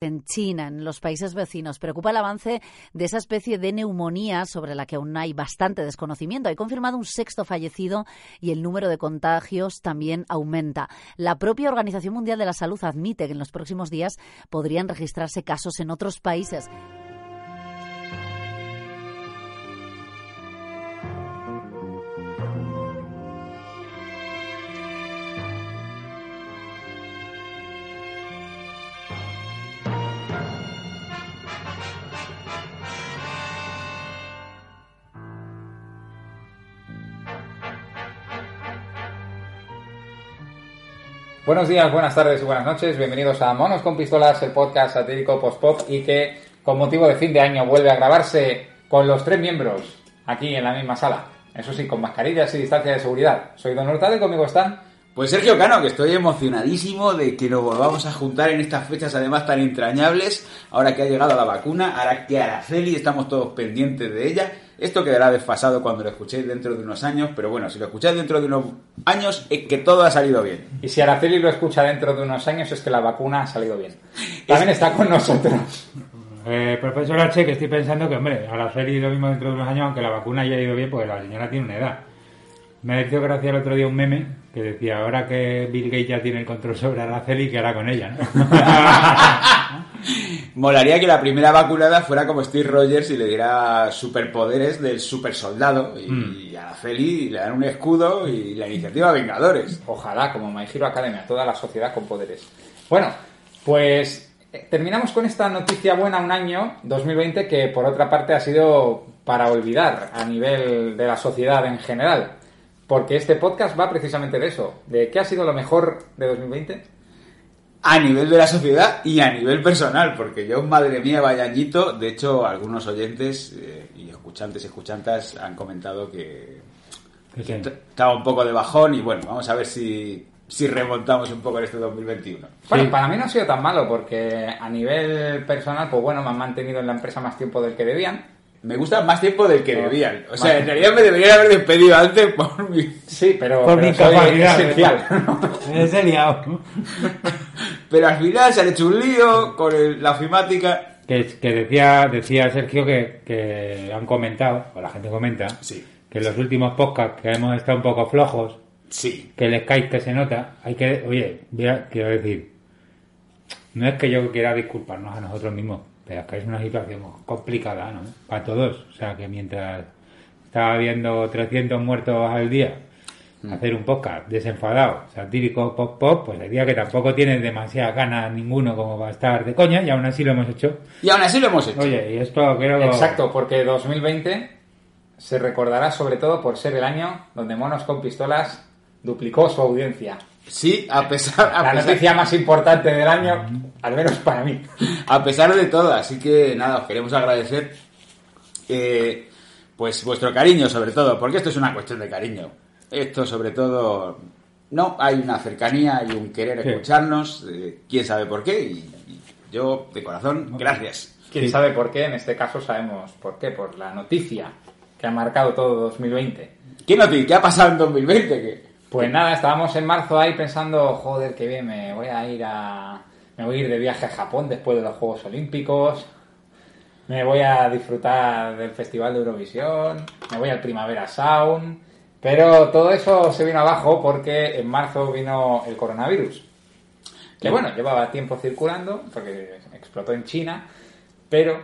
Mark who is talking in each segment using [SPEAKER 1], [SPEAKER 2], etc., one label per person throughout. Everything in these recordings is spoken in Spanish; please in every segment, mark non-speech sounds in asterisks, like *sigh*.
[SPEAKER 1] en China, en los países vecinos. Preocupa el avance de esa especie de neumonía sobre la que aún hay bastante desconocimiento. Hay confirmado un sexto fallecido y el número de contagios también aumenta. La propia Organización Mundial de la Salud admite que en los próximos días podrían registrarse casos en otros países.
[SPEAKER 2] Buenos días, buenas tardes y buenas noches. Bienvenidos a Monos con Pistolas, el podcast satírico post-pop y que con motivo de fin de año vuelve a grabarse con los tres miembros aquí en la misma sala. Eso sí, con mascarillas y distancia de seguridad. Soy Don Hurtado y conmigo están.
[SPEAKER 3] Pues Sergio Cano, que estoy emocionadísimo de que nos volvamos a juntar en estas fechas además tan entrañables, ahora que ha llegado la vacuna, ahora que Araceli estamos todos pendientes de ella. Esto quedará desfasado cuando lo escuchéis dentro de unos años, pero bueno, si lo escucháis dentro de unos años es que todo ha salido bien.
[SPEAKER 2] Y si Araceli lo escucha dentro de unos años es que la vacuna ha salido bien. También está con nosotros.
[SPEAKER 4] Eh, profesor H, que estoy pensando que, hombre, Araceli lo mismo dentro de unos años, aunque la vacuna haya ido bien, porque la señora tiene una edad. Me hizo gracia el otro día un meme que decía, ahora que Bill Gates ya tiene el control sobre Araceli, ¿qué hará con ella? no?".
[SPEAKER 3] Molaría que la primera vacunada fuera como Steve Rogers y le diera superpoderes del supersoldado y, y a Araceli le dan un escudo y la iniciativa Vengadores.
[SPEAKER 2] Ojalá, como My Hero Academia, toda la sociedad con poderes. Bueno, pues eh, terminamos con esta noticia buena un año 2020 que por otra parte ha sido para olvidar a nivel de la sociedad en general. Porque este podcast va precisamente de eso, de qué ha sido lo mejor de 2020.
[SPEAKER 3] A nivel de la sociedad y a nivel personal, porque yo, madre mía, vaya añito. De hecho, algunos oyentes eh, y escuchantes y escuchantas han comentado que
[SPEAKER 4] Que sí.
[SPEAKER 3] estaba un poco de bajón y bueno, vamos a ver si, si remontamos un poco en este 2021.
[SPEAKER 2] Bueno,
[SPEAKER 4] Sí.
[SPEAKER 2] para mí no ha sido tan malo porque a nivel personal, pues bueno, me han mantenido en la empresa más tiempo del que debían.
[SPEAKER 3] Me gusta más tiempo del que
[SPEAKER 2] Ah,
[SPEAKER 3] debían. O
[SPEAKER 2] vale.
[SPEAKER 3] sea, en realidad me deberían haber despedido antes por mi...
[SPEAKER 2] Sí, pero,
[SPEAKER 4] Por
[SPEAKER 2] pero
[SPEAKER 4] mi
[SPEAKER 2] soy
[SPEAKER 4] incapacidad, *laughs*
[SPEAKER 2] esencial.
[SPEAKER 4] Eh, se ha liado.
[SPEAKER 3] Pero al final se han hecho un lío con el- la ofimática.
[SPEAKER 4] Que, que decía, decía Sergio que, que han comentado, o la gente comenta,
[SPEAKER 3] Sí.
[SPEAKER 4] que en los últimos podcasts que hemos estado un poco flojos,
[SPEAKER 3] Sí.
[SPEAKER 4] que el Skype que se nota, hay que, oye, ya quiero decir, no es que yo quiera disculparnos a nosotros mismos, pero es que es una situación complicada, ¿no? Para todos, o sea, que mientras estaba viendo 300 muertos al día, hacer un podcast desenfadado, satírico, pop, pop, pues el día que tampoco tienes demasiadas ganas ninguno como para estar de coña, y aún así lo hemos hecho.
[SPEAKER 3] Y aún así lo hemos hecho.
[SPEAKER 4] Oye, y esto creo
[SPEAKER 2] Exacto, porque 2020 se recordará sobre todo por ser el año donde Monos con Pistolas duplicó su audiencia.
[SPEAKER 3] Sí, a pesar, a
[SPEAKER 2] La
[SPEAKER 3] pesar,
[SPEAKER 2] noticia más importante del año, al menos para mí.
[SPEAKER 3] *laughs* a pesar de todo. Así que nada, os queremos agradecer eh, pues vuestro cariño sobre todo, porque esto es una cuestión de cariño. Esto sobre todo... No, hay una cercanía, hay un querer
[SPEAKER 4] Sí.
[SPEAKER 3] escucharnos, eh, quién sabe por qué. Y, y yo, de corazón, gracias.
[SPEAKER 2] Quién
[SPEAKER 4] Sí.
[SPEAKER 2] sabe por qué, en este caso sabemos por qué, por la noticia que ha marcado todo 2020.
[SPEAKER 3] ¿Qué noticia? ¿Qué ha pasado en 2020? ¿Qué?
[SPEAKER 2] Pues nada, estábamos en marzo ahí pensando, joder, qué bien, me voy a ir a... Me voy a ir de viaje a Japón después de los Juegos Olímpicos. Me voy a disfrutar del Festival de Eurovisión. Me voy al Primavera Sound. Pero todo eso se vino abajo porque en marzo vino el coronavirus. Que bueno, llevaba tiempo circulando porque explotó en China. Pero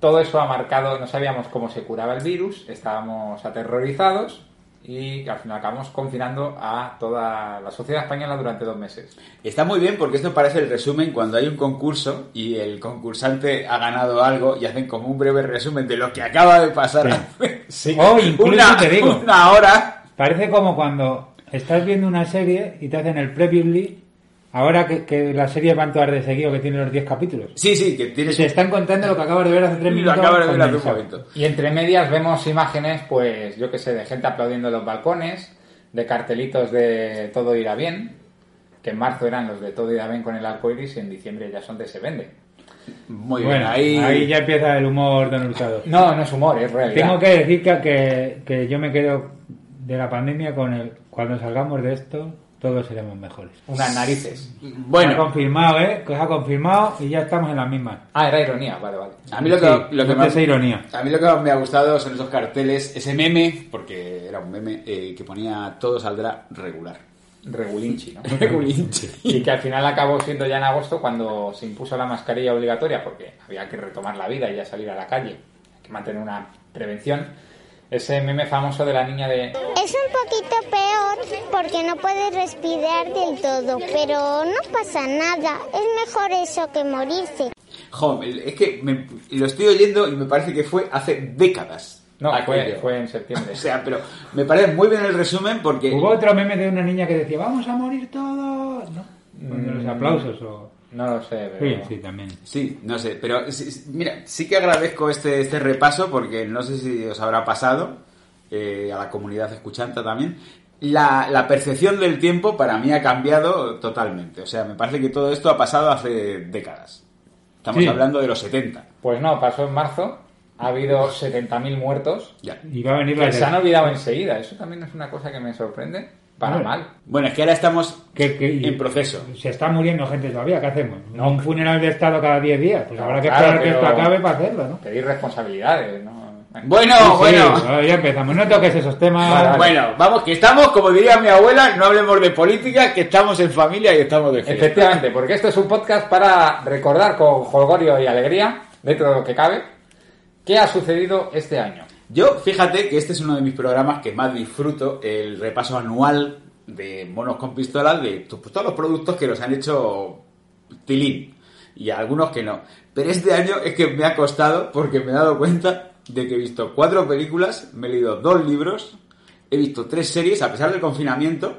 [SPEAKER 2] todo eso ha marcado, no sabíamos cómo se curaba el virus, estábamos aterrorizados y al final acabamos confinando a toda la sociedad española durante dos meses.
[SPEAKER 3] Está muy bien porque esto parece el resumen cuando hay un concurso y el concursante ha ganado algo y hacen como un breve resumen de lo que acaba de pasar.
[SPEAKER 4] *laughs* Sí. O incluso
[SPEAKER 3] una,
[SPEAKER 4] te digo.
[SPEAKER 3] una hora.
[SPEAKER 4] Parece como cuando estás viendo una serie y te hacen el previously, ahora que, que las series van todas de seguido, que tienen los 10 capítulos.
[SPEAKER 3] Sí, sí, que tienes
[SPEAKER 4] Te están contando lo que acabas de ver hace 3
[SPEAKER 3] lo
[SPEAKER 4] minutos.
[SPEAKER 3] acabas de ver hace un
[SPEAKER 4] condensado.
[SPEAKER 3] momento.
[SPEAKER 2] Y entre medias vemos imágenes, pues yo qué sé, de gente aplaudiendo en los balcones, de cartelitos de todo irá bien, que en marzo eran los de todo irá bien con el arcoiris y en diciembre ya son de se vende.
[SPEAKER 3] Muy
[SPEAKER 4] Bueno,
[SPEAKER 3] bien, ahí,
[SPEAKER 4] ahí... ya empieza el humor Don Hurtado.
[SPEAKER 2] No, no es humor, es realidad.
[SPEAKER 4] Tengo que decir que, que, que yo me quedo de la pandemia con el... Cuando salgamos de esto, todos seremos mejores.
[SPEAKER 2] Unas narices.
[SPEAKER 4] Se ha
[SPEAKER 3] Bueno,
[SPEAKER 4] confirmado, ¿eh? Que se ha confirmado y ya estamos en las mismas.
[SPEAKER 2] Ah, era ironía, vale, vale.
[SPEAKER 3] a mí lo que,
[SPEAKER 4] Sí,
[SPEAKER 3] lo que
[SPEAKER 4] no te
[SPEAKER 3] más...
[SPEAKER 4] sé ironía.
[SPEAKER 3] A mí lo que más me ha gustado son esos carteles, ese meme, porque era un meme eh, que ponía todo saldrá regular.
[SPEAKER 2] Regulinchi, ¿no?
[SPEAKER 3] Regulinche.
[SPEAKER 2] Y que al final acabó siendo ya en agosto cuando se impuso la mascarilla obligatoria porque había que retomar la vida y ya salir a la calle. Hay que mantener una prevención. Ese meme famoso de la niña de...
[SPEAKER 5] Es un poquito peor porque no puedes respirar del todo, pero no pasa nada. Es mejor eso que morirse.
[SPEAKER 3] Jo, es que me- lo estoy oyendo y me parece que fue hace décadas.
[SPEAKER 2] No, fue,
[SPEAKER 3] aquello.
[SPEAKER 2] fue en septiembre.
[SPEAKER 3] O sea, pero me parece muy bien el resumen porque...
[SPEAKER 2] Eh,
[SPEAKER 4] Hubo otro meme de una niña que decía, vamos a morir todos, ¿no? Con los
[SPEAKER 2] Mm. Eh,
[SPEAKER 4] aplausos o...
[SPEAKER 2] No lo sé,
[SPEAKER 4] Sí,
[SPEAKER 2] pero...
[SPEAKER 4] sí, también.
[SPEAKER 3] Sí, no sé, pero sí- sí- mira, sí que agradezco este, este repaso porque no sé si os habrá pasado, eh, a la comunidad escuchanta también, la, la percepción del tiempo para mí ha cambiado totalmente. O sea, me parece que todo esto ha pasado hace décadas. Estamos
[SPEAKER 4] Sí.
[SPEAKER 3] hablando de los 70.
[SPEAKER 2] Pues no, pasó en marzo. Ha habido 70.000 muertos.
[SPEAKER 3] Ya.
[SPEAKER 4] Y va a venir la...
[SPEAKER 2] Que se han olvidado enseguida. Eso también es una cosa que me sorprende. Para
[SPEAKER 4] Bueno.
[SPEAKER 2] mal.
[SPEAKER 3] Bueno, es que ahora estamos
[SPEAKER 4] que- que- y-
[SPEAKER 3] en proceso.
[SPEAKER 4] Se está muriendo gente todavía, ¿qué hacemos? No un funeral de Estado cada 10 días. Pues
[SPEAKER 2] No,
[SPEAKER 4] habrá que
[SPEAKER 2] claro,
[SPEAKER 4] esperar que esto
[SPEAKER 2] pero-
[SPEAKER 4] acabe para hacerlo, ¿no?
[SPEAKER 2] Pedir responsabilidades, ¿no?
[SPEAKER 3] Bueno,
[SPEAKER 4] Sí, sí,
[SPEAKER 3] bueno.
[SPEAKER 4] ya empezamos. No toques esos temas.
[SPEAKER 2] Vale, vale.
[SPEAKER 3] Bueno, vamos, que estamos, como diría mi abuela, no hablemos de política, que estamos en familia y estamos de fiesta.
[SPEAKER 2] Efectivamente, porque este es un podcast para recordar con jolgorio y alegría, dentro de lo que cabe, qué ha sucedido este año.
[SPEAKER 3] Yo, fíjate que este es uno de mis programas que más disfruto, el repaso anual de Monos con Pistolas, de to- pues, todos los productos que los han hecho Tilín, y algunos que no. Pero este año es que me ha costado porque me he dado cuenta de que he visto cuatro películas, me he leído dos libros, he visto tres series, a pesar del confinamiento.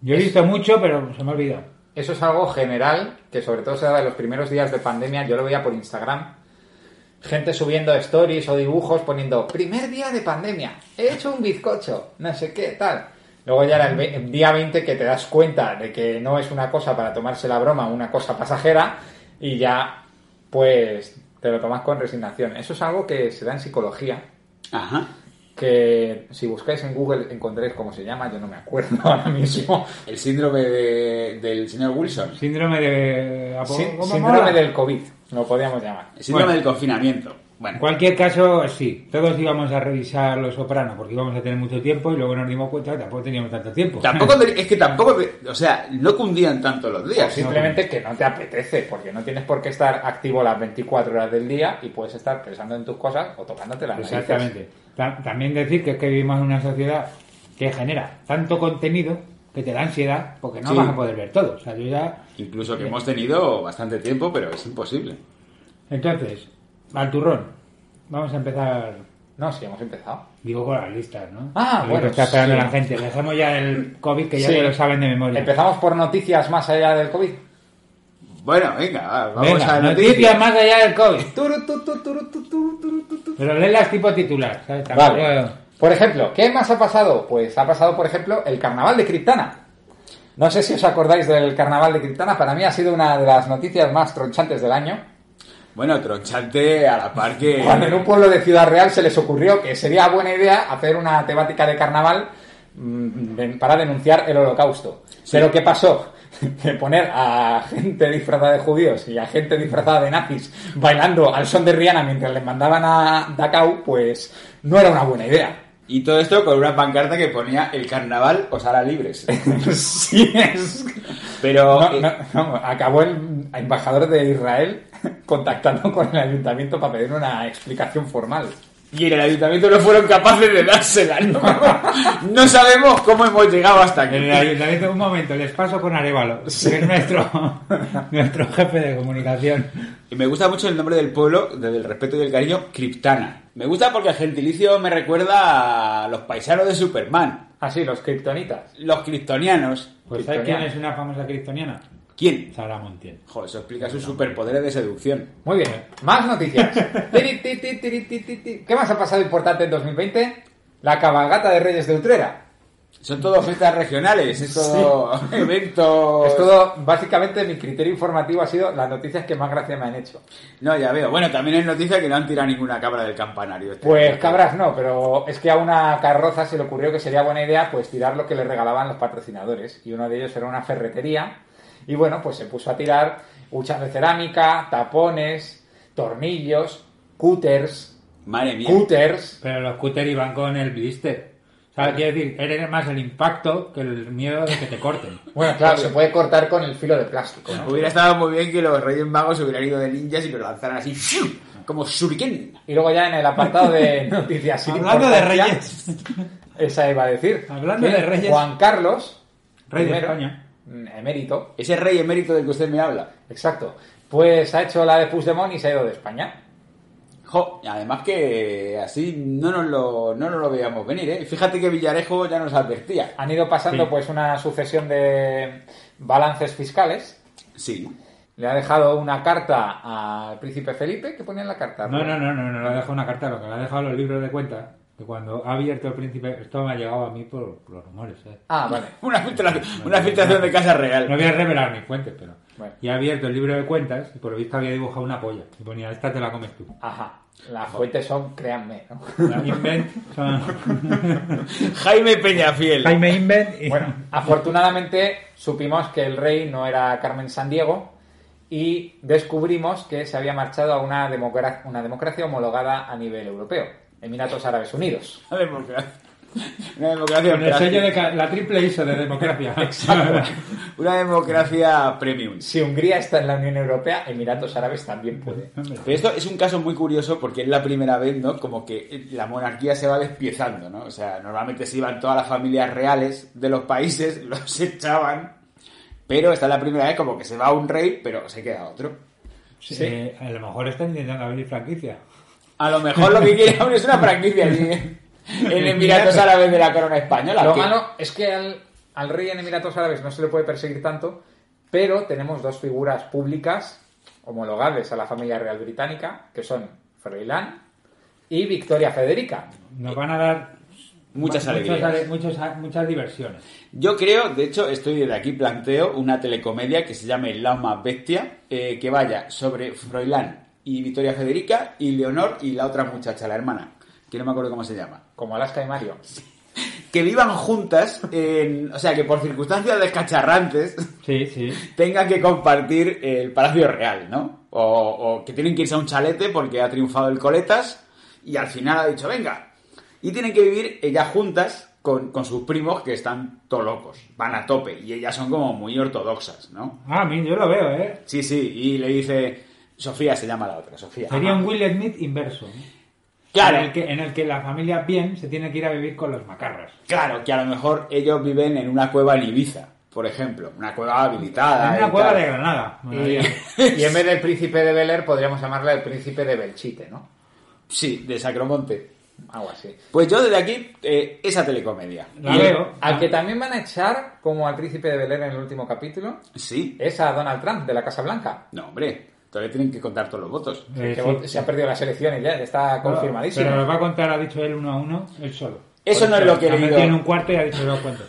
[SPEAKER 4] Yo he visto mucho, pero se me ha olvidado.
[SPEAKER 2] Eso es algo general que sobre todo se da en los primeros días de pandemia, yo lo veía por Instagram. Gente subiendo stories o dibujos poniendo primer día de pandemia, he hecho un bizcocho, no sé qué, tal. Luego ya era el, ve- el día 20 que te das cuenta de que no es una cosa para tomarse la broma, una cosa pasajera, y ya pues te lo tomas con resignación. Eso es algo que se da en psicología,
[SPEAKER 3] Ajá.
[SPEAKER 2] que si buscáis en Google encontréis cómo se llama, yo no me acuerdo *laughs* ahora mismo.
[SPEAKER 3] El síndrome de- del señor Wilson.
[SPEAKER 4] Síndrome de... Apo-
[SPEAKER 2] Sí-
[SPEAKER 4] ¿cómo mola?
[SPEAKER 2] Síndrome del COVID, lo podríamos llamar.
[SPEAKER 3] El síndrome
[SPEAKER 4] Bueno.
[SPEAKER 3] del confinamiento. Bueno,
[SPEAKER 4] En cualquier caso, sí, todos íbamos a revisar Los Sopranos porque íbamos a tener mucho tiempo y luego nos dimos cuenta que tampoco teníamos tanto tiempo.
[SPEAKER 3] tampoco, te- es que tampoco, te- o sea, no cundían tanto los días.
[SPEAKER 2] Simplemente que no te apetece, porque no tienes por qué estar activo las 24 horas del día y puedes estar pensando en tus cosas o tocándote las narices.
[SPEAKER 4] Exactamente. Ta- también decir que es que vivimos en una sociedad que genera tanto contenido que te da ansiedad porque no
[SPEAKER 3] Sí.
[SPEAKER 4] vas a poder ver todo. O sea, yo ya...
[SPEAKER 3] Incluso que hemos tenido bastante tiempo, pero es imposible.
[SPEAKER 4] Entonces, al turrón. Vamos a empezar,
[SPEAKER 2] No, sí, hemos empezado.
[SPEAKER 4] digo, con las listas, ¿no?
[SPEAKER 2] Ah,
[SPEAKER 4] Lo que
[SPEAKER 2] bueno,
[SPEAKER 4] está esperando
[SPEAKER 2] sí.
[SPEAKER 4] la gente. Dejemos ya el COVID que ya
[SPEAKER 2] Sí.
[SPEAKER 4] se lo saben de memoria.
[SPEAKER 2] Empezamos por noticias más allá del COVID.
[SPEAKER 3] Bueno, venga, va, vamos
[SPEAKER 4] Venga,
[SPEAKER 3] a
[SPEAKER 4] noticias.
[SPEAKER 3] noticias.
[SPEAKER 4] más allá del COVID.
[SPEAKER 2] Turu, tu, tu, turu, tu, tu, turu, tu, tu.
[SPEAKER 4] Pero léelas tipo titular, ¿sabes? Tampoco-
[SPEAKER 2] Vale. Por ejemplo, ¿qué más ha pasado? Pues ha pasado, por ejemplo, el carnaval de Criptana. No sé si os acordáis del carnaval de Criptana. Para mí ha sido una de las noticias más tronchantes del año.
[SPEAKER 3] Bueno, tronchante a la par
[SPEAKER 4] *laughs*
[SPEAKER 3] que...
[SPEAKER 2] Cuando en un pueblo de Ciudad Real se les ocurrió que sería buena idea hacer una temática de carnaval mm, de- para denunciar el holocausto. Pero ¿qué pasó? *laughs* Que poner a gente disfrazada de judíos y a gente disfrazada de nazis bailando al son de Rihanna mientras les mandaban a Dachau, pues no era una buena idea. *laughs*
[SPEAKER 3] Y todo esto con una pancarta que ponía el carnaval os hará libres.
[SPEAKER 2] Sí, es...
[SPEAKER 3] Pero...
[SPEAKER 4] *laughs*
[SPEAKER 2] No,
[SPEAKER 3] eh,
[SPEAKER 2] no, no, acabó el embajador de Israel *laughs* contactando con el ayuntamiento para pedir una explicación formal.
[SPEAKER 3] Y en el ayuntamiento no fueron capaces de dársela, ¿no? No *laughs* sabemos cómo hemos llegado hasta aquí.
[SPEAKER 4] En el ayuntamiento, un momento, les paso con Arevalo, que es nuestro, *laughs* nuestro jefe de comunicación.
[SPEAKER 3] Y me gusta mucho el nombre del pueblo, desde el respeto y el cariño, Criptana. Me gusta porque el gentilicio me recuerda a los paisanos de Superman,
[SPEAKER 2] Ah, sí, los kriptonitas.
[SPEAKER 3] los kriptonianos.
[SPEAKER 4] Pues ¿sabes quién
[SPEAKER 2] Kriptoniana.
[SPEAKER 4] es una famosa criptoniana?
[SPEAKER 3] ¿Quién?
[SPEAKER 4] Sara Montiel.
[SPEAKER 3] Joder, eso explica sus superpoderes de seducción.
[SPEAKER 2] Muy bien, más noticias. Tiri, ti, ti, tiri, ti, ti, ti. ¿Qué más ha pasado importante en 2020? La cabalgata de Reyes de Utrera.
[SPEAKER 3] Son todo fiestas regionales, es todo *laughs* eventos.
[SPEAKER 2] Es todo, básicamente mi criterio informativo ha sido las noticias que más gracia me han hecho.
[SPEAKER 3] No, ya veo. Bueno, también es noticia que no han tirado ninguna cabra del campanario. este
[SPEAKER 2] Pues
[SPEAKER 3] año.
[SPEAKER 2] cabras no, pero es que a una carroza se le ocurrió que sería buena idea pues tirar lo que le regalaban los patrocinadores y uno de ellos era una ferretería y bueno, pues se puso a tirar huchas de cerámica, tapones, tornillos, cúters,
[SPEAKER 3] Madre mía.
[SPEAKER 2] cúters.
[SPEAKER 4] Pero los cúter iban con el blister. ¿Sabes? Quiero decir, eres más el impacto que el miedo de que te corten.
[SPEAKER 2] Bueno, claro, se puede cortar con el filo de plástico, ¿no?
[SPEAKER 3] Pues Hubiera estado muy bien que los Reyes Magos se hubieran ido de ninjas y que lo lanzaran así, ¡fiu! como shuriken.
[SPEAKER 2] Y luego ya en el apartado
[SPEAKER 4] *laughs*
[SPEAKER 2] de noticias *laughs* sin
[SPEAKER 4] Hablando de
[SPEAKER 2] importancia,
[SPEAKER 4] reyes.
[SPEAKER 2] Esa iba a decir.
[SPEAKER 4] Hablando
[SPEAKER 2] que
[SPEAKER 4] de reyes.
[SPEAKER 2] Juan Carlos.
[SPEAKER 4] Rey de
[SPEAKER 2] primero,
[SPEAKER 4] España.
[SPEAKER 2] mm, Emérito.
[SPEAKER 3] Ese rey emérito del que usted me habla.
[SPEAKER 2] Exacto. Pues ha hecho la de Puigdemont y se ha ido de España.
[SPEAKER 3] Jo, y además que así no nos lo, no nos lo veíamos venir, ¿eh? Fíjate que Villarejo ya nos advertía.
[SPEAKER 2] Han ido pasando
[SPEAKER 4] Sí.
[SPEAKER 2] pues una sucesión de balances fiscales.
[SPEAKER 3] Sí.
[SPEAKER 2] Le ha dejado una carta al príncipe Felipe que ponía en la carta.
[SPEAKER 4] No, no, no, no, no le ha dejado una carta, lo que le ha dejado los libros de cuenta. Que cuando ha abierto el príncipe, esto me ha llegado a mí por, por los rumores, ¿eh?
[SPEAKER 2] Ah, vale.
[SPEAKER 3] *laughs* Una, filtra- una filtración de Casa
[SPEAKER 2] *laughs*
[SPEAKER 4] No
[SPEAKER 3] Real.
[SPEAKER 4] voy a revelar mis fuentes, pero.
[SPEAKER 2] Bueno.
[SPEAKER 4] Y ha abierto el libro de cuentas y por lo visto había dibujado una polla. Y ponía, esta te la comes tú.
[SPEAKER 2] Ajá. Las fuentes son, créanme. ¿no?
[SPEAKER 4] La invent *laughs* son-
[SPEAKER 3] Jaime Peñafiel.
[SPEAKER 4] Jaime Invent y.
[SPEAKER 2] *laughs* Bueno, afortunadamente supimos que el rey no era Carmen Sandiego y descubrimos que se había marchado a una, democra- una democracia homologada a nivel europeo. Emiratos Árabes Unidos.
[SPEAKER 3] Una *laughs* democracia. Una democracia.
[SPEAKER 4] Con el sello de
[SPEAKER 3] operativa.
[SPEAKER 4] ca- la triple ISO de *laughs* democracia.
[SPEAKER 3] Una democracia premium.
[SPEAKER 2] Si Hungría está en la Unión Europea, Emiratos Árabes también puede.
[SPEAKER 3] Pero esto es un caso muy curioso porque es la primera vez, ¿no? Como que la monarquía se va despiezando, ¿no? O sea, normalmente se iban todas las familias reales de los países, *laughs* los echaban, pero esta es la primera vez como que se va un rey, pero se queda otro.
[SPEAKER 2] Sí.
[SPEAKER 4] Eh, a lo mejor están intentando abrir franquicia.
[SPEAKER 3] A lo mejor lo que quiere aún es una *laughs* franquicia allí en- en Emiratos Árabes de la Corona Española.
[SPEAKER 2] Lo
[SPEAKER 3] que-
[SPEAKER 2] malo es que al, al rey en Emiratos Árabes no se le puede perseguir tanto, pero tenemos dos figuras públicas homologables a la familia real británica, que son Froilán y Victoria Federica.
[SPEAKER 4] Nos van a dar
[SPEAKER 3] Muchas
[SPEAKER 4] muchos
[SPEAKER 3] alegrías.
[SPEAKER 4] ale- muchos a- muchas diversiones.
[SPEAKER 3] Yo creo, de hecho, estoy desde aquí planteo una telecomedia que se llame La más bestia, eh, que vaya sobre Froilán y Victoria Federica y Leonor y la otra muchacha, la hermana, que no me acuerdo cómo se llama.
[SPEAKER 2] Como Alaska y Mario.
[SPEAKER 3] Que vivan juntas, en- o sea, que por circunstancias descacharrantes
[SPEAKER 4] Sí, sí.
[SPEAKER 3] tengan que compartir el Palacio Real, ¿no? O, o que tienen que irse a un chalete porque ha triunfado el Coletas y al final ha dicho, venga. Y tienen que vivir ellas juntas con, con sus primos que están todo locos, van a tope y ellas son como muy ortodoxas, ¿no?
[SPEAKER 4] Ah, mí yo lo veo, ¿eh?
[SPEAKER 3] Sí, sí, y le dice, Sofía se llama la otra, Sofía.
[SPEAKER 4] Sería un Will Smith inverso. ¿no? En el,
[SPEAKER 3] Claro,
[SPEAKER 4] que, en el que la familia bien se tiene que ir a vivir con los macarras.
[SPEAKER 3] claro, que a lo mejor ellos viven en una cueva en Ibiza, por ejemplo, una cueva habilitada.
[SPEAKER 4] en
[SPEAKER 3] y
[SPEAKER 4] una cueva
[SPEAKER 3] tal.
[SPEAKER 4] de Granada.
[SPEAKER 2] Y,
[SPEAKER 3] *laughs*
[SPEAKER 4] Maravilla.
[SPEAKER 2] y en vez del príncipe de Bel Air, podríamos llamarla el príncipe de Belchite, ¿no?
[SPEAKER 3] Sí, de Sacromonte.
[SPEAKER 2] Algo así.
[SPEAKER 3] Pues yo desde aquí, eh, esa telecomedia.
[SPEAKER 4] La
[SPEAKER 2] Y el-
[SPEAKER 4] veo.
[SPEAKER 2] al que también van a echar, como al príncipe de Bel Air en el último capítulo,
[SPEAKER 3] Sí,
[SPEAKER 2] es a Donald Trump de la Casa Blanca.
[SPEAKER 3] No, hombre, todavía tienen que contar todos
[SPEAKER 2] *laughs*
[SPEAKER 3] los votos.
[SPEAKER 4] Eh,
[SPEAKER 2] que
[SPEAKER 4] sí.
[SPEAKER 2] Se han perdido las elecciones ya, está confirmadísimo.
[SPEAKER 4] Pero los va a contar, ha dicho él, uno a uno, él solo.
[SPEAKER 3] Eso no es lo que he
[SPEAKER 4] Ha metido
[SPEAKER 3] leído.
[SPEAKER 4] en un cuarto y ha dicho, no cuento.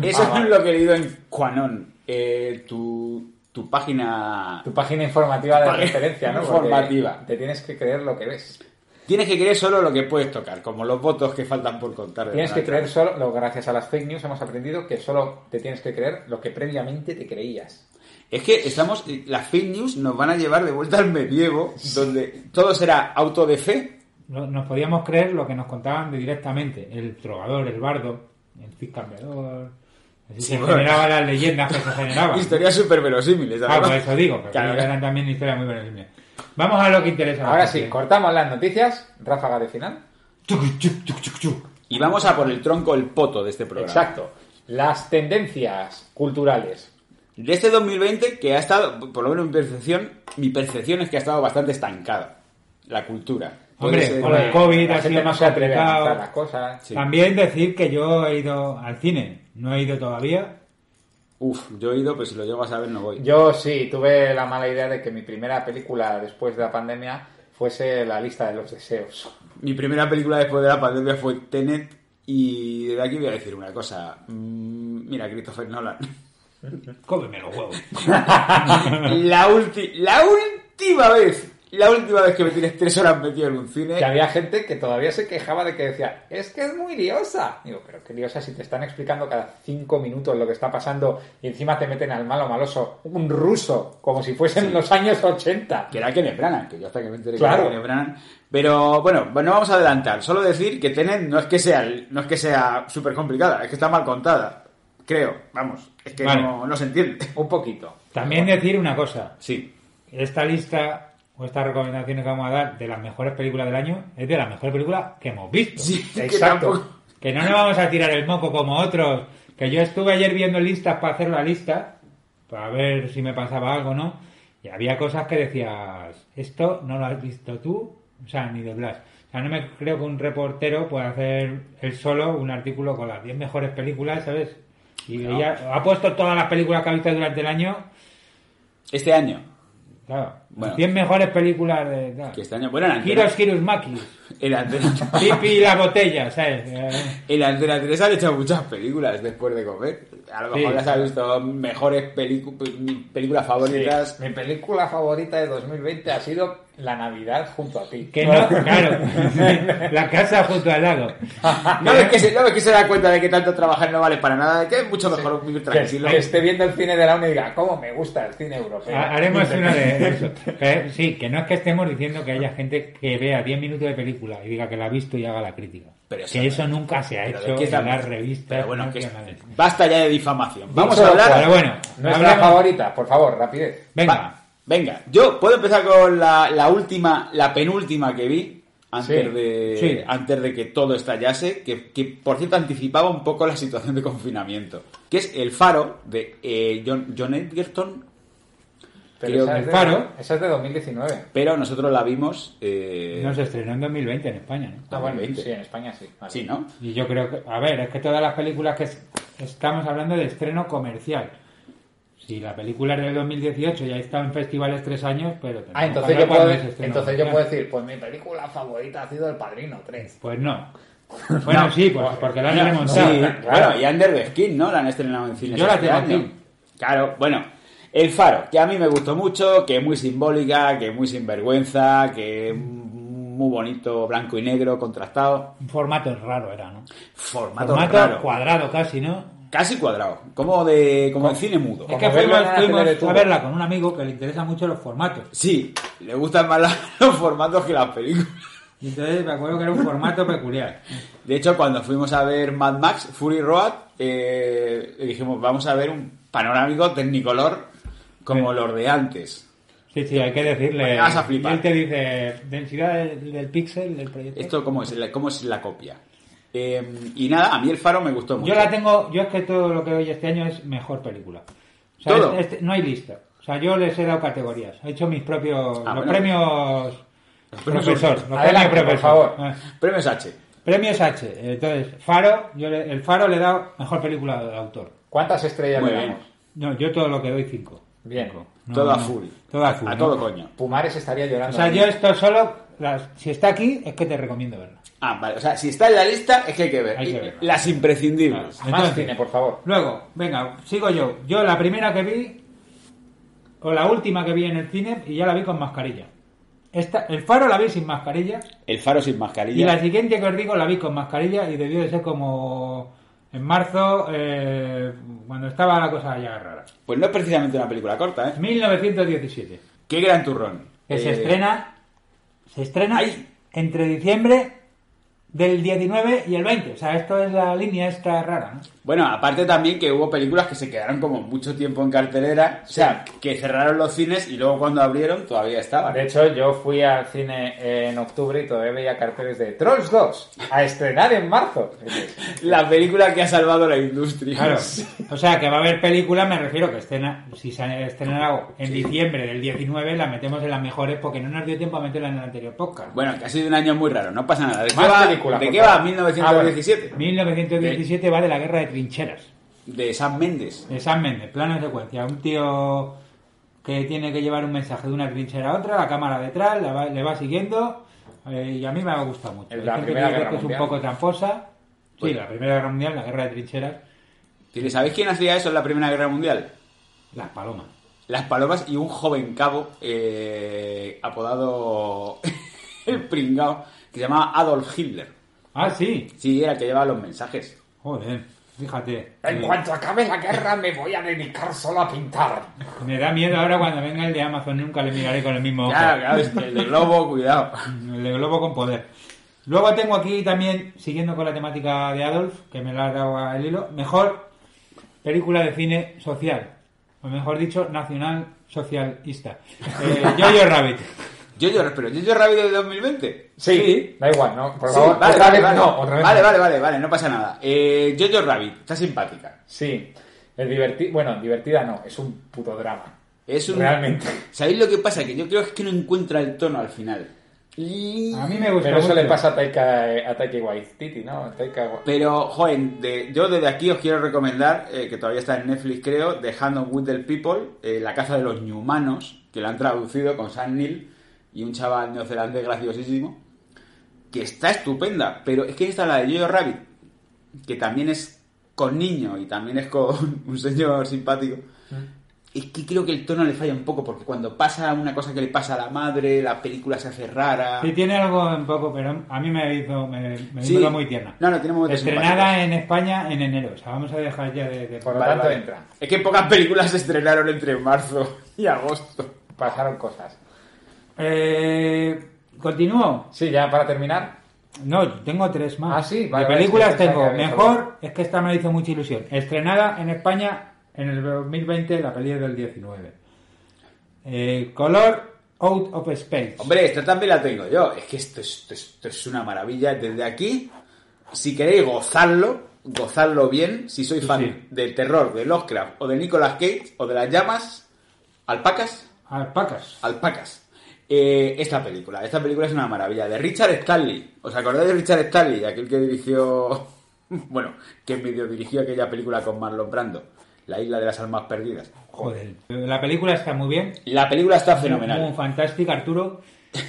[SPEAKER 3] Eso
[SPEAKER 2] Ah, vale.
[SPEAKER 3] es lo que he leído en Juanón. Eh, tu, tu página...
[SPEAKER 2] Tu página informativa
[SPEAKER 3] Tu
[SPEAKER 2] de
[SPEAKER 3] página
[SPEAKER 2] referencia, ¿no? Porque
[SPEAKER 3] informativa.
[SPEAKER 2] Te tienes que creer lo que ves.
[SPEAKER 3] Tienes que creer solo lo que puedes tocar, como los votos que faltan por contar. de
[SPEAKER 2] Tienes que
[SPEAKER 3] Donald
[SPEAKER 2] creer solo, lo- gracias a las fake news hemos aprendido que solo te tienes que creer lo que previamente te creías.
[SPEAKER 3] Trump. Es que estamos... eh, Las fake news nos van a llevar de vuelta al medievo, donde todo será auto de fe.
[SPEAKER 4] No- Nos podíamos creer lo que nos contaban de directamente. El trovador, el bardo, el cid cambiador. Así
[SPEAKER 3] Sí,
[SPEAKER 4] se
[SPEAKER 3] bueno.
[SPEAKER 4] generaban las leyendas que se
[SPEAKER 2] Ah,
[SPEAKER 3] *laughs*
[SPEAKER 4] generaban.
[SPEAKER 3] Historias súper verosímiles.
[SPEAKER 4] Ah, por eso digo, pero
[SPEAKER 3] Claro.
[SPEAKER 4] eran también historias muy verosímiles. Vamos a lo que interesa. a la
[SPEAKER 2] Ahora sí,
[SPEAKER 4] gente.
[SPEAKER 2] cortamos las noticias, ráfaga de final.
[SPEAKER 4] Chuc, chuc, chuc, chuc, chuc.
[SPEAKER 3] Y vamos a por el tronco, el poto de este programa.
[SPEAKER 2] Exacto. Las tendencias culturales.
[SPEAKER 3] De este 2020 que ha estado, por lo menos mi percepción, mi percepción es que ha estado bastante estancada la cultura. Puede
[SPEAKER 4] Hombre,
[SPEAKER 3] ser-
[SPEAKER 4] con el COVID
[SPEAKER 2] Eh, La
[SPEAKER 4] ha sido
[SPEAKER 2] gente no
[SPEAKER 4] más
[SPEAKER 2] se atreve a
[SPEAKER 4] complicado.
[SPEAKER 2] lanzar las cosas.
[SPEAKER 3] Sí.
[SPEAKER 4] También decir que yo he ido al cine. No he ido todavía.
[SPEAKER 3] Uf, yo he ido, pero si lo llego a saber no voy.
[SPEAKER 2] Yo sí, tuve la mala idea de que mi primera película después de la pandemia fuese La lista de los deseos.
[SPEAKER 3] Mi primera película después de la pandemia fue Tenet Y de aquí voy a decir una cosa. Mm, Mira, Christopher
[SPEAKER 4] *laughs*
[SPEAKER 3] Nolan.
[SPEAKER 4] Cómeme los huevos.
[SPEAKER 3] la, ulti- la última vez, la última vez que me tienes tres horas metido en un cine.
[SPEAKER 2] Que había gente que todavía se quejaba de que decía, es que es muy liosa. Digo, pero qué liosa si te están explicando cada cinco minutos lo que está pasando y encima te meten al malo maloso, un ruso, como si fuesen los años 80.
[SPEAKER 3] que era Kenneth Branagh, que yo hasta que me enteré
[SPEAKER 2] Claro.
[SPEAKER 3] que era Kenneth Branagh. Pero bueno, pues no vamos a adelantar. Solo decir que Tenet no es que sea, no es que sea súper complicada, es que está mal contada. Creo, vamos, es que
[SPEAKER 4] Vale.
[SPEAKER 3] no, no se entiende.
[SPEAKER 2] Un poquito.
[SPEAKER 4] También decir una cosa.
[SPEAKER 3] Sí.
[SPEAKER 4] Esta lista o estas recomendaciones que vamos a dar de las mejores películas del año es de las mejores películas que hemos visto.
[SPEAKER 3] Sí, que
[SPEAKER 4] exacto.
[SPEAKER 3] tampoco-
[SPEAKER 4] Que no nos vamos a tirar el moco como otros. Que yo estuve ayer viendo listas para hacer la lista, para ver si me pasaba algo no. Y había cosas que decías, esto no lo has visto tú, o sea, ni doblas. O sea, no me creo que un reportero pueda hacer él solo un artículo con las 10 mejores películas, ¿sabes? Y veía- ha puesto todas las películas que ha visto durante el año
[SPEAKER 3] Este año.
[SPEAKER 4] Claro.
[SPEAKER 3] Bueno.
[SPEAKER 4] 100 mejores películas de... tal.
[SPEAKER 3] Que este año. Bueno, en Antena,
[SPEAKER 4] Kiros Kiros Makis.
[SPEAKER 3] en Antena,
[SPEAKER 4] *laughs* Pipi y la botella, ¿sabes?
[SPEAKER 3] *laughs*
[SPEAKER 4] Eh,
[SPEAKER 3] en Antena 3 han hecho muchas películas después de comer. A lo
[SPEAKER 4] Sí.
[SPEAKER 3] mejor las has visto mejores pelicu- películas favoritas.
[SPEAKER 2] Mi película favorita de 2020 ha sido La Navidad junto a ti.
[SPEAKER 4] *laughs* Que no, claro.
[SPEAKER 3] *laughs*
[SPEAKER 4] la casa junto al lago.
[SPEAKER 3] No es que, se, no ves que se da cuenta de que tanto trabajar no vale para nada, de que es mucho mejor vivir
[SPEAKER 2] Que,
[SPEAKER 3] tranquilo.
[SPEAKER 2] que esté viendo el cine de la UNI y diga, ¿cómo me gusta el cine europeo?
[SPEAKER 4] Ha- Haremos una de eso. Que- sí, que no es que estemos diciendo que haya gente que vea 10 minutos de película y diga que la ha visto y haga la crítica.
[SPEAKER 3] Pero
[SPEAKER 4] que
[SPEAKER 3] eso-
[SPEAKER 4] eso nunca se ha
[SPEAKER 3] Pero
[SPEAKER 4] hecho
[SPEAKER 3] ¿de qué
[SPEAKER 4] en
[SPEAKER 3] estamos?
[SPEAKER 4] las revistas.
[SPEAKER 3] Pero bueno, que es-
[SPEAKER 4] nacionales.
[SPEAKER 3] basta ya de difamación. Vamos
[SPEAKER 2] Dicho
[SPEAKER 3] a
[SPEAKER 2] lo
[SPEAKER 3] hablar.
[SPEAKER 4] Pero bueno,
[SPEAKER 2] Nuestra
[SPEAKER 4] hablamos-
[SPEAKER 2] favorita, por favor, rapidez.
[SPEAKER 4] Venga.
[SPEAKER 3] Va, venga, yo puedo empezar con la, la última, la penúltima que vi antes
[SPEAKER 2] Sí,
[SPEAKER 3] de
[SPEAKER 4] sí.
[SPEAKER 3] antes de que todo estallase, que, que, por cierto anticipaba un poco la situación de confinamiento, que es El Faro de eh, John, John Edgerton, Creo
[SPEAKER 2] esa es
[SPEAKER 3] que
[SPEAKER 4] el
[SPEAKER 2] de-
[SPEAKER 4] faro-
[SPEAKER 2] Esa es de 2019.
[SPEAKER 3] pero nosotros la vimos. eh,
[SPEAKER 4] Nos estrenó en 2020 en España, ¿no?
[SPEAKER 2] Ah, bueno,
[SPEAKER 3] 2020.
[SPEAKER 2] sí, en España sí. vale.
[SPEAKER 3] Sí, ¿no?
[SPEAKER 4] Y yo creo que, a ver, es que todas las películas que es- estamos hablando de estreno comercial. Si la película es del 2018 ya está en festivales tres años, pero... tenemos
[SPEAKER 2] Ah, entonces
[SPEAKER 4] que
[SPEAKER 2] yo,
[SPEAKER 4] hablar
[SPEAKER 2] puedo,
[SPEAKER 4] cuando es este estreno
[SPEAKER 2] entonces yo puedo
[SPEAKER 4] comercial.
[SPEAKER 2] decir, pues mi película favorita ha sido El Padrino 3. *laughs*
[SPEAKER 4] Pues no. Bueno, sí, pues, porque la han
[SPEAKER 3] Sí,
[SPEAKER 4] remontado.
[SPEAKER 3] bueno, y Under the Skin, ¿no? La han estrenado en cines
[SPEAKER 4] Yo la
[SPEAKER 3] este
[SPEAKER 4] tengo
[SPEAKER 3] año.
[SPEAKER 4] aquí.
[SPEAKER 3] Claro, bueno. El Faro, que a mí me gustó mucho, que es muy simbólica, que es muy sinvergüenza, que es muy bonito, blanco y negro, contrastado.
[SPEAKER 4] Un formato raro era, ¿no?
[SPEAKER 3] Formato,
[SPEAKER 4] Formato
[SPEAKER 3] raro.
[SPEAKER 4] cuadrado casi, ¿no?
[SPEAKER 3] Casi cuadrado, como de como en cine mudo.
[SPEAKER 4] Es
[SPEAKER 2] Como
[SPEAKER 4] que
[SPEAKER 2] verlo
[SPEAKER 4] fuimos,
[SPEAKER 2] en la
[SPEAKER 4] fuimos
[SPEAKER 2] tele de tubo.
[SPEAKER 4] a verla con un amigo que le interesan mucho los formatos.
[SPEAKER 3] Sí, le gustan más *laughs* la- los formatos que las películas.
[SPEAKER 4] Y entonces me acuerdo que era un formato *laughs* peculiar.
[SPEAKER 3] De hecho, cuando fuimos a ver Mad Max, Fury Road, eh, dijimos, vamos a ver un panorámico tecnicolor como los de antes.
[SPEAKER 4] Sí, sí, hay que decirle...
[SPEAKER 3] Te vas a flipar.
[SPEAKER 4] Y él te dice, densidad del, del píxel del proyecto.
[SPEAKER 3] ¿Esto cómo es? La- ¿Cómo es la copia? Eh, y nada, a mí el faro me gustó mucho.
[SPEAKER 4] Yo la tengo, yo es que todo lo que doy este año es mejor película. O sea,
[SPEAKER 3] Todo.
[SPEAKER 4] es- es- no hay lista. O sea, yo les he dado categorías. He hecho mis propios
[SPEAKER 3] Ah,
[SPEAKER 4] los
[SPEAKER 3] bueno.
[SPEAKER 4] premios
[SPEAKER 3] premios-
[SPEAKER 4] profesor. Los
[SPEAKER 2] Adelante, por
[SPEAKER 4] premios profesor.
[SPEAKER 2] favor.
[SPEAKER 4] Ah,
[SPEAKER 3] Premios H.
[SPEAKER 4] Premios H. Entonces, Faro, yo le- el Faro le he dado mejor película de autor.
[SPEAKER 2] ¿Cuántas estrellas
[SPEAKER 3] Muy
[SPEAKER 2] le
[SPEAKER 3] bien.
[SPEAKER 2] damos?
[SPEAKER 4] No, yo todo lo que doy cinco.
[SPEAKER 2] Bien.
[SPEAKER 4] No,
[SPEAKER 3] todo a
[SPEAKER 4] no,
[SPEAKER 3] full.
[SPEAKER 4] Todo a full.
[SPEAKER 3] A
[SPEAKER 4] ¿no?
[SPEAKER 3] todo coño.
[SPEAKER 2] Pumares estaría
[SPEAKER 4] O
[SPEAKER 2] llorando.
[SPEAKER 4] sea, yo esto solo, las- si está aquí, es que te recomiendo verla.
[SPEAKER 3] Ah, vale. O sea, si está en la lista, es que hay que ver.
[SPEAKER 4] Hay que
[SPEAKER 3] Y-
[SPEAKER 4] verla.
[SPEAKER 3] Las imprescindibles.
[SPEAKER 4] Claro.
[SPEAKER 2] Más
[SPEAKER 4] Entonces-
[SPEAKER 2] cine, por favor.
[SPEAKER 4] Luego, venga, sigo yo. Yo la primera que vi, o la última que vi en el cine, y ya la vi con mascarilla. Esta, el faro la vi sin mascarilla,
[SPEAKER 3] El faro sin
[SPEAKER 4] y la
[SPEAKER 3] mascarilla.
[SPEAKER 4] siguiente que os digo la vi con mascarilla, y debió de ser como en marzo, eh, cuando estaba la cosa ya rara.
[SPEAKER 3] Pues no es precisamente una película corta, ¿eh?
[SPEAKER 4] 1917,
[SPEAKER 3] Qué gran turrón.
[SPEAKER 4] que se
[SPEAKER 3] Eh,
[SPEAKER 4] estrena, se estrena
[SPEAKER 3] ay.
[SPEAKER 4] entre diciembre del 19 y el 20. O sea, esto es la línea esta rara, ¿no?
[SPEAKER 3] Bueno, aparte también que hubo películas que se quedaron como mucho tiempo en cartelera. O sea, que cerraron los cines y luego cuando abrieron todavía estaban.
[SPEAKER 2] Ah, De hecho, yo fui al cine en octubre y todavía veía carteles de Trolls 2 a estrenar en marzo.
[SPEAKER 3] La película que ha salvado la industria.
[SPEAKER 2] *laughs*
[SPEAKER 4] Claro, o sea que va a haber películas, me refiero que escena, si se ha estrenado en diciembre del 19, la metemos en las mejores porque no nos dio tiempo a meterla en el anterior podcast.
[SPEAKER 3] Bueno, que ha sido un año muy raro, no pasa nada. ¿De qué
[SPEAKER 2] Más
[SPEAKER 3] va,
[SPEAKER 2] películas,
[SPEAKER 3] ¿de
[SPEAKER 2] por
[SPEAKER 3] qué
[SPEAKER 2] favor. Ah,
[SPEAKER 3] va 1917?
[SPEAKER 4] 1917 va de la guerra de trincheras,
[SPEAKER 3] De Sam Méndez.
[SPEAKER 4] de San Méndez, plano de secuencia. Un tío que tiene que llevar un mensaje de una trinchera a otra, la cámara detrás, la va- le va siguiendo, eh, y a mí me ha gustado mucho.
[SPEAKER 2] El de
[SPEAKER 4] Hay
[SPEAKER 2] la
[SPEAKER 4] gente
[SPEAKER 2] Primera
[SPEAKER 4] que dice
[SPEAKER 2] Guerra
[SPEAKER 4] que es un
[SPEAKER 2] Mundial. Pues
[SPEAKER 4] poco tramposa, Sí, la Primera Guerra Mundial, la guerra de trincheras,
[SPEAKER 3] ¿Tiene- ¿Sabéis quién hacía eso en la Primera Guerra Mundial?
[SPEAKER 4] las palomas.
[SPEAKER 3] Las palomas y un joven cabo eh, apodado *laughs* el pringao que se llamaba Adolf Hitler.
[SPEAKER 4] Ah, sí.
[SPEAKER 3] Sí, era el que llevaba los mensajes.
[SPEAKER 4] Joder, fíjate. Eh,
[SPEAKER 2] En
[SPEAKER 3] Mm.
[SPEAKER 2] cuanto acabe la guerra me voy a dedicar solo a pintar.
[SPEAKER 4] Me da miedo ahora cuando venga el de Amazon, nunca le miraré con el mismo ojo.
[SPEAKER 3] Claro, claro, es que el
[SPEAKER 2] *laughs*
[SPEAKER 3] de globo, cuidado.
[SPEAKER 4] *clears throat* El de Globo con poder. Luego tengo aquí también, siguiendo con la temática de Adolf, que me la ha dado el hilo, mejor película de cine social. O mejor dicho, nacional socialista.
[SPEAKER 2] *laughs*
[SPEAKER 4] Eh, Jojo Rabbit.
[SPEAKER 3] Yo, yo, pero yo, yo rápido de 2020.
[SPEAKER 2] Sí,
[SPEAKER 4] Sí.
[SPEAKER 2] da igual, ¿no? Por
[SPEAKER 3] Sí,
[SPEAKER 2] favor,
[SPEAKER 3] vale,
[SPEAKER 2] otra
[SPEAKER 3] vale,
[SPEAKER 2] vez
[SPEAKER 3] vale.
[SPEAKER 2] no, otra vez
[SPEAKER 3] vale,
[SPEAKER 2] no.
[SPEAKER 3] vale, vale, vale, no pasa nada. Eh, Jojo Rabbit, está simpática.
[SPEAKER 2] Sí, es divertida, bueno, divertida no, es un puto drama.
[SPEAKER 3] Es un...
[SPEAKER 2] Realmente.
[SPEAKER 3] ¿Sabéis lo que pasa? Que yo creo es que no encuentra el tono al final. Y-
[SPEAKER 4] A mí me gusta
[SPEAKER 2] Pero eso
[SPEAKER 4] mucho.
[SPEAKER 2] le pasa a Taika, eh, a Taika Waititi, ¿no? Taika Wa-
[SPEAKER 3] Pero, joven, de- yo desde aquí os quiero recomendar, eh, que todavía está en Netflix, creo, The Hand of With the People, eh, La Caza de los Humanos, que la han traducido con Sam Neill y un chaval neozelandés graciosísimo, que está estupenda, pero es que está la de Jojo Rabbit, que también es con niño y también es con *laughs* un señor simpático.
[SPEAKER 4] Mm.
[SPEAKER 3] Es que creo que el tono le falla un poco, porque cuando pasa una cosa que le pasa a la madre, la película se hace rara.
[SPEAKER 4] Sí, tiene algo un poco, pero a mí me hizo, me, me
[SPEAKER 3] Sí.
[SPEAKER 4] hizo muy tierna.
[SPEAKER 3] No, no, tiene momentos simpáticos.
[SPEAKER 4] Estrenada en España en enero. O sea, vamos a dejar ya de... de-
[SPEAKER 2] Por lo
[SPEAKER 3] Vale,
[SPEAKER 2] tanto,
[SPEAKER 3] vale.
[SPEAKER 2] entra.
[SPEAKER 3] Es que pocas películas se estrenaron entre marzo y agosto.
[SPEAKER 2] Pasaron cosas.
[SPEAKER 4] Eh, Continúo.
[SPEAKER 2] Sí, ya para terminar.
[SPEAKER 4] No, tengo tres más.
[SPEAKER 2] Ah, sí, vale,
[SPEAKER 4] de
[SPEAKER 2] vale,
[SPEAKER 4] películas
[SPEAKER 2] es que pensaba
[SPEAKER 4] tengo.
[SPEAKER 2] que había
[SPEAKER 4] Mejor
[SPEAKER 2] solo-
[SPEAKER 4] es que esta me hizo mucha ilusión. Estrenada en España en el 2020, la peli es del 19. Eh, color Out of Space.
[SPEAKER 3] Hombre, esta también la tengo yo. Es que esto es, esto es- esto es una maravilla. Desde aquí, si queréis gozarlo, gozarlo bien, si sois fan
[SPEAKER 4] sí.
[SPEAKER 3] del terror, de Lovecraft o de Nicolas Cage o de las llamas, alpacas,
[SPEAKER 4] Alpacas.
[SPEAKER 3] alpacas. Eh, esta película, esta película es una maravilla. De Richard Stanley. ¿Os acordáis de Richard Stanley? Aquel que dirigió... *laughs* Bueno, que medio dirigió aquella película con Marlon Brando. La isla de las almas perdidas.
[SPEAKER 4] Joder. La película está muy bien.
[SPEAKER 3] La película está
[SPEAKER 4] Muy
[SPEAKER 3] fenomenal.
[SPEAKER 4] fantástica, Arturo.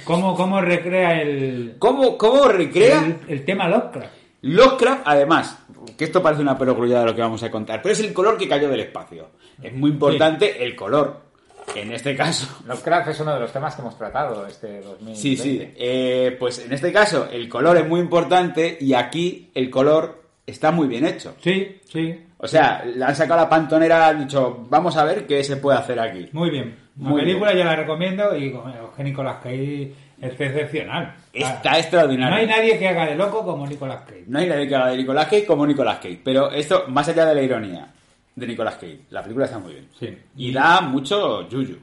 [SPEAKER 4] ¿Cómo, cómo recrea el,
[SPEAKER 3] ¿Cómo, cómo recrea
[SPEAKER 4] el, el tema Lovecraft?
[SPEAKER 3] Lovecraft? Además, que esto parece una perogrullada lo que vamos a contar, pero es el color que cayó del espacio. Es muy importante el color. En este
[SPEAKER 4] *laughs*
[SPEAKER 3] caso.
[SPEAKER 2] Lovecraft es uno de los temas que hemos tratado este 2020.
[SPEAKER 3] Sí, sí. Eh, pues en este caso, el color es muy importante y aquí el color está muy bien hecho.
[SPEAKER 4] Sí, sí.
[SPEAKER 3] O sea, le han sacado la pantonera, han dicho, vamos a ver qué se puede hacer aquí.
[SPEAKER 4] Muy bien. La
[SPEAKER 3] Muy
[SPEAKER 4] película ya la recomiendo y con Eugenio Nicolas Cage es excepcional.
[SPEAKER 3] Está extraordinario.
[SPEAKER 4] Ah, No hay nadie que haga de loco como Nicolas Cage.
[SPEAKER 3] No hay nadie que haga de Nicolas Cage como Nicolas Cage. Pero esto, más allá de la ironía de Nicolas Cage, la película está muy bien.
[SPEAKER 4] Sí.
[SPEAKER 3] Y da mucho yuyu.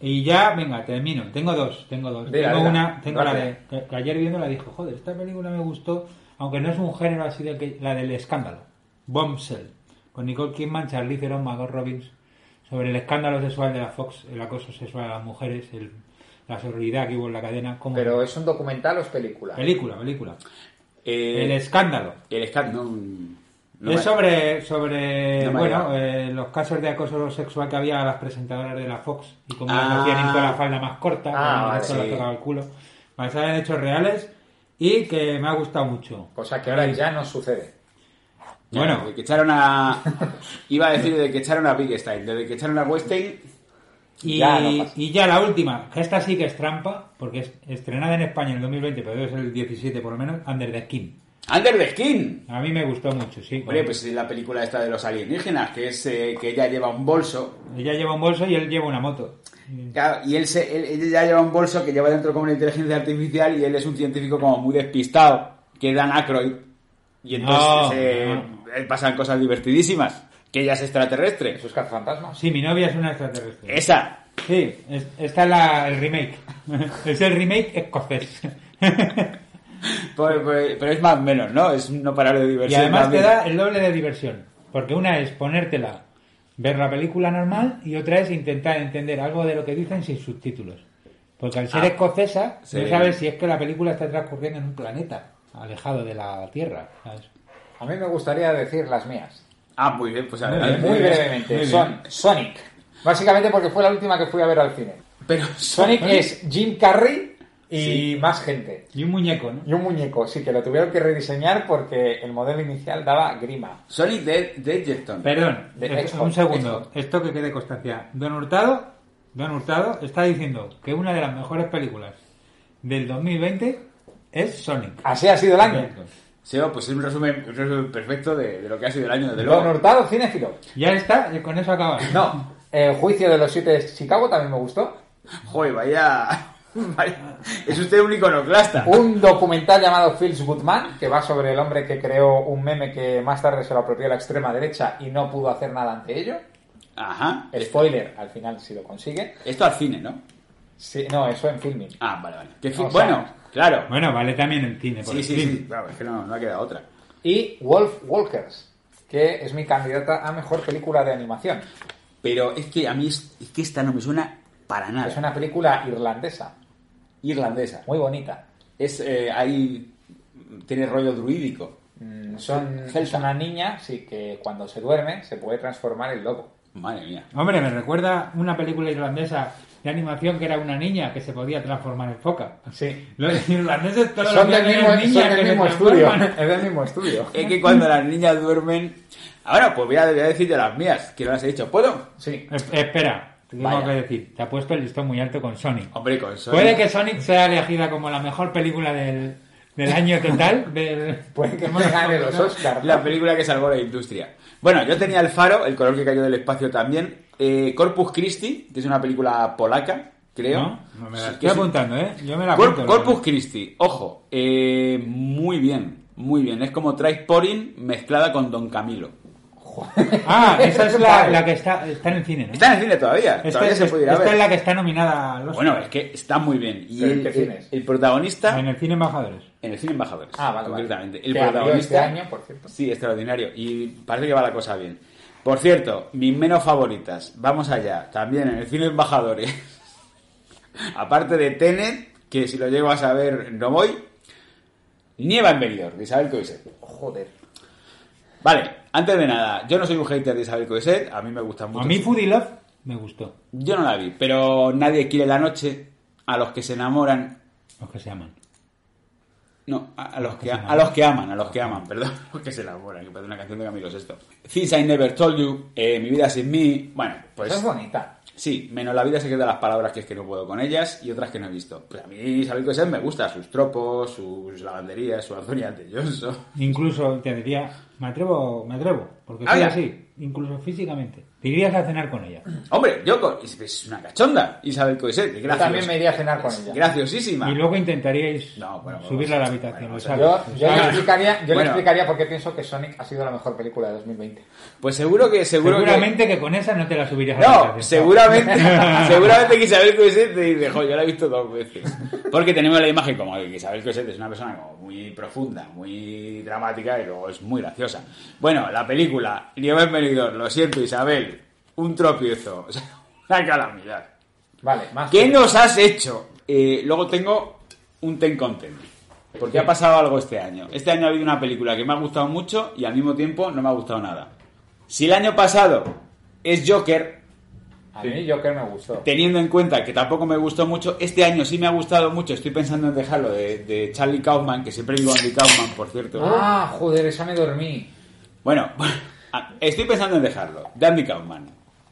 [SPEAKER 4] Y ya, venga, termino. Tengo dos, tengo dos.
[SPEAKER 2] Dila,
[SPEAKER 4] tengo
[SPEAKER 2] dila.
[SPEAKER 4] una, tengo la de.
[SPEAKER 2] Rápida.
[SPEAKER 4] Que, que ayer viendo la dije, joder, esta película me gustó, aunque no es un género así del que. La del escándalo. Bombshell. Con Nicole Kidman, Charlize Theron, Margot Robbins. Sobre el escándalo sexual de la Fox, el acoso sexual a las mujeres, el- la sororidad que hubo en la cadena. ¿cómo?
[SPEAKER 2] Pero es un documental o es película.
[SPEAKER 4] Película, película.
[SPEAKER 3] Eh,
[SPEAKER 4] El escándalo.
[SPEAKER 3] el Scat no, no
[SPEAKER 4] es
[SPEAKER 3] me-
[SPEAKER 4] sobre, sobre
[SPEAKER 3] no me
[SPEAKER 4] bueno,
[SPEAKER 3] ha
[SPEAKER 4] eh, los casos de acoso sexual que había a las presentadoras de la Fox y cómo
[SPEAKER 3] Ah.
[SPEAKER 4] las hacían ir con la falda más corta,
[SPEAKER 2] Ah,
[SPEAKER 4] con el
[SPEAKER 2] vale,
[SPEAKER 4] resto les
[SPEAKER 3] sí.
[SPEAKER 4] tocaba el culo. Basada en hechos reales y que me ha gustado mucho.
[SPEAKER 2] Cosa que ahora ya no sucede.
[SPEAKER 3] Ya,
[SPEAKER 4] bueno.
[SPEAKER 3] desde que echaron *laughs* a... Iba a decir desde que echaron a Big Style, desde que echaron a Weinstein...
[SPEAKER 4] Y
[SPEAKER 2] Ya, no pasa.
[SPEAKER 4] y ya la última, que esta sí que es trampa, porque es estrenada en España en el 2020, pero es el 17 por lo menos, Under the Skin.
[SPEAKER 3] ¡Under the Skin!
[SPEAKER 4] A mí me gustó mucho, sí.
[SPEAKER 3] Hombre, pues es la película esta de los alienígenas, que es eh, que ella lleva un bolso.
[SPEAKER 4] Ella lleva un bolso y él lleva una moto.
[SPEAKER 3] Claro, Y él, se, él- ella lleva un bolso que lleva dentro como una inteligencia artificial y él es un científico como muy despistado, que es Dan Aykroyd. Y entonces
[SPEAKER 4] No,
[SPEAKER 3] eh,
[SPEAKER 4] no.
[SPEAKER 3] eh, pasan cosas divertidísimas. Que ella es extraterrestre.
[SPEAKER 2] ¿Sus cazafantasmas?
[SPEAKER 4] Sí, mi novia es una extraterrestre.
[SPEAKER 3] Esa.
[SPEAKER 4] Sí, es- está la, el remake. *laughs* es el remake escocés.
[SPEAKER 3] Pues- pues- pero es más o menos, ¿no? Es un no parar de
[SPEAKER 4] y
[SPEAKER 3] diversión.
[SPEAKER 4] además te
[SPEAKER 3] también.
[SPEAKER 4] da el doble de diversión. Porque una es ponértela, ver la película normal y otra es intentar entender algo de lo que dicen sin subtítulos. Porque al ser
[SPEAKER 3] Ah,
[SPEAKER 4] escocesa,
[SPEAKER 3] sí.
[SPEAKER 4] no sabes si es que la película está transcurriendo en un planeta alejado de la Tierra. ¿sabes?
[SPEAKER 2] A mí me gustaría decir las mías.
[SPEAKER 3] Ah, muy bien, pues a
[SPEAKER 4] Muy
[SPEAKER 3] ver.
[SPEAKER 4] bien,
[SPEAKER 2] Muy
[SPEAKER 4] bien.
[SPEAKER 2] brevemente.
[SPEAKER 4] Muy
[SPEAKER 2] Son Sonic. Básicamente porque fue la última que fui a ver al cine.
[SPEAKER 3] Pero
[SPEAKER 2] Sonic es Jim Carrey y más gente.
[SPEAKER 4] Y un muñeco, ¿no?
[SPEAKER 2] Y un muñeco, sí, que lo tuvieron que rediseñar porque el modelo inicial daba grima.
[SPEAKER 3] Sonic de, de Jetton.
[SPEAKER 4] Perdón,
[SPEAKER 2] De eh, oh,
[SPEAKER 4] esto-
[SPEAKER 2] Xbox,
[SPEAKER 4] un segundo.
[SPEAKER 2] Xbox.
[SPEAKER 4] Esto que quede constancia. Don Hurtado, Don Hurtado está diciendo que una de las mejores películas del 2020 es Sonic.
[SPEAKER 2] Así ha sido el año.
[SPEAKER 3] Seba, pues es un resumen, un resumen perfecto de, de lo que ha sido el año, desde
[SPEAKER 2] Don
[SPEAKER 3] luego.
[SPEAKER 2] Hurtado, cinéfilo.
[SPEAKER 4] Ya está, y con eso acabamos.
[SPEAKER 2] No, el juicio de los siete de Chicago también me gustó.
[SPEAKER 3] Joder, vaya, *laughs* vaya. Es usted un iconoclasta.
[SPEAKER 2] Un documental llamado Phil's Good Man, que va sobre el hombre que creó un meme que más tarde se lo apropió la extrema derecha y no pudo hacer nada ante ello.
[SPEAKER 3] Ajá.
[SPEAKER 2] Spoiler, al final si lo consigue.
[SPEAKER 3] Esto al cine, ¿no?
[SPEAKER 2] Sí, no, eso en filming.
[SPEAKER 3] Ah, vale, vale. Que fi-
[SPEAKER 2] O sea-
[SPEAKER 3] bueno, claro.
[SPEAKER 4] Bueno, vale también en cine. por
[SPEAKER 3] Sí,
[SPEAKER 4] el
[SPEAKER 3] sí,
[SPEAKER 4] cine.
[SPEAKER 3] sí. Claro, es que no, no ha quedado otra.
[SPEAKER 2] Y Wolf Walkers, que es mi candidata a mejor película de animación.
[SPEAKER 3] Pero es que a mí es, es que esta no me suena para nada.
[SPEAKER 2] Es una película irlandesa,
[SPEAKER 3] Irlandesa.
[SPEAKER 2] muy bonita.
[SPEAKER 3] Es, eh, ahí tiene rollo druídico.
[SPEAKER 2] Mm, Son,
[SPEAKER 3] Celta.
[SPEAKER 2] es una niña, sí, que cuando se duerme se puede transformar en lobo.
[SPEAKER 3] Madre mía.
[SPEAKER 4] Hombre, me recuerda una película irlandesa de animación que era una niña que se podía transformar en foca.
[SPEAKER 2] Sí.
[SPEAKER 4] Los irlandeses todos
[SPEAKER 2] Son
[SPEAKER 4] los días
[SPEAKER 2] del
[SPEAKER 4] tienen
[SPEAKER 2] mismo,
[SPEAKER 4] niñas
[SPEAKER 2] son del
[SPEAKER 4] que se
[SPEAKER 2] mismo estudio. *laughs*
[SPEAKER 4] transforman.
[SPEAKER 2] Es del mismo estudio.
[SPEAKER 3] Es que cuando las niñas duermen... Ahora, pues voy a, voy a decir de las mías, que no las he dicho. ¿Puedo?
[SPEAKER 2] Sí.
[SPEAKER 4] Es- espera, tengo
[SPEAKER 3] Vaya.
[SPEAKER 4] que decir, te ha puesto el listón muy alto con Sonic.
[SPEAKER 3] Hombre, con Sonic.
[SPEAKER 4] Puede que Sonic sea elegida como la mejor película del, del año
[SPEAKER 3] *laughs*
[SPEAKER 4] total. del-
[SPEAKER 2] Puede que me gane los Oscars.
[SPEAKER 3] La película que salvó la industria. Bueno, yo tenía El Faro, El color que cayó del espacio también. eh, Corpus Christi, que es una película polaca, creo.
[SPEAKER 4] ¿No? No me la
[SPEAKER 3] Sí, que
[SPEAKER 4] estoy
[SPEAKER 3] es-
[SPEAKER 4] apuntando, ¿eh? Yo me la
[SPEAKER 3] Cor-
[SPEAKER 4] apunto.
[SPEAKER 3] Corpus Christi, ojo, eh, muy bien, muy bien. Es como Trainspotting mezclada con Don Camilo.
[SPEAKER 4] Ah, esa
[SPEAKER 3] *laughs*
[SPEAKER 4] es la, la que está, está en el cine, ¿no?
[SPEAKER 3] Está en el cine todavía,
[SPEAKER 4] esta
[SPEAKER 3] todavía
[SPEAKER 4] es,
[SPEAKER 3] se puede ir a
[SPEAKER 4] esta
[SPEAKER 3] ver.
[SPEAKER 4] es la que está nominada a los
[SPEAKER 3] Bueno, es que está muy bien. Y
[SPEAKER 2] ¿Pero en
[SPEAKER 3] el,
[SPEAKER 2] qué
[SPEAKER 3] el-
[SPEAKER 2] cines?
[SPEAKER 3] el protagonista...
[SPEAKER 4] en el cine embajadores.
[SPEAKER 3] En el cine Embajadores.
[SPEAKER 2] Ah, vale, vale.
[SPEAKER 3] Concretamente.
[SPEAKER 2] Que abrió este año, por cierto.
[SPEAKER 3] Sí, extraordinario. Y parece que va la cosa bien. Por cierto, mis menos favoritas. Vamos allá. También en el cine Embajadores. *laughs* Aparte de Tenet, que si lo llego a saber no voy. Nieva en Benidorm, de Isabel Coixet.
[SPEAKER 2] Joder.
[SPEAKER 3] Vale, antes de nada, yo no soy un hater de Isabel Coixet. A mí me gusta mucho.
[SPEAKER 4] A mí
[SPEAKER 3] su-
[SPEAKER 4] Foodie Love me gustó,
[SPEAKER 3] Yo no la vi, pero nadie quiere la noche. A los que se enamoran
[SPEAKER 4] los que se llaman.
[SPEAKER 3] No, a, a los que, a, los que aman, a los que aman, perdón, *laughs* a los que se enamoran, que parece una canción de Camilo Sexto. Things I Never Told You, eh, Mi Vida Sin Mí, bueno, pues
[SPEAKER 2] Esa es bonita.
[SPEAKER 3] sí, menos la vida secreta de las palabras que es que no puedo con ellas y otras que no he visto. Pues a mí Isabel Coixet me gusta, sus tropos, sus lavanderías, su Antonia de Johnson.
[SPEAKER 4] Incluso te diría, me atrevo, me atrevo, porque
[SPEAKER 3] Ah,
[SPEAKER 4] soy
[SPEAKER 3] ya.
[SPEAKER 4] así, incluso físicamente. Te irías a cenar con ella.
[SPEAKER 3] Hombre, yo con- es, es una cachonda, Isabel Coixet, que
[SPEAKER 2] Yo
[SPEAKER 3] gracios-
[SPEAKER 2] también me iría a cenar con ella.
[SPEAKER 3] graciosísima.
[SPEAKER 4] Y luego intentaríais
[SPEAKER 3] No, bueno, bueno,
[SPEAKER 4] subirla a la
[SPEAKER 3] bueno,
[SPEAKER 4] habitación, pues,
[SPEAKER 3] bueno,
[SPEAKER 4] lo
[SPEAKER 3] bueno.
[SPEAKER 4] sabes.
[SPEAKER 2] Yo,
[SPEAKER 4] Lo
[SPEAKER 2] yo le,
[SPEAKER 4] sabes.
[SPEAKER 2] explicaría, yo le
[SPEAKER 3] Bueno.
[SPEAKER 2] explicaría por qué pienso que Sonic ha sido la mejor película de 2020.
[SPEAKER 3] Pues seguro que, seguro que-
[SPEAKER 4] Seguramente que... con esa no te la subirías a la
[SPEAKER 3] No,
[SPEAKER 4] habitación.
[SPEAKER 3] seguramente, *laughs* seguramente que Isabel Coixet te dice, jo, yo la he visto dos veces. Porque tenemos la imagen como que Isabel Coixet es una persona como muy profunda, muy dramática y luego es muy graciosa. Bueno, la película, Nieve en Benidorm, lo siento Isabel, un tropiezo, o sea, *laughs* una calamidad.
[SPEAKER 2] Vale, más.
[SPEAKER 3] ¿Qué nos has hecho? Eh, luego tengo un ten content. Porque ha pasado algo este año. Este año ha habido una película que me ha gustado mucho y al mismo tiempo no me ha gustado nada. Si el año pasado es Joker,
[SPEAKER 2] A mí Joker me gustó.
[SPEAKER 3] Teniendo en cuenta que tampoco me gustó mucho, este año sí me ha gustado mucho, estoy pensando en dejarlo de, de Charlie Kaufman, que siempre digo Andy Kaufman, por cierto.
[SPEAKER 2] Ah, joder, esa me dormí.
[SPEAKER 3] Bueno, *laughs* ah, estoy pensando en dejarlo, de Andy Kaufman.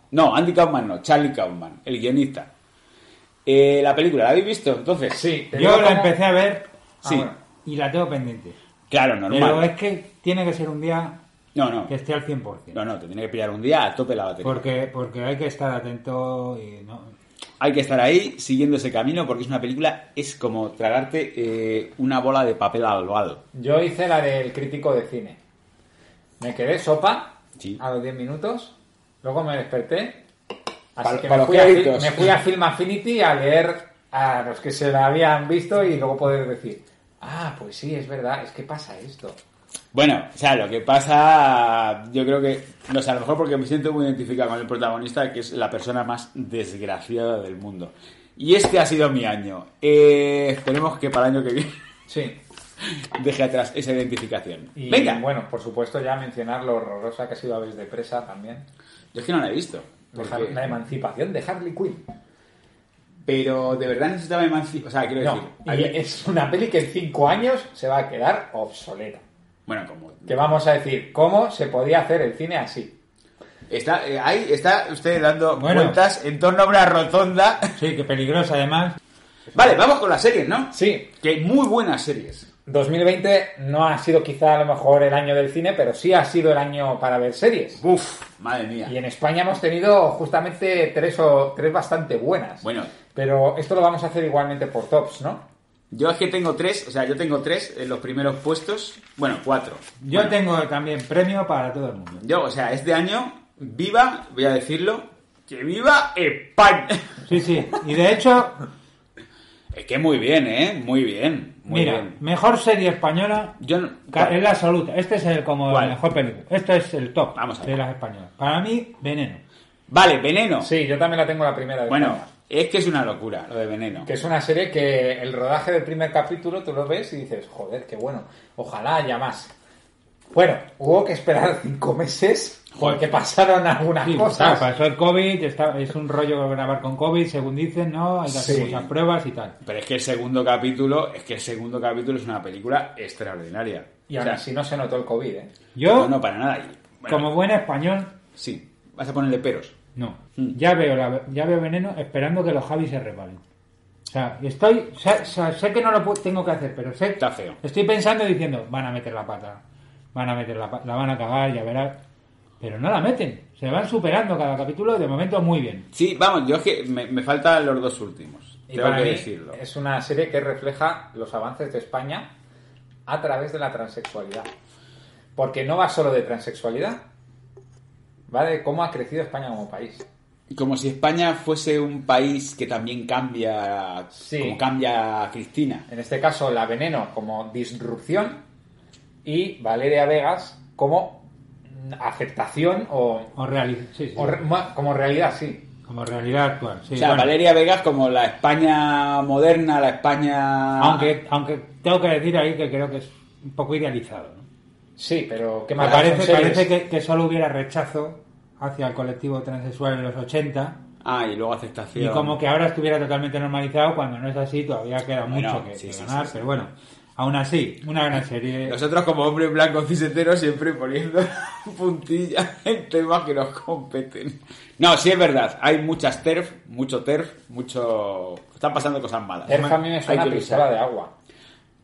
[SPEAKER 3] No, Andy Kaufman no, Charlie Kaufman, el guionista. Eh, la película, ¿la habéis visto entonces?
[SPEAKER 2] Sí, te digo
[SPEAKER 4] Yo la
[SPEAKER 2] cómo-
[SPEAKER 4] empecé a ver
[SPEAKER 2] Ah,
[SPEAKER 3] Sí,
[SPEAKER 2] bueno.
[SPEAKER 4] y la tengo pendiente.
[SPEAKER 3] claro,
[SPEAKER 4] Pero
[SPEAKER 3] normal.
[SPEAKER 4] es que tiene que ser un día
[SPEAKER 3] No, no,
[SPEAKER 4] que esté al 100%.
[SPEAKER 3] no, no, te tiene que pillar un día a tope la batería.
[SPEAKER 4] porque, porque hay que estar atento y no...
[SPEAKER 3] Hay que estar ahí siguiendo ese camino porque es una película, es como tragarte eh, una bola de papel albado.
[SPEAKER 2] Yo hice la del crítico de cine. Me quedé sopa
[SPEAKER 3] Sí.
[SPEAKER 2] a los 10 minutos, luego me desperté. Así
[SPEAKER 3] Pal-
[SPEAKER 2] que
[SPEAKER 3] para
[SPEAKER 2] me
[SPEAKER 3] los
[SPEAKER 2] fui, a,
[SPEAKER 3] créditos.
[SPEAKER 2] me fui a Film Affinity a leer a los que se la habían visto y luego poder decir, ah, pues sí, es verdad, es que pasa esto.
[SPEAKER 3] Bueno, o sea, lo que pasa, yo creo que, no sé, a lo mejor porque me siento muy identificado con el protagonista, que es la persona más desgraciada del mundo. Y este ha sido mi año. Eh, esperemos que para el año que viene *laughs*
[SPEAKER 2] Sí.
[SPEAKER 3] deje atrás esa identificación.
[SPEAKER 2] Y
[SPEAKER 3] Venga,
[SPEAKER 2] bueno, por supuesto ya mencionar lo horrorosa que ha sido Aves de Presa también.
[SPEAKER 3] yo es que no la he visto.
[SPEAKER 2] De
[SPEAKER 3] porque-
[SPEAKER 2] Har- La emancipación de Harley Quinn.
[SPEAKER 3] Pero de verdad necesitaba emancipar. O sea, quiero decir.
[SPEAKER 2] No, y eh-
[SPEAKER 3] había-
[SPEAKER 2] es una peli que en cinco años se va a quedar obsoleta.
[SPEAKER 3] Bueno, como.
[SPEAKER 2] Que vamos a decir, ¿cómo se podía hacer el cine así?
[SPEAKER 3] Está, eh, ahí está usted dando
[SPEAKER 4] Bueno.
[SPEAKER 3] vueltas en torno a una rotonda. *laughs*
[SPEAKER 4] Sí, que peligrosa además.
[SPEAKER 3] Vale, vamos con las series, ¿no?
[SPEAKER 2] Sí,
[SPEAKER 3] Que hay muy buenas series.
[SPEAKER 2] 2020 no ha sido quizá a lo mejor el año del cine, pero sí ha sido el año para ver series.
[SPEAKER 3] Uf, madre mía.
[SPEAKER 2] Y en España hemos tenido justamente tres o tres bastante buenas.
[SPEAKER 3] Bueno.
[SPEAKER 2] Pero esto lo vamos a hacer igualmente por tops, ¿no?
[SPEAKER 3] Yo es que tengo tres, o sea, yo tengo tres en los primeros puestos. Bueno, cuatro.
[SPEAKER 4] Yo tengo también premio para todo el mundo.
[SPEAKER 3] Yo, o sea, este año, viva, voy a decirlo, que viva España.
[SPEAKER 4] Sí, sí. Y de hecho,
[SPEAKER 3] Es que muy bien, ¿eh? Muy bien. *laughs* Muy
[SPEAKER 4] mira,
[SPEAKER 3] bien.
[SPEAKER 4] mejor serie española
[SPEAKER 3] Yo no-
[SPEAKER 4] ca- es la absoluta. Este es el como
[SPEAKER 3] ¿Cuál?
[SPEAKER 4] la mejor película. Este es el top
[SPEAKER 3] Vamos a ver.
[SPEAKER 4] de las españolas. Para mí, Veneno.
[SPEAKER 3] Vale, Veneno.
[SPEAKER 2] Sí, yo también la tengo la primera. de
[SPEAKER 3] Bueno,
[SPEAKER 2] España.
[SPEAKER 3] es que es una locura lo de Veneno.
[SPEAKER 2] Que es una serie que el rodaje del primer capítulo tú lo ves y dices, joder, qué bueno, ojalá haya más. Bueno, hubo que esperar *laughs* cinco meses
[SPEAKER 3] Joder.
[SPEAKER 2] porque pasaron algunas
[SPEAKER 4] Sí, claro,
[SPEAKER 2] cosas.
[SPEAKER 4] pasó el COVID, está- es un rollo grabar con COVID, según dicen, ¿no? Hay que hacer
[SPEAKER 2] Sí.
[SPEAKER 4] muchas pruebas y tal.
[SPEAKER 3] Pero es que el segundo capítulo, es que el segundo capítulo es una película extraordinaria.
[SPEAKER 2] Y
[SPEAKER 3] O
[SPEAKER 2] aún
[SPEAKER 3] sea,
[SPEAKER 2] así no se notó el COVID, ¿eh?
[SPEAKER 4] Yo,
[SPEAKER 3] No, no, para nada. Y, bueno,
[SPEAKER 4] como buen español,
[SPEAKER 3] Sí, vas a ponerle peros.
[SPEAKER 4] No.
[SPEAKER 2] Hmm.
[SPEAKER 3] Mm.
[SPEAKER 4] Ya veo, la- ya veo veneno esperando que los Javis se reparen. O sea, estoy. o sea, o sea, sé que no lo pu- tengo que hacer, pero sé.
[SPEAKER 3] Está feo.
[SPEAKER 4] Estoy pensando y diciendo, van a meter la pata. Van a meter la pa- la van a cagar, ya verás. Pero no la meten. Se van superando cada capítulo de momento muy bien.
[SPEAKER 3] Sí, vamos, yo es que me, me faltan los dos últimos.
[SPEAKER 2] Y
[SPEAKER 3] tengo
[SPEAKER 2] para
[SPEAKER 3] que
[SPEAKER 2] mí
[SPEAKER 3] decirlo.
[SPEAKER 2] es una serie que refleja los avances de España a través de la transexualidad. Porque no va solo de transexualidad, va de cómo ha crecido España como país.
[SPEAKER 3] Como si España fuese un país que también cambia,
[SPEAKER 2] Sí.
[SPEAKER 3] como cambia Cristina.
[SPEAKER 2] En este caso, la veneno como disrupción y Valeria Vegas como mm, aceptación o,
[SPEAKER 4] O reali- sí, sí.
[SPEAKER 2] o re- ma- como realidad, sí.
[SPEAKER 4] Como realidad actual. sí,
[SPEAKER 3] o sea,
[SPEAKER 4] bueno.
[SPEAKER 3] Valeria Vegas como la España moderna, la España...
[SPEAKER 4] Aunque, aunque tengo que decir ahí que creo que es un poco idealizado. ¿no?
[SPEAKER 2] Sí, pero qué
[SPEAKER 4] Me
[SPEAKER 2] más da? Son
[SPEAKER 4] parece,
[SPEAKER 2] series.
[SPEAKER 4] parece que, que solo hubiera rechazo hacia el colectivo transexual en los 80.
[SPEAKER 3] Ah, y luego aceptación.
[SPEAKER 4] Y como que ahora estuviera totalmente normalizado, cuando no es así, todavía queda
[SPEAKER 3] Bueno,
[SPEAKER 4] mucho que,
[SPEAKER 3] sí,
[SPEAKER 4] que
[SPEAKER 3] sí,
[SPEAKER 4] ganar,
[SPEAKER 3] sí, sí.
[SPEAKER 4] pero bueno, aún así, una gran serie.
[SPEAKER 3] Nosotros como hombres blancos ciseteros siempre poniendo *laughs* puntillas en temas que nos competen. No, sí es verdad, hay muchas TERF, mucho TERF, mucho... Están pasando cosas malas.
[SPEAKER 2] Terza a mí me
[SPEAKER 3] Hay
[SPEAKER 2] suena
[SPEAKER 3] que
[SPEAKER 2] a pistola
[SPEAKER 3] luchar.
[SPEAKER 2] de agua.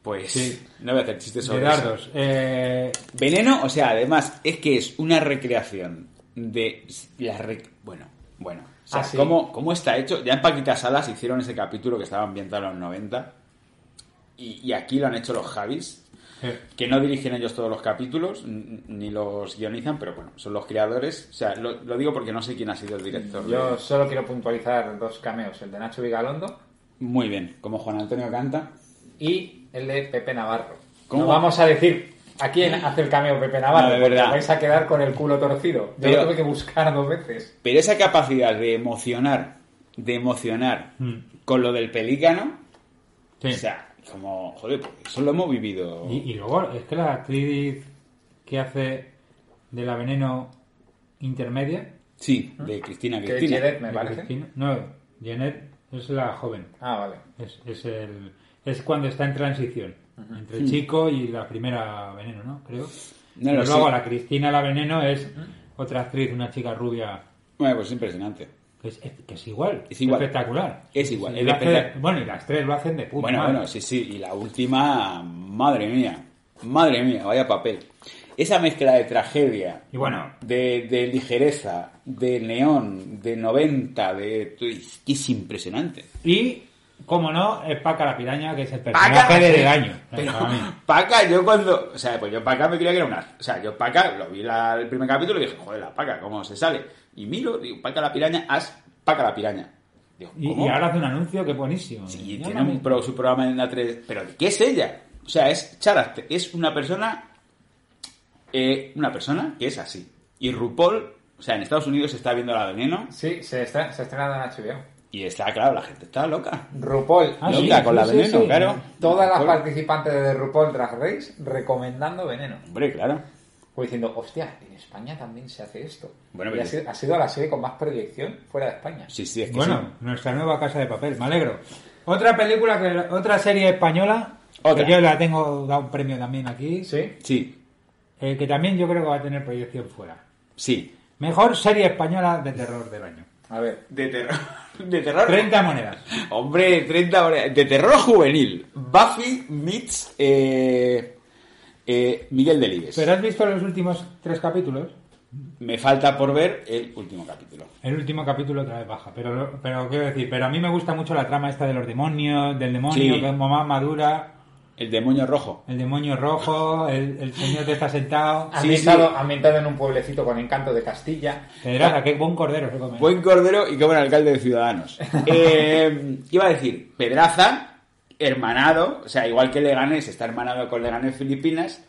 [SPEAKER 3] Pues
[SPEAKER 4] Sí.
[SPEAKER 3] no voy a hacer chistes sobre eso.
[SPEAKER 4] Gerardos, eh,
[SPEAKER 3] Veneno, o sea, además, es que es una recreación de la rec- Bueno, bueno. O sea,
[SPEAKER 2] Ah, sí.
[SPEAKER 3] ¿cómo, cómo está hecho? Ya en Paquita Salas hicieron ese capítulo que estaba ambientado en los 90. Y, y aquí lo han hecho los Javis.
[SPEAKER 4] eh,
[SPEAKER 3] Que no dirigen ellos todos los capítulos, n- ni los guionizan, pero bueno, son los creadores. O sea, lo, lo digo porque no sé quién ha sido el director.
[SPEAKER 2] Yo
[SPEAKER 3] de-
[SPEAKER 2] solo quiero puntualizar dos cameos, el de Nacho Vigalondo
[SPEAKER 3] Muy bien, como Juan Antonio canta.
[SPEAKER 2] y el de Pepe Navarro.
[SPEAKER 3] ¿Cómo?
[SPEAKER 2] No vamos a decir a quién hace el cameo Pepe Navarro,
[SPEAKER 3] No, de
[SPEAKER 2] Ah, porque
[SPEAKER 3] verdad.
[SPEAKER 2] vais a quedar con el culo torcido. Yo
[SPEAKER 3] Pero-
[SPEAKER 2] lo tuve que buscar dos veces.
[SPEAKER 3] Pero esa capacidad de emocionar, de emocionar
[SPEAKER 4] Mm.
[SPEAKER 3] con lo del pelícano,
[SPEAKER 4] sí.
[SPEAKER 3] O sea, como, joder, pues eso lo hemos vivido.
[SPEAKER 4] y, y luego, es que la actriz que hace de la veneno intermedia,
[SPEAKER 3] Sí, de Cristina
[SPEAKER 2] Que
[SPEAKER 3] Cristina.
[SPEAKER 2] Jared, me
[SPEAKER 4] de
[SPEAKER 2] parece.
[SPEAKER 4] Cristina- no, Janet es la joven,
[SPEAKER 2] Ah, vale.
[SPEAKER 4] es, es, el, es cuando está en transición. Entre el chico y la primera veneno, ¿no? Creo.
[SPEAKER 3] No
[SPEAKER 4] Pero
[SPEAKER 3] lo sé.
[SPEAKER 4] luego la Cristina la veneno es otra actriz, una chica rubia
[SPEAKER 3] Bueno, pues impresionante.
[SPEAKER 4] Que es, es- que es igual.
[SPEAKER 3] Es igual.
[SPEAKER 4] Espectacular.
[SPEAKER 3] Es igual,
[SPEAKER 4] Sí,
[SPEAKER 3] es
[SPEAKER 4] lo hace de-
[SPEAKER 3] espectac-
[SPEAKER 4] bueno, y las tres lo hacen de puta
[SPEAKER 3] Bueno,
[SPEAKER 4] madre.
[SPEAKER 3] bueno, sí, sí. Y la última, madre mía. Madre mía, vaya papel. Esa mezcla de tragedia,
[SPEAKER 4] Y bueno,
[SPEAKER 3] de, de ligereza, de neón, de 90, de... Es que es impresionante.
[SPEAKER 4] y como no, es Paca la piraña, que es el
[SPEAKER 3] Paca,
[SPEAKER 4] personaje de
[SPEAKER 3] sí.
[SPEAKER 4] del año.
[SPEAKER 3] Pero
[SPEAKER 4] para mí.
[SPEAKER 3] Paca, yo cuando. O sea, pues yo Paca me creía que era una. O sea, yo Paca, lo vi la- el primer capítulo y dije, joder, la Paca, ¿cómo se sale? Y miro, digo, Paca la piraña, haz Paca la piraña. Digo,
[SPEAKER 4] Y,
[SPEAKER 3] ¿cómo?
[SPEAKER 4] y ahora hace un anuncio que es buenísimo.
[SPEAKER 3] Sí,
[SPEAKER 4] Llámame.
[SPEAKER 3] tiene un pro- su programa en la 3. Pero ¿qué es ella? O sea, es Charaste, es una persona. eh, una persona que es así. Y RuPaul, o sea, en Estados Unidos se está viendo la veneno
[SPEAKER 2] Sí, se está, se ha estrenado en HBO.
[SPEAKER 3] y está, claro, la gente está loca.
[SPEAKER 2] RuPaul.
[SPEAKER 4] Ah, sí,
[SPEAKER 3] loca con la
[SPEAKER 4] sí,
[SPEAKER 3] veneno,
[SPEAKER 4] sí.
[SPEAKER 3] claro.
[SPEAKER 2] Todas las
[SPEAKER 3] RuPaul,
[SPEAKER 2] participantes de RuPaul Drag Race recomendando veneno.
[SPEAKER 3] Hombre, claro.
[SPEAKER 2] Fue diciendo, hostia, en España también se hace esto.
[SPEAKER 3] Bueno,
[SPEAKER 2] y
[SPEAKER 3] pero-
[SPEAKER 2] ha sido, ha sido la serie con más proyección fuera de España.
[SPEAKER 3] Sí, sí, es que
[SPEAKER 4] Bueno, nuestra nueva casa de papel, me alegro. Otra película, que otra serie española,
[SPEAKER 3] Otra.
[SPEAKER 4] que yo la tengo, da un premio también aquí,
[SPEAKER 2] Sí.
[SPEAKER 3] sí. Sí,
[SPEAKER 4] eh, que también yo creo que va a tener proyección fuera.
[SPEAKER 3] sí.
[SPEAKER 4] Mejor serie española de terror del año.
[SPEAKER 2] A ver,
[SPEAKER 3] De terror. *laughs* De terror.
[SPEAKER 4] 30 monedas.
[SPEAKER 3] Hombre, 30 horas. De terror juvenil. Buffy meets eh, eh, Miguel Delibes.
[SPEAKER 4] ¿Pero has visto los últimos tres capítulos?
[SPEAKER 3] Me falta por ver el último capítulo.
[SPEAKER 4] El último capítulo otra vez baja, pero, lo- pero quiero decir, pero a mí me gusta mucho la trama esta de los demonios, del demonio
[SPEAKER 3] Sí.
[SPEAKER 4] que es mamá madura,
[SPEAKER 3] El demonio rojo.
[SPEAKER 4] el demonio rojo, el, el señor que está sentado.
[SPEAKER 3] Ah.
[SPEAKER 2] ambientado,
[SPEAKER 3] sí.
[SPEAKER 2] ambientado en un pueblecito con encanto de Castilla.
[SPEAKER 4] Te dirás, a qué buen cordero se come.
[SPEAKER 3] Buen Cordero y qué buen alcalde de
[SPEAKER 4] *laughs*
[SPEAKER 3] Ciudadanos. Eh, iba a decir, Pedraza, hermanado, o sea, igual que Leganés está hermanado con Leganés Filipinas,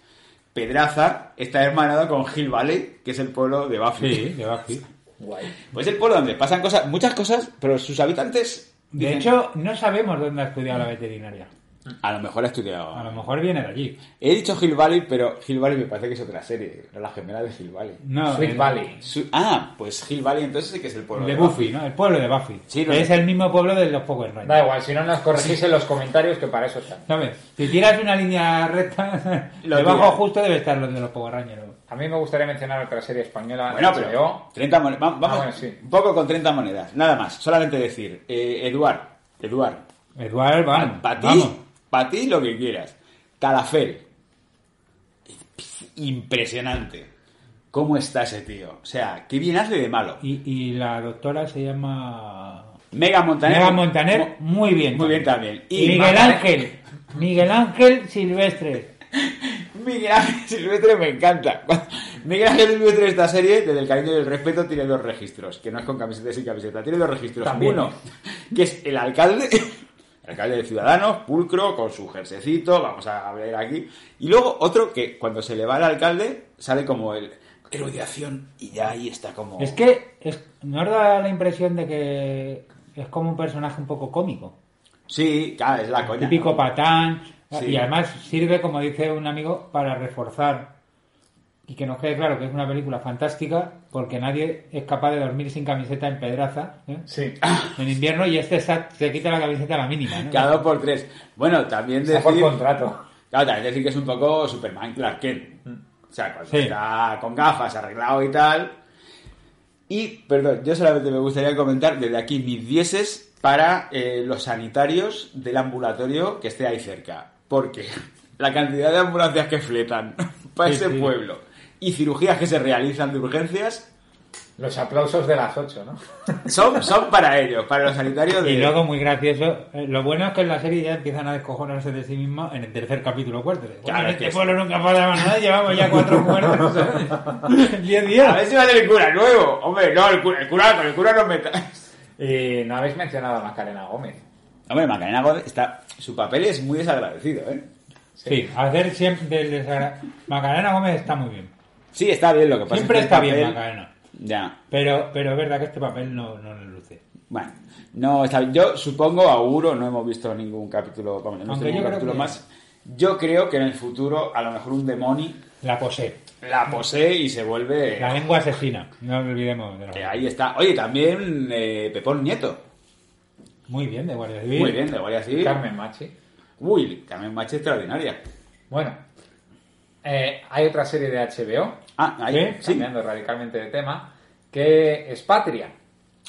[SPEAKER 3] Pedraza está hermanado con Gil Valley, que es el pueblo de Buffy.
[SPEAKER 4] Sí, de Buffy.
[SPEAKER 2] Guay.
[SPEAKER 3] Pues es el pueblo donde pasan cosas, muchas cosas, pero sus habitantes...
[SPEAKER 4] De
[SPEAKER 3] dicen-
[SPEAKER 4] hecho, no sabemos dónde ha estudiado la veterinaria.
[SPEAKER 3] A lo mejor ha estudiado...
[SPEAKER 4] A lo mejor viene de allí.
[SPEAKER 3] He dicho Hill Valley, pero Hill Valley me parece que es otra serie, no la gemela de Hill Valley.
[SPEAKER 4] No,
[SPEAKER 2] Sweet
[SPEAKER 4] el-
[SPEAKER 2] Valley.
[SPEAKER 3] Su- ah, pues Hill Valley entonces sí que es el pueblo.
[SPEAKER 4] De
[SPEAKER 3] de
[SPEAKER 4] Buffy, ¿no? El pueblo de Buffy.
[SPEAKER 3] Sí, no
[SPEAKER 4] Que
[SPEAKER 3] sé.
[SPEAKER 4] es el mismo pueblo de los Power Rangers.
[SPEAKER 2] Da igual, si no nos corregís en los comentarios, que para eso están.
[SPEAKER 4] ¿Sabes? Si tiras una línea recta,
[SPEAKER 3] *laughs* Lo
[SPEAKER 4] debajo
[SPEAKER 3] tiras.
[SPEAKER 4] justo debe estar los de los Power Rangers.
[SPEAKER 2] A mí me gustaría mencionar otra serie española.
[SPEAKER 3] Bueno,
[SPEAKER 2] de
[SPEAKER 3] pero
[SPEAKER 2] HBO.
[SPEAKER 3] 30 monedas. va- Vamos
[SPEAKER 2] Ah, bueno, sí.
[SPEAKER 3] un poco con 30 monedas. Nada más. Solamente decir, eh, Eduard, Eduard,
[SPEAKER 4] Eduard, vamos.
[SPEAKER 3] para ti,
[SPEAKER 4] vamos.
[SPEAKER 3] pa' ti lo que quieras. Calafel. Impresionante. ¿Cómo está ese tío? O sea, qué bien hace de malo.
[SPEAKER 4] Y, y la doctora se llama
[SPEAKER 3] Mega Montaner.
[SPEAKER 4] Mega Montaner,
[SPEAKER 3] Mo-
[SPEAKER 4] muy bien.
[SPEAKER 3] Muy bien también. Y
[SPEAKER 4] Miguel
[SPEAKER 3] Montaner-
[SPEAKER 4] Ángel, Miguel Ángel Silvestre.
[SPEAKER 3] Miguel Ángel *laughs* Silvestre me encanta. *laughs* Miguel Ángel Silvestre de esta serie, desde el cariño y el respeto, tiene dos registros, que no es con camiseta y sin camiseta, tiene dos registros.
[SPEAKER 2] También.
[SPEAKER 3] Uno, que es el alcalde, *laughs* el alcalde de Ciudadanos, pulcro, con su jersecito, vamos a ver aquí. Y luego otro que cuando se le va al alcalde, sale como el héroe de acción y ya ahí está como...
[SPEAKER 4] Es que es- nos da la impresión de que es como un personaje un poco cómico.
[SPEAKER 3] Sí, claro, es la coña.
[SPEAKER 4] Típico
[SPEAKER 3] ¿no?
[SPEAKER 4] patán. Ah,
[SPEAKER 3] Sí.
[SPEAKER 4] Y además sirve, como dice un amigo, para reforzar y que nos quede claro que es una película fantástica porque nadie es capaz de dormir sin camiseta en pedraza ¿eh?
[SPEAKER 3] *laughs*
[SPEAKER 2] Sí.
[SPEAKER 4] en invierno y este se, se quita la camiseta a la mínima. ¿no?
[SPEAKER 3] Cada dos por tres. Bueno, también
[SPEAKER 2] Está por
[SPEAKER 3] decir...
[SPEAKER 2] contrato.
[SPEAKER 3] Claro, también decir que es un poco Superman Clark Kent. O sea, cuando
[SPEAKER 4] Mm. Sí.
[SPEAKER 3] está con gafas, arreglado y tal. Y, perdón, yo solamente me gustaría comentar desde aquí mis dieces para eh, los sanitarios del ambulatorio que esté ahí cerca. Porque *laughs* la cantidad de ambulancias que fletan *laughs* para
[SPEAKER 4] Sí,
[SPEAKER 3] ese
[SPEAKER 4] sí.
[SPEAKER 3] pueblo y cirugías que se realizan de urgencias
[SPEAKER 2] Los aplausos de las 8, ¿no?
[SPEAKER 3] son, son para ellos, para los sanitarios de...
[SPEAKER 4] Y
[SPEAKER 3] *laughs*
[SPEAKER 4] luego, muy gracioso, eh, lo bueno es que en la serie ya empiezan a descojonarse de sí mismos en el tercer capítulo o cuarto. Bueno,
[SPEAKER 3] Claro,
[SPEAKER 4] en
[SPEAKER 3] es
[SPEAKER 4] este
[SPEAKER 3] que es-
[SPEAKER 4] pueblo nunca pasaba nada, ¿eh? llevamos
[SPEAKER 3] *laughs*
[SPEAKER 4] ya cuatro muertos ¿sabes? en diez días.
[SPEAKER 3] A ver si va a tener cura nuevo. Hombre, no, el cura, el cura, con el cura no *laughs* metas.
[SPEAKER 2] Y no habéis mencionado a Macarena Gómez.
[SPEAKER 3] Hombre, Macarena Gómez está. Su papel es muy desagradecido, ¿eh?
[SPEAKER 4] Sí, hacer siempre del desagra- Macarena Gómez está muy bien.
[SPEAKER 3] Sí, está bien lo que pasa.
[SPEAKER 4] Siempre
[SPEAKER 3] es que
[SPEAKER 4] está
[SPEAKER 3] el
[SPEAKER 4] bien
[SPEAKER 3] papel-
[SPEAKER 4] Macarena.
[SPEAKER 3] Ya.
[SPEAKER 4] Pero, pero es verdad que este papel no, no le luce.
[SPEAKER 3] Bueno. No, está bien. Yo supongo, auguro, no hemos visto ningún capítulo. Vamos, no hemos
[SPEAKER 4] Aunque
[SPEAKER 3] visto
[SPEAKER 4] yo
[SPEAKER 3] ningún
[SPEAKER 4] creo
[SPEAKER 3] capítulo
[SPEAKER 4] que-
[SPEAKER 3] más. Yo creo que en el futuro, a lo mejor un demonio
[SPEAKER 4] La posee.
[SPEAKER 3] la posee y se vuelve.
[SPEAKER 4] La lengua asesina. No olvidemos de la
[SPEAKER 3] Eh, ahí está. Oye, también eh, Pepón Nieto.
[SPEAKER 4] Muy bien, de Guardia Civil.
[SPEAKER 3] Muy bien, de Guardia Civil.
[SPEAKER 2] Carmen Machi.
[SPEAKER 3] Uy, también macha extraordinaria.
[SPEAKER 2] Bueno, eh, hay otra serie de HBO,
[SPEAKER 3] Ah, ahí. Sí.
[SPEAKER 2] ¿eh? cambiando radicalmente de tema, que es Patria.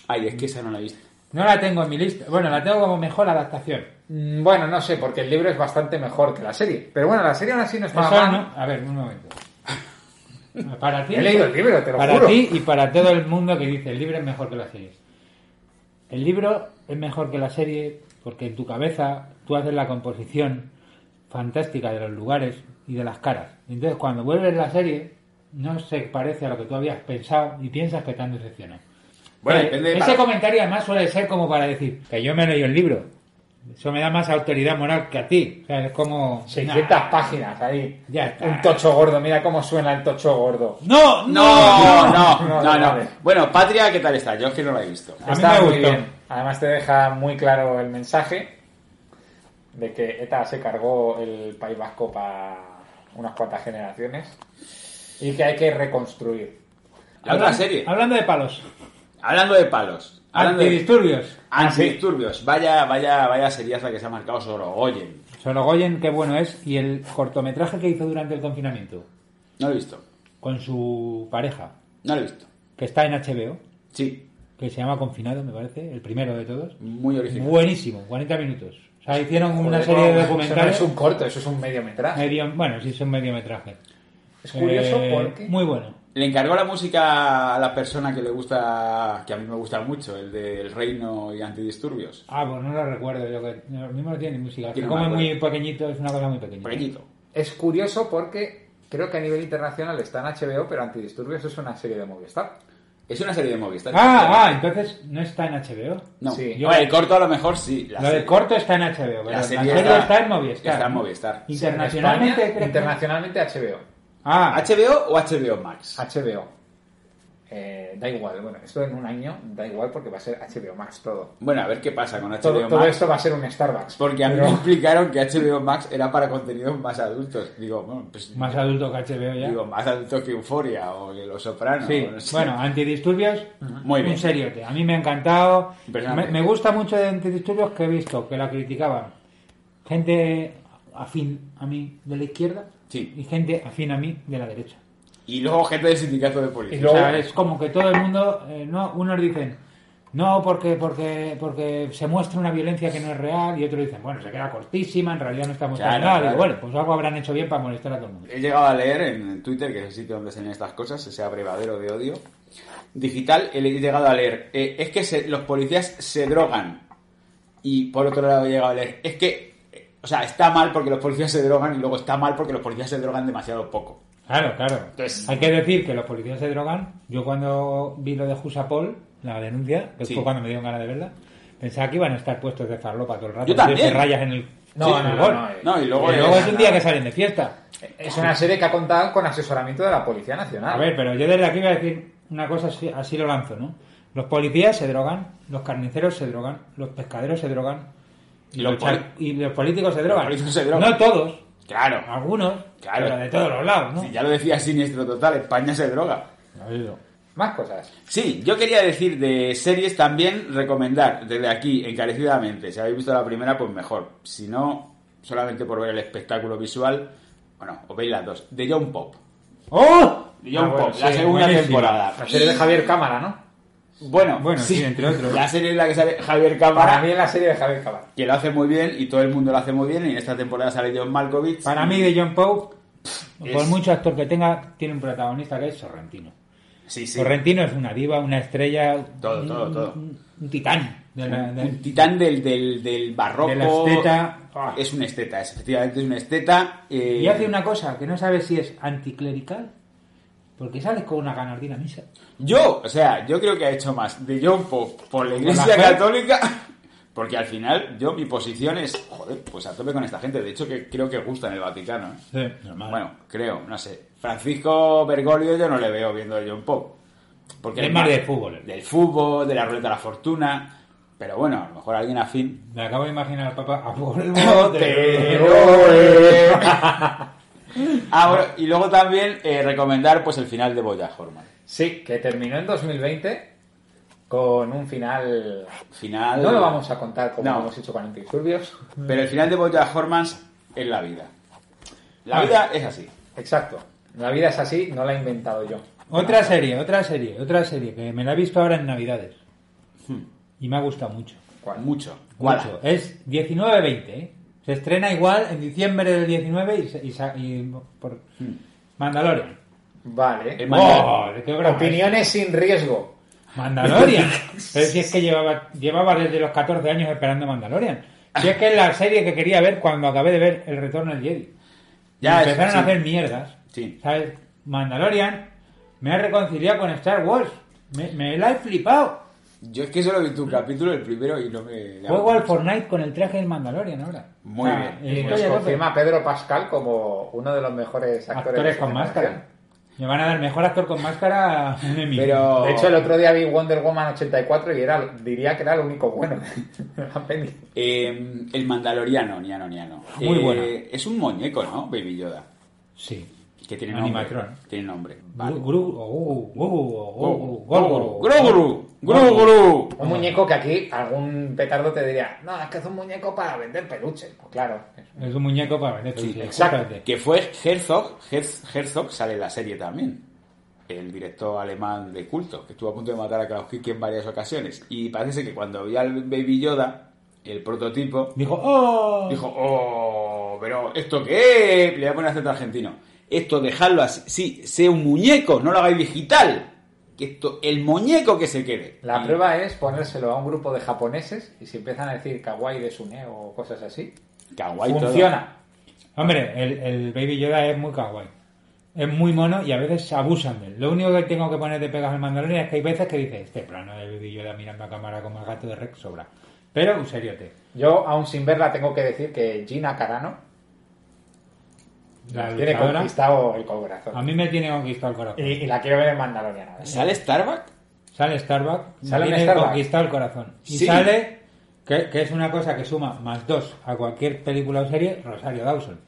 [SPEAKER 3] Ay, es que esa no la he visto.
[SPEAKER 4] No la tengo en mi lista. Bueno, la tengo como mejor adaptación.
[SPEAKER 2] Mm, Bueno, no sé, porque el libro es bastante mejor que la serie. Pero bueno, la serie aún así no está
[SPEAKER 4] Eso
[SPEAKER 2] mal.
[SPEAKER 4] no. A ver, un momento.
[SPEAKER 2] *laughs*
[SPEAKER 4] Para ti,
[SPEAKER 2] He leído el libro, te lo
[SPEAKER 4] para
[SPEAKER 2] juro.
[SPEAKER 4] ti y para todo el mundo que dice el libro es mejor que la serie. El libro es mejor que la serie porque en tu cabeza tú haces la composición fantástica de los lugares y de las caras. Entonces cuando vuelves la serie no se parece a lo que tú habías pensado y piensas que te han decepcionado.
[SPEAKER 3] Bueno,
[SPEAKER 4] Eh,
[SPEAKER 3] depende de-
[SPEAKER 4] ese comentario además suele ser como para decir que yo me leí el libro. Eso me da más autoridad moral que a ti. O sea, es como...
[SPEAKER 2] 600 páginas ahí.
[SPEAKER 4] Ya está.
[SPEAKER 2] Un tocho gordo, mira cómo suena el tocho gordo.
[SPEAKER 4] No,
[SPEAKER 3] No, no,
[SPEAKER 2] no,
[SPEAKER 3] no, no.
[SPEAKER 2] vale.
[SPEAKER 3] Bueno, Patria, ¿qué tal está? Yo es que no la he visto.
[SPEAKER 4] A mí
[SPEAKER 2] está
[SPEAKER 4] me
[SPEAKER 2] muy
[SPEAKER 4] gustó.
[SPEAKER 2] bien. Además te deja muy claro el mensaje de que ETA se cargó el País Vasco para unas cuantas generaciones. y que hay que reconstruir.
[SPEAKER 3] La otra serie.
[SPEAKER 4] Hablando de palos.
[SPEAKER 3] Hablando de palos. Hablando de
[SPEAKER 4] Antidisturbios.
[SPEAKER 3] antidisturbios. Vaya, vaya, vaya seriaza que se ha marcado Sorogoyen.
[SPEAKER 4] Sorogoyen, qué bueno es. Y el cortometraje que hizo durante el confinamiento
[SPEAKER 3] No lo he visto.
[SPEAKER 4] con su pareja,
[SPEAKER 3] No lo he visto.
[SPEAKER 4] que está en HBO,
[SPEAKER 3] Sí.
[SPEAKER 4] que se llama Confinado, me parece, el primero de todos.
[SPEAKER 3] Muy original.
[SPEAKER 4] Buenísimo, 40 minutos. O sea, hicieron una
[SPEAKER 2] Joder,
[SPEAKER 4] serie de
[SPEAKER 2] eso no
[SPEAKER 4] documentales.
[SPEAKER 2] es un corto, eso es un mediometraje.
[SPEAKER 4] medio- bueno, sí, es un mediometraje.
[SPEAKER 2] Es curioso
[SPEAKER 4] Eh,
[SPEAKER 2] porque...
[SPEAKER 4] Muy bueno.
[SPEAKER 3] Le encargó la música a la persona que le gusta, que a mí me gusta mucho, el del Reino y Antidisturbios.
[SPEAKER 4] Ah, pues no lo recuerdo. Yo que, no, mismo no tiene ni música.
[SPEAKER 3] Tiene
[SPEAKER 4] Se come
[SPEAKER 3] más,
[SPEAKER 4] muy
[SPEAKER 3] bueno.
[SPEAKER 4] pequeñito, es una cosa muy pequeña.
[SPEAKER 3] Pequeñito.
[SPEAKER 2] Es curioso porque creo que a nivel internacional está en HBO, pero Antidisturbios es una serie de Movistar.
[SPEAKER 3] Es una serie de Movistar.
[SPEAKER 4] Ah, ah, entonces no está en HBO.
[SPEAKER 3] No,
[SPEAKER 2] Sí.
[SPEAKER 3] Yo- el corto a lo mejor sí. La
[SPEAKER 4] lo
[SPEAKER 3] serie-
[SPEAKER 4] del corto está en HBO, pero
[SPEAKER 3] la serie
[SPEAKER 4] está,
[SPEAKER 3] está-
[SPEAKER 4] en Movistar.
[SPEAKER 3] está en
[SPEAKER 4] ¿no?
[SPEAKER 3] Movistar.
[SPEAKER 4] Internacionalmente.
[SPEAKER 2] En España,
[SPEAKER 4] creo que-
[SPEAKER 2] internacionalmente HBO.
[SPEAKER 4] Ah,
[SPEAKER 3] ¿HBO o HBO Max?
[SPEAKER 2] HBO. Eh, da igual, bueno, esto en un año da igual porque va a ser HBO Max todo.
[SPEAKER 3] Bueno, a ver qué pasa con HBO
[SPEAKER 2] Todo,
[SPEAKER 3] Max.
[SPEAKER 2] todo esto va a ser un Starbucks.
[SPEAKER 3] Porque a mí
[SPEAKER 2] Pero-
[SPEAKER 3] me explicaron que HBO Max era para contenidos más adultos. Digo, bueno, pues.
[SPEAKER 4] más adulto que HBO ya.
[SPEAKER 3] Digo, más adultos que Euforia o que Los Sopranos.
[SPEAKER 4] Sí,
[SPEAKER 3] o no sé.
[SPEAKER 4] bueno, Antidisturbios,
[SPEAKER 3] Muy
[SPEAKER 4] un
[SPEAKER 3] bien.
[SPEAKER 4] seriote. A mí me ha encantado. Me,
[SPEAKER 3] Impresionante.
[SPEAKER 4] me gusta mucho de Antidisturbios que he visto, que la criticaban. Gente afín a mí de la izquierda
[SPEAKER 3] Sí.
[SPEAKER 4] y gente afín a mí de la derecha.
[SPEAKER 3] Y luego gente del sindicato de policía.
[SPEAKER 2] Y luego-
[SPEAKER 4] O sea, es como que todo el mundo, eh, no, unos dicen, no, porque, porque, porque se muestra una violencia que no es real, y otros dicen, bueno, se queda cortísima, en realidad no está mostrando
[SPEAKER 3] Claro,
[SPEAKER 4] nada.
[SPEAKER 3] claro.
[SPEAKER 4] Digo, bueno, pues algo habrán hecho bien para molestar a todo el mundo.
[SPEAKER 3] He llegado a leer en Twitter, que es el sitio donde se leen estas cosas, ese abrevadero de odio digital, he le- he llegado a leer, eh, es que se- los policías se drogan. Y por otro lado he llegado a leer, es que, eh, o sea, está mal porque los policías se drogan y luego está mal porque los policías se drogan demasiado poco.
[SPEAKER 4] Claro, claro.
[SPEAKER 3] Entonces-
[SPEAKER 4] Hay que decir que los policías se drogan. Yo cuando vi lo de Jusapol, la denuncia, que
[SPEAKER 3] Sí.
[SPEAKER 4] fue cuando me dieron ganas de verla, pensaba que iban a estar puestos de farlopa todo el rato.
[SPEAKER 3] Yo
[SPEAKER 4] los tíos
[SPEAKER 3] también.
[SPEAKER 4] se rayas en el...
[SPEAKER 2] No,
[SPEAKER 4] sí,
[SPEAKER 2] no,
[SPEAKER 4] en el
[SPEAKER 2] no,
[SPEAKER 4] gol.
[SPEAKER 2] no, eh.
[SPEAKER 3] No, y luego...
[SPEAKER 4] Y luego es un día que salen de fiesta.
[SPEAKER 2] Es una serie que ha contado con asesoramiento de la Policía
[SPEAKER 3] Ah.
[SPEAKER 2] Nacional.
[SPEAKER 4] A ver, pero yo desde aquí voy a decir una cosa, así, así lo lanzo, ¿no? Los policías se drogan, los carniceros se drogan, los pescaderos se drogan,
[SPEAKER 3] Y los
[SPEAKER 4] cha- y los políticos se drogan.
[SPEAKER 3] políticos se drogan.
[SPEAKER 4] No todos,
[SPEAKER 3] Claro,
[SPEAKER 4] algunos,
[SPEAKER 3] Claro.
[SPEAKER 4] pero de todos los lados, ¿no?
[SPEAKER 3] Sí, ya lo decía Siniestro Total, España se droga.
[SPEAKER 2] Más cosas.
[SPEAKER 3] Sí, yo quería decir de series también recomendar desde aquí encarecidamente. Si habéis visto la primera, pues mejor. Si no, solamente por ver el espectáculo visual, bueno, os veis las dos. De John Pop.
[SPEAKER 4] ¡Oh!
[SPEAKER 3] De John
[SPEAKER 4] Ah, bueno,
[SPEAKER 3] Pop, la
[SPEAKER 4] sí,
[SPEAKER 3] segunda
[SPEAKER 4] buenísimo.
[SPEAKER 3] temporada.
[SPEAKER 2] La serie de Javier Cámara, ¿no?
[SPEAKER 3] Bueno,
[SPEAKER 4] Bueno, sí, entre otros.
[SPEAKER 3] La serie en la que sale Javier
[SPEAKER 2] Para mí
[SPEAKER 3] Cámara,
[SPEAKER 2] es la serie de Javier Cámara.
[SPEAKER 3] que lo hace muy bien y todo el mundo lo hace muy bien. Y en esta temporada sale John Malkovich.
[SPEAKER 4] Para mí, de John Pope, por
[SPEAKER 3] Es-
[SPEAKER 4] mucho actor que tenga, tiene un protagonista que es Sorrentino.
[SPEAKER 3] Sí, sí.
[SPEAKER 4] Sorrentino es una diva, una estrella,
[SPEAKER 3] Todo,
[SPEAKER 4] un,
[SPEAKER 3] todo, todo.
[SPEAKER 4] un- un titán. de la- de-
[SPEAKER 3] Un titán del, del, del barroco.
[SPEAKER 4] De la esteta. Ah.
[SPEAKER 3] Es un esteta, es- efectivamente es un esteta. eh,
[SPEAKER 4] Y hace una cosa que no sabes si es anticlerical, porque sales con una ganardina misa.
[SPEAKER 3] Yo, o sea, yo creo que ha hecho más de John Pop por la Iglesia
[SPEAKER 4] fe.
[SPEAKER 3] Católica, *laughs* porque al final yo mi posición es, joder, pues a tope con esta gente. De hecho, que creo que gusta en el Vaticano. ¿eh? Bueno, creo, no sé. Francisco Bergoglio yo no le veo viendo de John Pop. Porque
[SPEAKER 4] Es
[SPEAKER 3] él
[SPEAKER 4] más del fútbol.
[SPEAKER 3] Del fútbol, de la ruleta de la fortuna. Pero bueno, a lo mejor alguien afín.
[SPEAKER 4] Me acabo de imaginar al Papa a por el
[SPEAKER 3] Pero, eh. *laughs* Ah, bueno, y luego también eh, recomendar pues el final de Boya Horman.
[SPEAKER 2] Sí, que terminó en 2020 con un final...
[SPEAKER 3] Final...
[SPEAKER 2] No lo vamos a contar como
[SPEAKER 3] No.
[SPEAKER 2] hemos hecho con Antidisturbios.
[SPEAKER 4] Pues
[SPEAKER 3] Pero el final de Boya Hormans es la vida. La
[SPEAKER 4] Vale.
[SPEAKER 3] vida es así.
[SPEAKER 2] Exacto. La vida es así, no la he inventado yo.
[SPEAKER 4] Otra serie, otra serie, otra serie que me la he visto ahora en Navidades. Y me ha gustado mucho.
[SPEAKER 2] ¿Cuál?
[SPEAKER 3] Mucho. Guala.
[SPEAKER 4] Mucho. Es 19-20, ¿eh? Se estrena igual en diciembre del 19 y, se- y sa- y por Mandalorian.
[SPEAKER 2] Vale.
[SPEAKER 3] El Mandal-
[SPEAKER 4] ¡Oh! ¿de qué obra más?
[SPEAKER 2] Opiniones sin riesgo.
[SPEAKER 4] Mandalorian. Pero si es que llevaba, llevaba desde los 14 años esperando Mandalorian. Si es que es la serie que quería ver cuando acabé de ver El Retorno del Jedi.
[SPEAKER 3] Ya,
[SPEAKER 4] Y empezaron
[SPEAKER 3] sí.
[SPEAKER 4] a hacer mierdas.
[SPEAKER 3] Sí.
[SPEAKER 4] ¿Sabes? Mandalorian me ha reconciliado con Star Wars. Me, me la he flipado.
[SPEAKER 3] Yo es que solo he visto un capítulo, el primero, y no me...
[SPEAKER 4] Juego al Fortnite con el traje del Mandalorian ahora.
[SPEAKER 3] pues.
[SPEAKER 4] eh,
[SPEAKER 3] Muy bien.
[SPEAKER 2] Y nos
[SPEAKER 4] estoy a tope.
[SPEAKER 2] Pues confirma Pedro Pascal como uno de los mejores actores, de
[SPEAKER 4] Actores
[SPEAKER 2] su
[SPEAKER 4] con
[SPEAKER 2] generación.
[SPEAKER 4] máscara. Me van a dar mejor actor con máscara *laughs* a un Emmy.
[SPEAKER 3] Pero...
[SPEAKER 2] De hecho, el otro día vi Wonder Woman 84 y era, diría que era lo único bueno de *laughs* la peli.
[SPEAKER 3] eh, el mandaloriano, niano, niano.
[SPEAKER 4] Muy
[SPEAKER 3] Eh,
[SPEAKER 4] buena.
[SPEAKER 3] Es un muñeco, ¿no? Baby Yoda.
[SPEAKER 4] Sí.
[SPEAKER 3] Que tiene
[SPEAKER 4] Animatrón.
[SPEAKER 3] nombre. Tiene nombre.
[SPEAKER 4] Gru- gru- oh, oh, oh, oh,
[SPEAKER 3] Gorguru.
[SPEAKER 4] Gorgoro.
[SPEAKER 3] Gorguru. Gorguru.
[SPEAKER 2] Un muñeco que aquí algún petardo te diría, no, es que es un muñeco para vender peluches. Pues claro,
[SPEAKER 4] Es un muñeco para vender peluches,
[SPEAKER 3] Exacto.
[SPEAKER 4] justamente.
[SPEAKER 3] Que fue Herzog. Herz- Herzog sale en la serie también. El director alemán de culto, que estuvo a punto de matar a Klaus Kinski en varias ocasiones. Y parece que cuando vio al Baby Yoda, el prototipo,
[SPEAKER 4] Dijo, ¡oh!
[SPEAKER 3] Dijo, oh, pero ¿esto qué es? Le voy a poner acento argentino. Esto, dejadlo así. Sí, sé un muñeco, no lo hagáis digital. Que esto, el muñeco que se quede.
[SPEAKER 2] la
[SPEAKER 3] Y-
[SPEAKER 2] prueba es ponérselo a un grupo de japoneses y si empiezan a decir kawaii de Sune o cosas así,
[SPEAKER 3] Kawaii todo.
[SPEAKER 2] funciona.
[SPEAKER 4] Hombre, el, el Baby Yoda es muy kawaii. Es muy mono y a veces abusan de él. Lo único que tengo que poner de pegas al Mandalorian es que hay veces que dice, este plano de Baby Yoda mirando a cámara como el gato de Rex sobra. Pero, un seriote.
[SPEAKER 2] Yo, aún sin verla, tengo que decir que Gina Carano
[SPEAKER 4] La
[SPEAKER 2] tiene
[SPEAKER 4] luchadora,
[SPEAKER 2] conquistado el
[SPEAKER 4] a
[SPEAKER 2] corazón.
[SPEAKER 4] mí me tiene conquistado el
[SPEAKER 2] Y,
[SPEAKER 4] corazón.
[SPEAKER 3] Eh,
[SPEAKER 2] y la quiero ver en Mandalorian. ahora.
[SPEAKER 3] ¿Sale Starbuck?
[SPEAKER 4] Sale Starbuck, me
[SPEAKER 2] Sale en
[SPEAKER 4] tiene
[SPEAKER 2] Starbuck.
[SPEAKER 4] conquistado el corazón. Y
[SPEAKER 3] Sí.
[SPEAKER 4] sale, que, que es una cosa que suma más dos a cualquier película o serie, Rosario Dawson.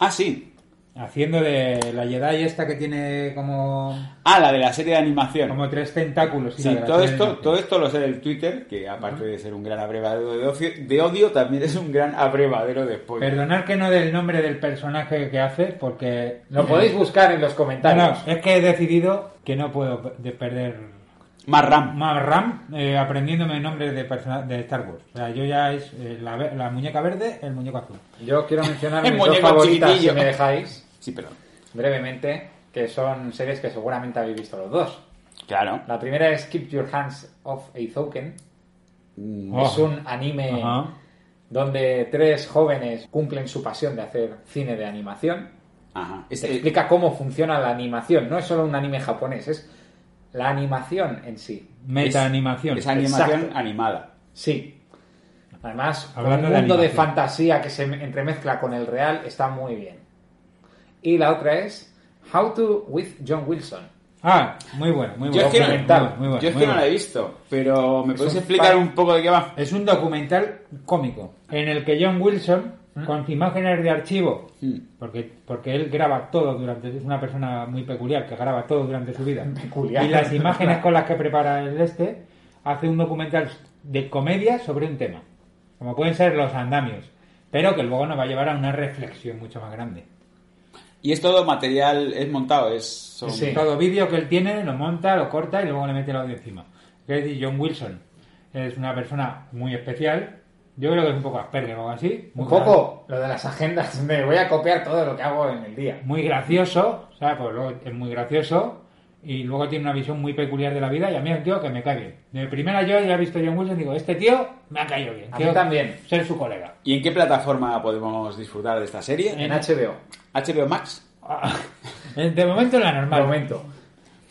[SPEAKER 3] Ah, sí.
[SPEAKER 4] Haciendo de la Jedi esta que tiene como,
[SPEAKER 3] Ah, la de la serie de animación.
[SPEAKER 4] como tres tentáculos. y
[SPEAKER 3] Sí,
[SPEAKER 4] la de la
[SPEAKER 3] todo
[SPEAKER 4] serie
[SPEAKER 3] esto,
[SPEAKER 4] animación.
[SPEAKER 3] todo esto lo sé del Twitter, que aparte de ser un gran abrevadero de ocio, de odio, también es un gran abrevadero de spoiler.
[SPEAKER 4] Perdonad que no del nombre del personaje que hace, porque...
[SPEAKER 2] Lo podéis buscar en los
[SPEAKER 4] No, Eh, no,
[SPEAKER 2] comentarios.
[SPEAKER 4] es que he decidido que no puedo pe- de perder
[SPEAKER 3] Más RAM.
[SPEAKER 4] más RAM eh, aprendiéndome nombres de persona- de Star Wars. O sea, yo ya es eh, la, ve- la muñeca verde, el muñeco azul.
[SPEAKER 2] Yo quiero mencionar
[SPEAKER 3] El
[SPEAKER 2] mis dos
[SPEAKER 3] muñeco
[SPEAKER 2] favoritas, si
[SPEAKER 3] chiquitillo.
[SPEAKER 2] me dejáis,
[SPEAKER 3] Sí, perdón.
[SPEAKER 2] brevemente, que son series que seguramente habéis visto los dos.
[SPEAKER 3] Claro.
[SPEAKER 2] La primera es Keep Your Hands Off Eizouken.
[SPEAKER 3] Mm,
[SPEAKER 4] Oh.
[SPEAKER 2] Es un anime
[SPEAKER 3] Eh,
[SPEAKER 4] Ajá.
[SPEAKER 2] donde tres jóvenes cumplen su pasión de hacer cine de animación.
[SPEAKER 3] Ajá.
[SPEAKER 2] Te
[SPEAKER 3] Este-
[SPEAKER 2] explica cómo funciona la animación. No es solo un anime japonés, es la animación en sí.
[SPEAKER 4] Meta animación.
[SPEAKER 3] Esa animación
[SPEAKER 2] Exacto.
[SPEAKER 3] animada.
[SPEAKER 2] Sí. Además, con
[SPEAKER 4] Hablando
[SPEAKER 2] un
[SPEAKER 4] de
[SPEAKER 2] mundo de,
[SPEAKER 4] animación.
[SPEAKER 2] fantasía que se entremezcla con el real está muy bien. Y la otra es How to with John Wilson.
[SPEAKER 4] Ah, muy bueno, muy
[SPEAKER 3] Yo
[SPEAKER 4] bueno.
[SPEAKER 3] es que no-
[SPEAKER 4] documental, muy bueno,
[SPEAKER 3] Yo es
[SPEAKER 4] muy
[SPEAKER 3] que no la he
[SPEAKER 4] bueno.
[SPEAKER 3] visto, pero ¿me podéis
[SPEAKER 2] un
[SPEAKER 3] explicar
[SPEAKER 2] fan-
[SPEAKER 3] un poco de qué va?
[SPEAKER 4] Es un documental cómico en el que John Wilson,
[SPEAKER 3] ¿Mm?
[SPEAKER 4] con imágenes de archivo, porque, porque él graba todo durante, es una persona muy peculiar que graba todo durante su vida,
[SPEAKER 2] *laughs* Peculiar.
[SPEAKER 4] y las imágenes con las que prepara el este, hace un documental de comedia sobre un tema, como pueden ser los andamios, pero que luego nos va a llevar a una reflexión mucho más grande.
[SPEAKER 3] Y es todo material, es montado, es... son-
[SPEAKER 2] Sí.
[SPEAKER 4] Todo vídeo que él tiene lo monta, lo corta y luego le mete el audio encima. Es decir, John Wilson es una persona muy especial. Yo creo que es un poco Asperger o algo así. Muy
[SPEAKER 2] Un poco lo de las agendas, *laughs* me voy a copiar todo lo que hago en el día.
[SPEAKER 4] gra- Muy gracioso, o sea, pues luego es muy gracioso. Y luego tiene una visión muy peculiar de la vida. Y a mí es un tío que me cae bien. De primera yo ya he visto a John Wilson y digo, este tío me ha caído bien.
[SPEAKER 2] A mí
[SPEAKER 4] Quiero
[SPEAKER 2] también.
[SPEAKER 4] Ser su colega. *laughs*
[SPEAKER 3] ¿Y en qué plataforma podemos disfrutar de esta serie?
[SPEAKER 2] En HBO,
[SPEAKER 3] HBO Max.
[SPEAKER 4] De momento en la
[SPEAKER 2] de
[SPEAKER 4] normal.
[SPEAKER 2] momento.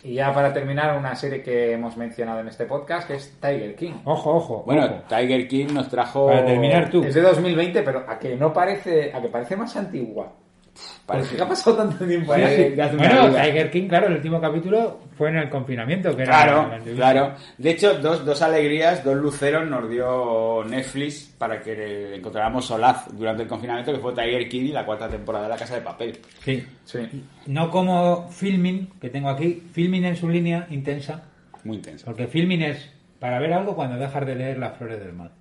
[SPEAKER 2] Y ya para terminar, una serie que hemos mencionado en este podcast, que es Tiger King.
[SPEAKER 4] Ojo, ojo.
[SPEAKER 3] Bueno,
[SPEAKER 4] ojo.
[SPEAKER 3] Tiger King nos trajo...
[SPEAKER 4] Para terminar tú.
[SPEAKER 2] Es de 2020, pero a que no parece, a que parece más antigua. Parece
[SPEAKER 4] Pues
[SPEAKER 3] Parece-
[SPEAKER 2] que ha pasado tanto tiempo ahí.
[SPEAKER 3] Sí, sí. hace una
[SPEAKER 4] Bueno,
[SPEAKER 3] vida.
[SPEAKER 4] Tiger King, claro, el último capítulo fue en el confinamiento. Que era *laughs* la
[SPEAKER 3] Claro,
[SPEAKER 4] entrevista.
[SPEAKER 3] claro. De hecho, dos, dos alegrías, dos luceros nos dio Netflix para que encontráramos solaz durante el confinamiento, que fue Tiger King y la cuarta temporada de La Casa de Papel.
[SPEAKER 4] Sí.
[SPEAKER 2] Sí.
[SPEAKER 4] No como filming, que tengo aquí, filming en su línea intensa,
[SPEAKER 3] Muy intenso.
[SPEAKER 4] porque filming es para ver algo cuando dejas de leer las flores del mal.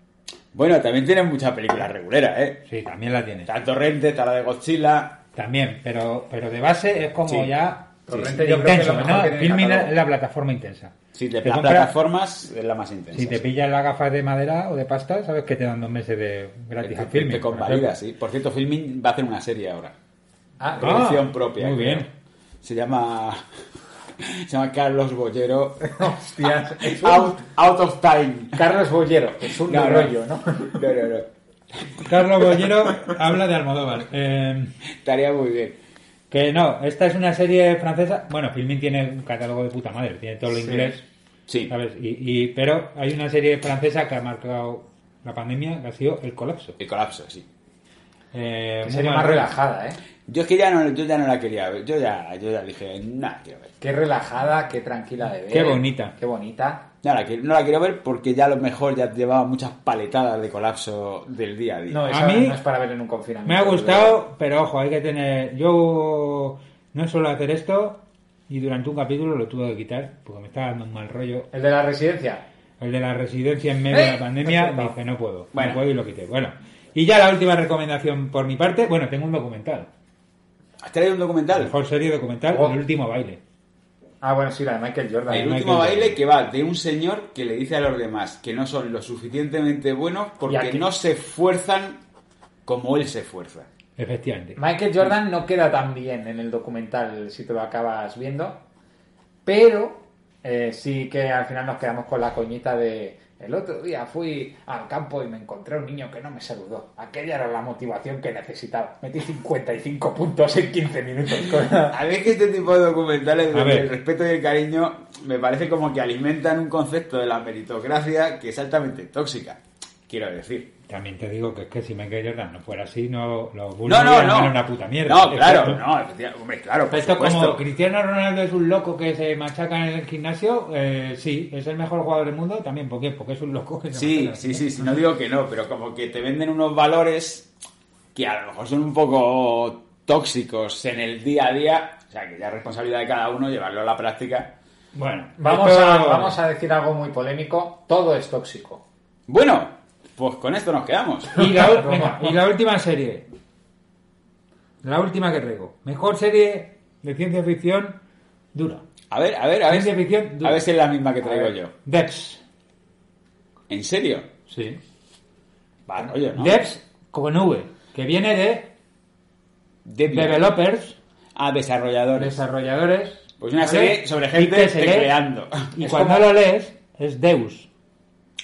[SPEAKER 3] Bueno, también tienen muchas películas reguleras, ¿eh?
[SPEAKER 4] Sí, también la tienes.
[SPEAKER 3] Está el Torrente, está la de Godzilla...
[SPEAKER 4] También, pero, pero de base es como
[SPEAKER 3] Sí.
[SPEAKER 4] ya
[SPEAKER 2] Torrente
[SPEAKER 4] de
[SPEAKER 2] yo creo que es
[SPEAKER 4] intenso,
[SPEAKER 2] lo mejor
[SPEAKER 4] ¿no?
[SPEAKER 2] que tiene el
[SPEAKER 4] Filming
[SPEAKER 2] catálogo.
[SPEAKER 4] es la plataforma intensa.
[SPEAKER 3] Sí, de
[SPEAKER 4] Te
[SPEAKER 3] las
[SPEAKER 4] compras-
[SPEAKER 3] plataformas es la más intensa.
[SPEAKER 4] Si te
[SPEAKER 3] sí.
[SPEAKER 4] pillas las gafas de madera o de pasta, sabes que te dan dos meses de gratis
[SPEAKER 3] te,
[SPEAKER 4] a filming.
[SPEAKER 3] te
[SPEAKER 4] por
[SPEAKER 3] convalida,
[SPEAKER 4] ejemplo.
[SPEAKER 3] sí. Por cierto, Filming va a hacer una serie ahora.
[SPEAKER 2] Ah, *laughs*
[SPEAKER 4] Ah,
[SPEAKER 3] Producción propia.
[SPEAKER 4] muy
[SPEAKER 3] creo.
[SPEAKER 4] bien.
[SPEAKER 3] Se llama. *laughs* Se llama Carlos
[SPEAKER 4] *laughs*
[SPEAKER 3] Bollero.
[SPEAKER 2] hostias. es un-
[SPEAKER 3] Out, out of time.
[SPEAKER 2] Carlos Bollero, es un rollo, ¿no?
[SPEAKER 3] No, no, no.
[SPEAKER 4] Carlos Bollero habla de Almodóvar. Eh,
[SPEAKER 3] Estaría muy bien.
[SPEAKER 4] que no, esta es una serie francesa. Bueno, Filmin tiene un catálogo de puta madre, tiene todo lo
[SPEAKER 2] Sí.
[SPEAKER 4] inglés.
[SPEAKER 3] Sí.
[SPEAKER 4] ¿Sabes? Y, y- pero hay una serie francesa que ha marcado la pandemia, que ha sido El Colapso.
[SPEAKER 3] El colapso, sí.
[SPEAKER 4] Eh,
[SPEAKER 2] Que
[SPEAKER 4] muy
[SPEAKER 2] sería
[SPEAKER 4] mal.
[SPEAKER 2] más relajada, ¿eh?
[SPEAKER 3] Yo es que ya no, yo ya no la quería ver. Yo ya, yo ya dije, nada, quiero ver.
[SPEAKER 2] Qué relajada, qué tranquila de ver.
[SPEAKER 4] Qué bonita.
[SPEAKER 2] Qué bonita.
[SPEAKER 3] No la, quiero, no la quiero ver porque ya a lo mejor ya llevaba muchas paletadas de colapso del día a día.
[SPEAKER 2] No,
[SPEAKER 4] A
[SPEAKER 2] esa
[SPEAKER 4] mí
[SPEAKER 2] no es para ver en un confinamiento.
[SPEAKER 4] Me
[SPEAKER 2] yo
[SPEAKER 4] ha
[SPEAKER 2] creo.
[SPEAKER 4] gustado, pero ojo, hay que tener. Yo No suelo hacer esto y durante un capítulo lo tuve que quitar porque me estaba dando un mal rollo.
[SPEAKER 2] ¿El de la residencia?
[SPEAKER 4] El de la residencia en medio
[SPEAKER 2] ¡Eh!
[SPEAKER 4] de la pandemia
[SPEAKER 2] Perfecto.
[SPEAKER 4] dije, no puedo,
[SPEAKER 3] Bueno.
[SPEAKER 4] no puedo y lo quité. Bueno, y ya la última recomendación por mi parte. Bueno, tengo un documental.
[SPEAKER 3] ¿Has traído un documental?
[SPEAKER 4] Mejor serie documental,
[SPEAKER 2] Oh.
[SPEAKER 4] El último baile.
[SPEAKER 2] Ah, bueno, sí, la de Michael Jordan.
[SPEAKER 3] El
[SPEAKER 4] Michael
[SPEAKER 3] último
[SPEAKER 4] Jordan.
[SPEAKER 3] baile que va de un señor que le dice a los demás que no son lo suficientemente buenos
[SPEAKER 2] Y
[SPEAKER 3] porque
[SPEAKER 2] aquí-
[SPEAKER 3] no se esfuerzan como él se esfuerza.
[SPEAKER 4] Efectivamente.
[SPEAKER 2] Michael Jordan no queda tan bien en el documental si te lo acabas viendo, pero eh, sí que al final nos quedamos con la coñita de el otro día fui al campo y me encontré un niño que no me saludó. Aquella era la motivación que necesitaba. Metí 55 puntos en 15 minutos.
[SPEAKER 4] *laughs*
[SPEAKER 2] con-
[SPEAKER 3] A veces este tipo de documentales
[SPEAKER 4] A
[SPEAKER 3] donde
[SPEAKER 4] ver.
[SPEAKER 3] el respeto y el cariño me parece como que alimentan un concepto de la meritocracia que es altamente tóxica. Quiero decir.
[SPEAKER 4] También te digo que es que si Michael Jordan no fuera así, no los Bulls
[SPEAKER 3] No, no,
[SPEAKER 4] hubieran
[SPEAKER 3] no.
[SPEAKER 4] ganado una puta mierda.
[SPEAKER 3] No, claro,
[SPEAKER 4] Exacto.
[SPEAKER 3] no, efectivamente, hombre, claro, por
[SPEAKER 4] Esto como
[SPEAKER 3] supuesto.
[SPEAKER 4] Cristiano Ronaldo es un loco que se machaca en el gimnasio, eh, sí, es el mejor jugador del mundo también. ¿Por qué? Porque es un loco que se
[SPEAKER 3] Sí,
[SPEAKER 4] machaca.
[SPEAKER 3] sí, sí, sí, no digo que no, pero como que te venden unos valores que a lo mejor son un poco tóxicos en el día a día, o sea, que ya es responsabilidad de cada uno llevarlo a la práctica.
[SPEAKER 4] Bueno,
[SPEAKER 2] Vamos
[SPEAKER 4] esto-
[SPEAKER 2] a, vamos *laughs* a decir algo muy polémico. Todo es tóxico.
[SPEAKER 3] Bueno, pues con esto nos quedamos.
[SPEAKER 4] Y la, ul- venga, y la última serie. La última que traigo. Mejor serie de ciencia ficción dura.
[SPEAKER 3] A ver, a ver, a ver,
[SPEAKER 4] Ciencia ficción dura.
[SPEAKER 3] a ver si es la misma que
[SPEAKER 2] A
[SPEAKER 3] traigo
[SPEAKER 2] ver.
[SPEAKER 3] yo.
[SPEAKER 4] Debs.
[SPEAKER 3] ¿En serio?
[SPEAKER 4] Sí.
[SPEAKER 3] Va, rollo, ¿no?
[SPEAKER 4] Debs con V, que viene de
[SPEAKER 3] Dev-
[SPEAKER 4] developers,
[SPEAKER 3] Ah, desarrolladores.
[SPEAKER 4] desarrolladores.
[SPEAKER 3] Pues una
[SPEAKER 4] ¿vale?
[SPEAKER 3] serie sobre
[SPEAKER 4] Y
[SPEAKER 3] gente
[SPEAKER 4] que se lee-
[SPEAKER 3] creando.
[SPEAKER 4] Y
[SPEAKER 2] Es
[SPEAKER 4] cuando
[SPEAKER 2] como-
[SPEAKER 4] lo lees, es Deus.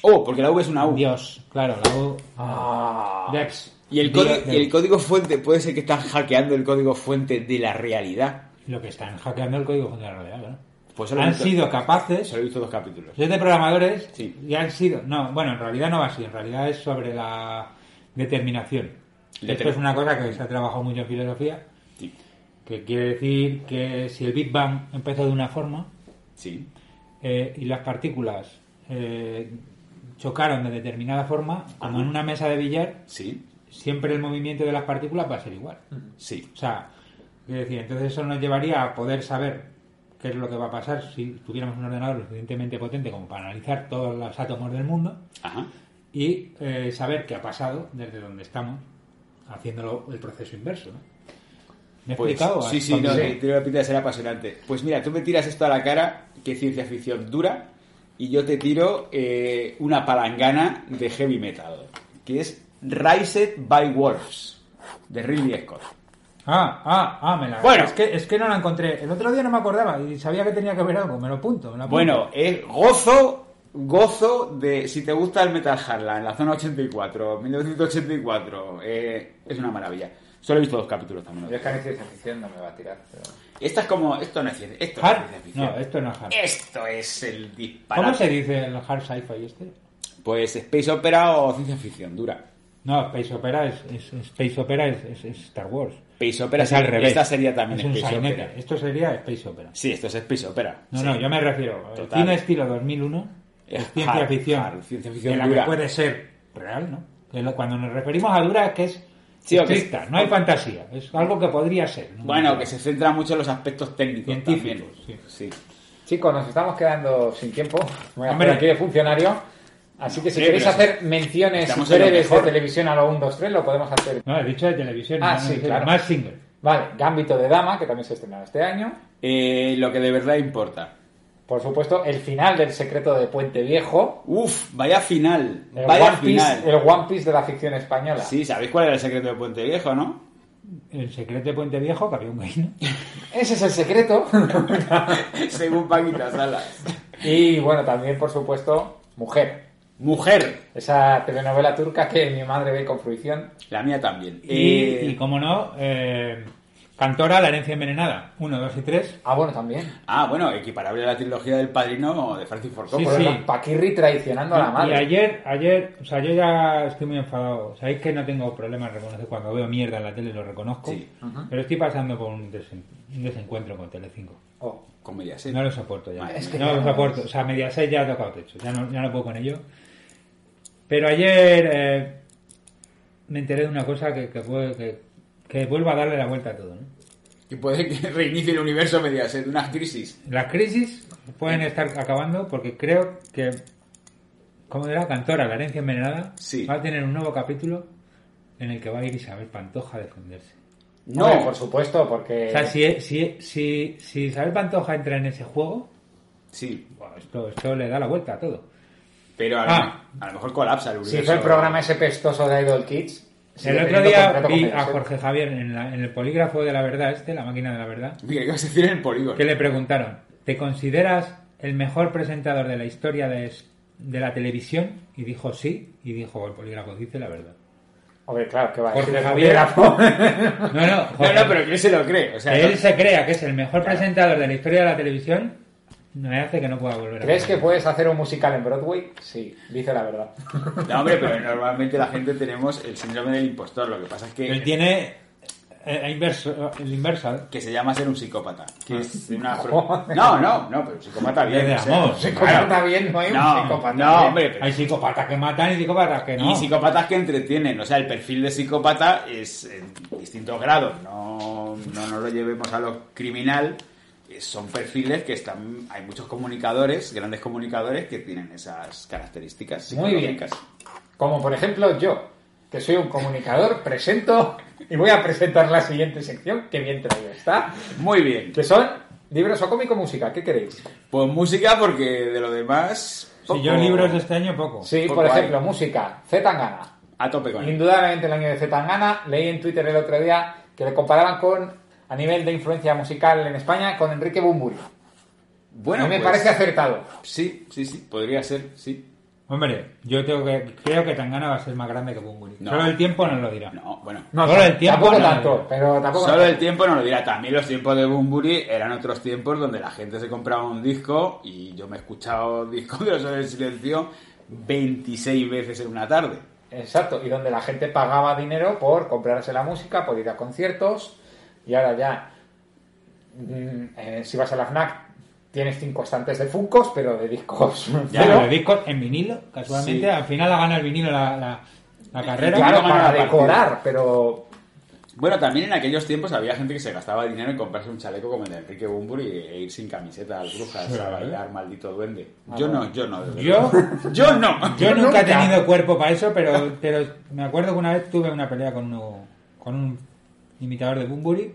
[SPEAKER 3] Oh, porque la V es una U.
[SPEAKER 4] Dios, claro, la U.
[SPEAKER 2] Ah,
[SPEAKER 4] Dex.
[SPEAKER 3] Y el,
[SPEAKER 4] Dios,
[SPEAKER 3] código, y el
[SPEAKER 4] Deus.
[SPEAKER 3] código fuente, puede ser que están hackeando el código fuente de la realidad.
[SPEAKER 4] Lo que están hackeando el código fuente de la realidad, ¿verdad?
[SPEAKER 3] Pues solo he
[SPEAKER 4] han
[SPEAKER 3] visto-
[SPEAKER 4] sido capaces,
[SPEAKER 3] Solo he visto dos capítulos.
[SPEAKER 4] siete programadores,
[SPEAKER 3] Sí.
[SPEAKER 4] y han sido. No, bueno, en realidad no va así, en realidad es sobre la determinación.
[SPEAKER 3] Determin-
[SPEAKER 4] Esto es una cosa que se ha trabajado mucho en filosofía,
[SPEAKER 3] Sí.
[SPEAKER 4] que quiere decir que si el Big Bang empezó de una forma,
[SPEAKER 3] Sí.
[SPEAKER 4] eh, y las partículas eh, chocaron de determinada forma, como
[SPEAKER 3] Ajá.
[SPEAKER 4] en una mesa de billar,
[SPEAKER 3] Sí.
[SPEAKER 4] siempre el movimiento de las partículas va a ser igual.
[SPEAKER 3] Sí.
[SPEAKER 4] O sea, quiero decir, entonces eso nos llevaría a poder saber qué es lo que va a pasar si tuviéramos un ordenador lo suficientemente potente como para analizar todos los átomos del mundo
[SPEAKER 3] Ajá.
[SPEAKER 4] y eh, saber qué ha pasado desde donde estamos, haciéndolo el proceso inverso. ¿no? ¿Me he
[SPEAKER 3] Pues,
[SPEAKER 4] explicado?
[SPEAKER 3] sí, sí,
[SPEAKER 4] Hasta
[SPEAKER 3] no,
[SPEAKER 4] aquí.
[SPEAKER 3] te- tiene la pinta de ser apasionante. Pues mira, tú me tiras esto a la cara, que es ciencia ficción dura, y yo te tiro eh, una palangana de heavy metal, que es Raised by Wolves, de Ridley Scott.
[SPEAKER 4] Ah, ah, ah, me la...
[SPEAKER 3] Bueno.
[SPEAKER 4] Es que, es que no la encontré. El otro día no me acordaba y sabía que tenía que ver algo. Me lo apunto, me lo apunto.
[SPEAKER 3] Bueno, es gozo, gozo de si te gusta el Metal Harlan, la zona 84, 1984, eh, es una maravilla. Solo he visto dos capítulos también.
[SPEAKER 2] yo es que a mí ciencia ficción no me va a tirar. pero-
[SPEAKER 3] Esta es como, esto no es ciencia, esto no es
[SPEAKER 4] Hard...
[SPEAKER 3] ciencia ficción.
[SPEAKER 4] No, esto no es hard.
[SPEAKER 3] Esto es el disparate.
[SPEAKER 4] ¿Cómo se dice el hard sci-fi este?
[SPEAKER 3] Pues Space Opera o ciencia ficción dura.
[SPEAKER 4] No, Space Opera es, es- Space Opera es, es- es Star Wars.
[SPEAKER 3] Space Opera
[SPEAKER 4] es al revés.
[SPEAKER 3] Esta sería también
[SPEAKER 4] es un
[SPEAKER 3] Space
[SPEAKER 4] sainete.
[SPEAKER 3] Opera.
[SPEAKER 4] Esto sería Space Opera.
[SPEAKER 3] Sí, esto es Space Opera.
[SPEAKER 4] No,
[SPEAKER 3] Sí.
[SPEAKER 4] no, yo me refiero. al
[SPEAKER 3] Total.
[SPEAKER 4] Cine estilo 2001 es
[SPEAKER 3] Es
[SPEAKER 4] ciencia
[SPEAKER 3] hard,
[SPEAKER 4] ficción.
[SPEAKER 3] hard, ciencia ficción
[SPEAKER 4] En la que
[SPEAKER 3] dura.
[SPEAKER 4] puede ser real, ¿no? Que lo- Cuando nos referimos a dura es que es
[SPEAKER 3] Sí, o que es-
[SPEAKER 4] estricta, no hay fantasía. Es algo que podría ser. ¿no?
[SPEAKER 3] Bueno, que se centra mucho en los aspectos técnicos.
[SPEAKER 4] Científicos,
[SPEAKER 3] también. Sí.
[SPEAKER 2] Chicos, nos estamos quedando sin tiempo. Voy a
[SPEAKER 4] Hombre.
[SPEAKER 2] hacer aquí de funcionario. Así que si
[SPEAKER 3] Sí,
[SPEAKER 2] queréis
[SPEAKER 3] pero
[SPEAKER 2] hacer menciones
[SPEAKER 3] estamos en lo
[SPEAKER 2] breves de
[SPEAKER 3] mejor.
[SPEAKER 2] televisión a lo 1, 2, 3, lo podemos hacer.
[SPEAKER 4] No, he dicho de televisión.
[SPEAKER 2] Ah,
[SPEAKER 4] no, no,
[SPEAKER 2] sí,
[SPEAKER 4] no,
[SPEAKER 2] claro.
[SPEAKER 4] Más single.
[SPEAKER 2] Vale, Gambito de Dama, que también se estrenará este año.
[SPEAKER 3] Eh, lo que de verdad importa.
[SPEAKER 2] Por supuesto, el final del secreto de Puente Viejo.
[SPEAKER 3] Uf, vaya final.
[SPEAKER 2] El,
[SPEAKER 3] vaya
[SPEAKER 2] One
[SPEAKER 3] final.
[SPEAKER 2] Piece, el One Piece de la ficción española.
[SPEAKER 3] Sí, ¿sabéis cuál era el secreto de Puente Viejo, no? *laughs*
[SPEAKER 4] El secreto de Puente Viejo, que había un gay,
[SPEAKER 3] Eh.
[SPEAKER 4] ¿no?
[SPEAKER 2] Ese es el secreto. *laughs*
[SPEAKER 3] Según Paquita Salas.
[SPEAKER 2] y bueno, también, por supuesto, Mujer.
[SPEAKER 3] Mujer.
[SPEAKER 2] Esa telenovela turca que mi madre ve con fruición.
[SPEAKER 3] La mía también. Eh,
[SPEAKER 4] Y, y como no, eh, Cantora, La herencia envenenada. Uno, dos y tres.
[SPEAKER 2] Ah, bueno, también.
[SPEAKER 3] Ah, bueno, equiparable a la trilogía del padrino de Francis Ford
[SPEAKER 4] Sí,
[SPEAKER 3] Coppola.
[SPEAKER 2] Por
[SPEAKER 4] sí.
[SPEAKER 2] el Paquirri traicionando a la
[SPEAKER 4] Y
[SPEAKER 2] madre.
[SPEAKER 4] ayer, ayer, o sea, yo ya estoy muy enfadado. Sabéis que no tengo problema en reconocer cuando veo mierda en la tele, lo reconozco.
[SPEAKER 3] Sí.
[SPEAKER 4] Pero estoy pasando por un, desen- un desencuentro con Telecinco.
[SPEAKER 2] Oh.
[SPEAKER 3] Comedia, sí.
[SPEAKER 4] No lo soporto ya.
[SPEAKER 3] Madre Es
[SPEAKER 2] Ah, que
[SPEAKER 4] no
[SPEAKER 2] ya
[SPEAKER 4] lo
[SPEAKER 2] no
[SPEAKER 4] soporto. O sea, Mediaset ya ha tocado techo. Ya no, ya no puedo con ello. Pero ayer eh, me enteré de una cosa que, que, fue- que- que vuelvo a darle la vuelta a todo. ¿no?
[SPEAKER 3] Que puede que reinicie el universo medias de una crisis.
[SPEAKER 4] Las crisis pueden estar acabando porque creo que, como era Cantora, la herencia envenenada,
[SPEAKER 3] Sí.
[SPEAKER 4] va a tener un nuevo capítulo en el que va a ir Isabel Pantoja a defenderse.
[SPEAKER 3] No.
[SPEAKER 2] Hombre, por supuesto, porque...
[SPEAKER 4] O sea, si, si, si, si Isabel Pantoja entra en ese juego,
[SPEAKER 3] Sí,
[SPEAKER 4] bueno, esto, esto le da la vuelta a todo.
[SPEAKER 3] pero a, lo-
[SPEAKER 4] Ah.
[SPEAKER 3] a lo mejor colapsa el universo.
[SPEAKER 2] Si fue el programa ese pestoso de Idol Kids...
[SPEAKER 4] el
[SPEAKER 2] sigue
[SPEAKER 4] otro
[SPEAKER 2] teniendo
[SPEAKER 4] día
[SPEAKER 2] contrato con
[SPEAKER 4] vi a
[SPEAKER 2] Mediaset.
[SPEAKER 4] Jorge Javier en, la- en el polígrafo de la verdad, este, la máquina de la verdad,
[SPEAKER 3] Mira, ¿qué vas a decir en el polígono?
[SPEAKER 4] que le preguntaron, ¿te consideras el mejor presentador de la historia de, es- de la televisión? Y dijo sí, y dijo, el polígrafo dice la verdad.
[SPEAKER 2] Hombre, claro, que va a
[SPEAKER 4] Jorge
[SPEAKER 2] decir el
[SPEAKER 4] Javier. *laughs*
[SPEAKER 2] polígrafo.
[SPEAKER 4] No, no,
[SPEAKER 3] No,
[SPEAKER 4] Jorge-
[SPEAKER 3] no, pero que se lo cree. O sea,
[SPEAKER 4] que
[SPEAKER 3] no-
[SPEAKER 4] él se crea que es el mejor presentador de la historia de la televisión, me hace que no pueda volver a
[SPEAKER 2] ¿Crees que
[SPEAKER 4] verlo.
[SPEAKER 2] puedes hacer un musical en Broadway? Sí, dice la verdad. *laughs*
[SPEAKER 3] No, hombre, pero normalmente la gente tenemos el síndrome del impostor. Lo que pasa es que,
[SPEAKER 4] Él tiene eh, inverso, el inverso.
[SPEAKER 3] que se llama ser un psicópata.
[SPEAKER 4] Ah.
[SPEAKER 3] Que es
[SPEAKER 4] *laughs*
[SPEAKER 3] una...
[SPEAKER 2] Joder.
[SPEAKER 3] No, no, no, pero un psicópata bien.
[SPEAKER 4] de
[SPEAKER 3] o sea,
[SPEAKER 4] amor.
[SPEAKER 2] Psicópata bien, no hay un
[SPEAKER 3] No,
[SPEAKER 2] psicópata
[SPEAKER 3] no,
[SPEAKER 2] bien.
[SPEAKER 3] hombre, pero-
[SPEAKER 4] Hay psicópatas que matan y psicópatas que no.
[SPEAKER 3] Y psicópatas que entretienen, o sea, el perfil de psicópata es en distintos grados, no, no nos lo llevemos a lo criminal, eh, son perfiles que están, hay muchos comunicadores, grandes comunicadores que tienen esas características.
[SPEAKER 2] Muy bien.
[SPEAKER 3] psicológicas.
[SPEAKER 2] Como por ejemplo yo, que soy un comunicador, presento y voy a presentar la siguiente sección que bien traída está,
[SPEAKER 3] Muy bien.
[SPEAKER 2] que son libros o cómico música. ¿Qué queréis?
[SPEAKER 3] Pues música porque de lo demás...
[SPEAKER 4] Si yo
[SPEAKER 3] poco-
[SPEAKER 4] libros este año, poco.
[SPEAKER 2] Sí,
[SPEAKER 3] Poco
[SPEAKER 2] por ejemplo,
[SPEAKER 3] hay.
[SPEAKER 2] música, Z Tangana.
[SPEAKER 3] A tope con él.
[SPEAKER 2] Indudablemente el año de Z Tangana. Leí en Twitter el otro día que le comparaban con a nivel de influencia musical en España con Enrique Bumburi.
[SPEAKER 3] Bueno,
[SPEAKER 2] a mí me
[SPEAKER 3] pues,
[SPEAKER 2] parece acertado.
[SPEAKER 3] Sí, sí, sí, podría ser, sí.
[SPEAKER 4] Hombre, yo tengo que, creo que Tangana va a ser más grande que Bumburi.
[SPEAKER 3] No.
[SPEAKER 4] Solo el tiempo nos lo dirá.
[SPEAKER 3] No, bueno.
[SPEAKER 2] No,
[SPEAKER 4] Solo el tiempo
[SPEAKER 2] tampoco
[SPEAKER 4] no.
[SPEAKER 2] tanto, pero tampoco
[SPEAKER 3] Solo el tiempo no lo dirá. También los tiempos de Bumburi eran otros tiempos donde la gente se compraba un disco y yo me he escuchado *laughs* discos de los Héroes del silencio 26 veces en una tarde.
[SPEAKER 2] Exacto, y donde la gente pagaba dinero por comprarse la música, por ir a conciertos, y ahora ya, mm, eh, si vas a la FNAC, tienes cinco estantes de Funkos, *laughs* pero de discos.
[SPEAKER 4] Ya,
[SPEAKER 2] cero.
[SPEAKER 4] pero el disco en vinilo, casualmente,
[SPEAKER 3] Sí.
[SPEAKER 4] al final la gana el vinilo la, la, la carrera.
[SPEAKER 2] claro,
[SPEAKER 3] no gana
[SPEAKER 2] para
[SPEAKER 3] la
[SPEAKER 2] decorar, pero
[SPEAKER 3] Bueno, también en aquellos tiempos había gente que se gastaba dinero en comprarse un chaleco como el de Enrique Bumburi e ir sin camiseta al brujas
[SPEAKER 4] Sí.
[SPEAKER 3] a bailar maldito duende. Yo no, yo no. desde
[SPEAKER 4] Yo,
[SPEAKER 3] luego. *laughs* yo no.
[SPEAKER 2] Yo
[SPEAKER 4] yo nunca he
[SPEAKER 2] nunca.
[SPEAKER 4] tenido cuerpo para eso, pero, pero me acuerdo que una vez tuve una pelea con, uno, con un imitador de Bumburi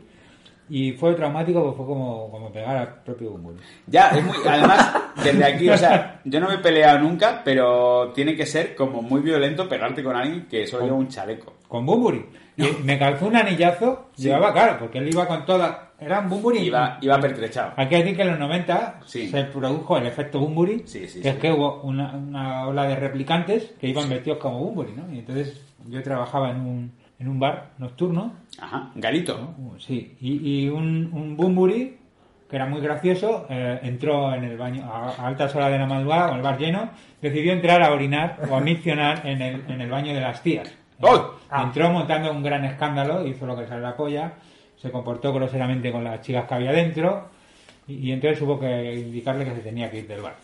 [SPEAKER 4] y fue traumático porque fue como, como pegar al propio Bumburi.
[SPEAKER 3] Ya, es muy. Además, desde aquí, o sea, yo no me he peleado nunca, pero tiene que ser como muy violento pegarte con alguien que solo lleva un chaleco.
[SPEAKER 4] Con Bumburi. Y me calzó un anillazo, llevaba claro, porque él iba con toda... Era un Bumburi.
[SPEAKER 3] Iba, iba pertrechado.
[SPEAKER 4] Hay que decir que en los 90
[SPEAKER 3] Sí.
[SPEAKER 4] se produjo el efecto Bumburi,
[SPEAKER 3] Sí, sí,
[SPEAKER 4] que es
[SPEAKER 3] sí.
[SPEAKER 4] que hubo una, una ola de replicantes que iban vestidos como Bumburi, ¿no? Y entonces yo trabajaba en un, en un bar nocturno,
[SPEAKER 3] Ajá, Galito.
[SPEAKER 4] ¿no? sí, y, y un, un Bumburi, que era muy gracioso, eh, entró en el baño a, a altas horas de la madrugada, con el bar lleno, decidió entrar a orinar o a miccionar en el, en el baño de las tías.
[SPEAKER 3] ¡Oh!
[SPEAKER 2] Ah.
[SPEAKER 4] Entró montando un gran escándalo, hizo lo que sale la polla, se comportó groseramente con las chicas que había dentro y, y entonces hubo que indicarle que se tenía que ir del bar.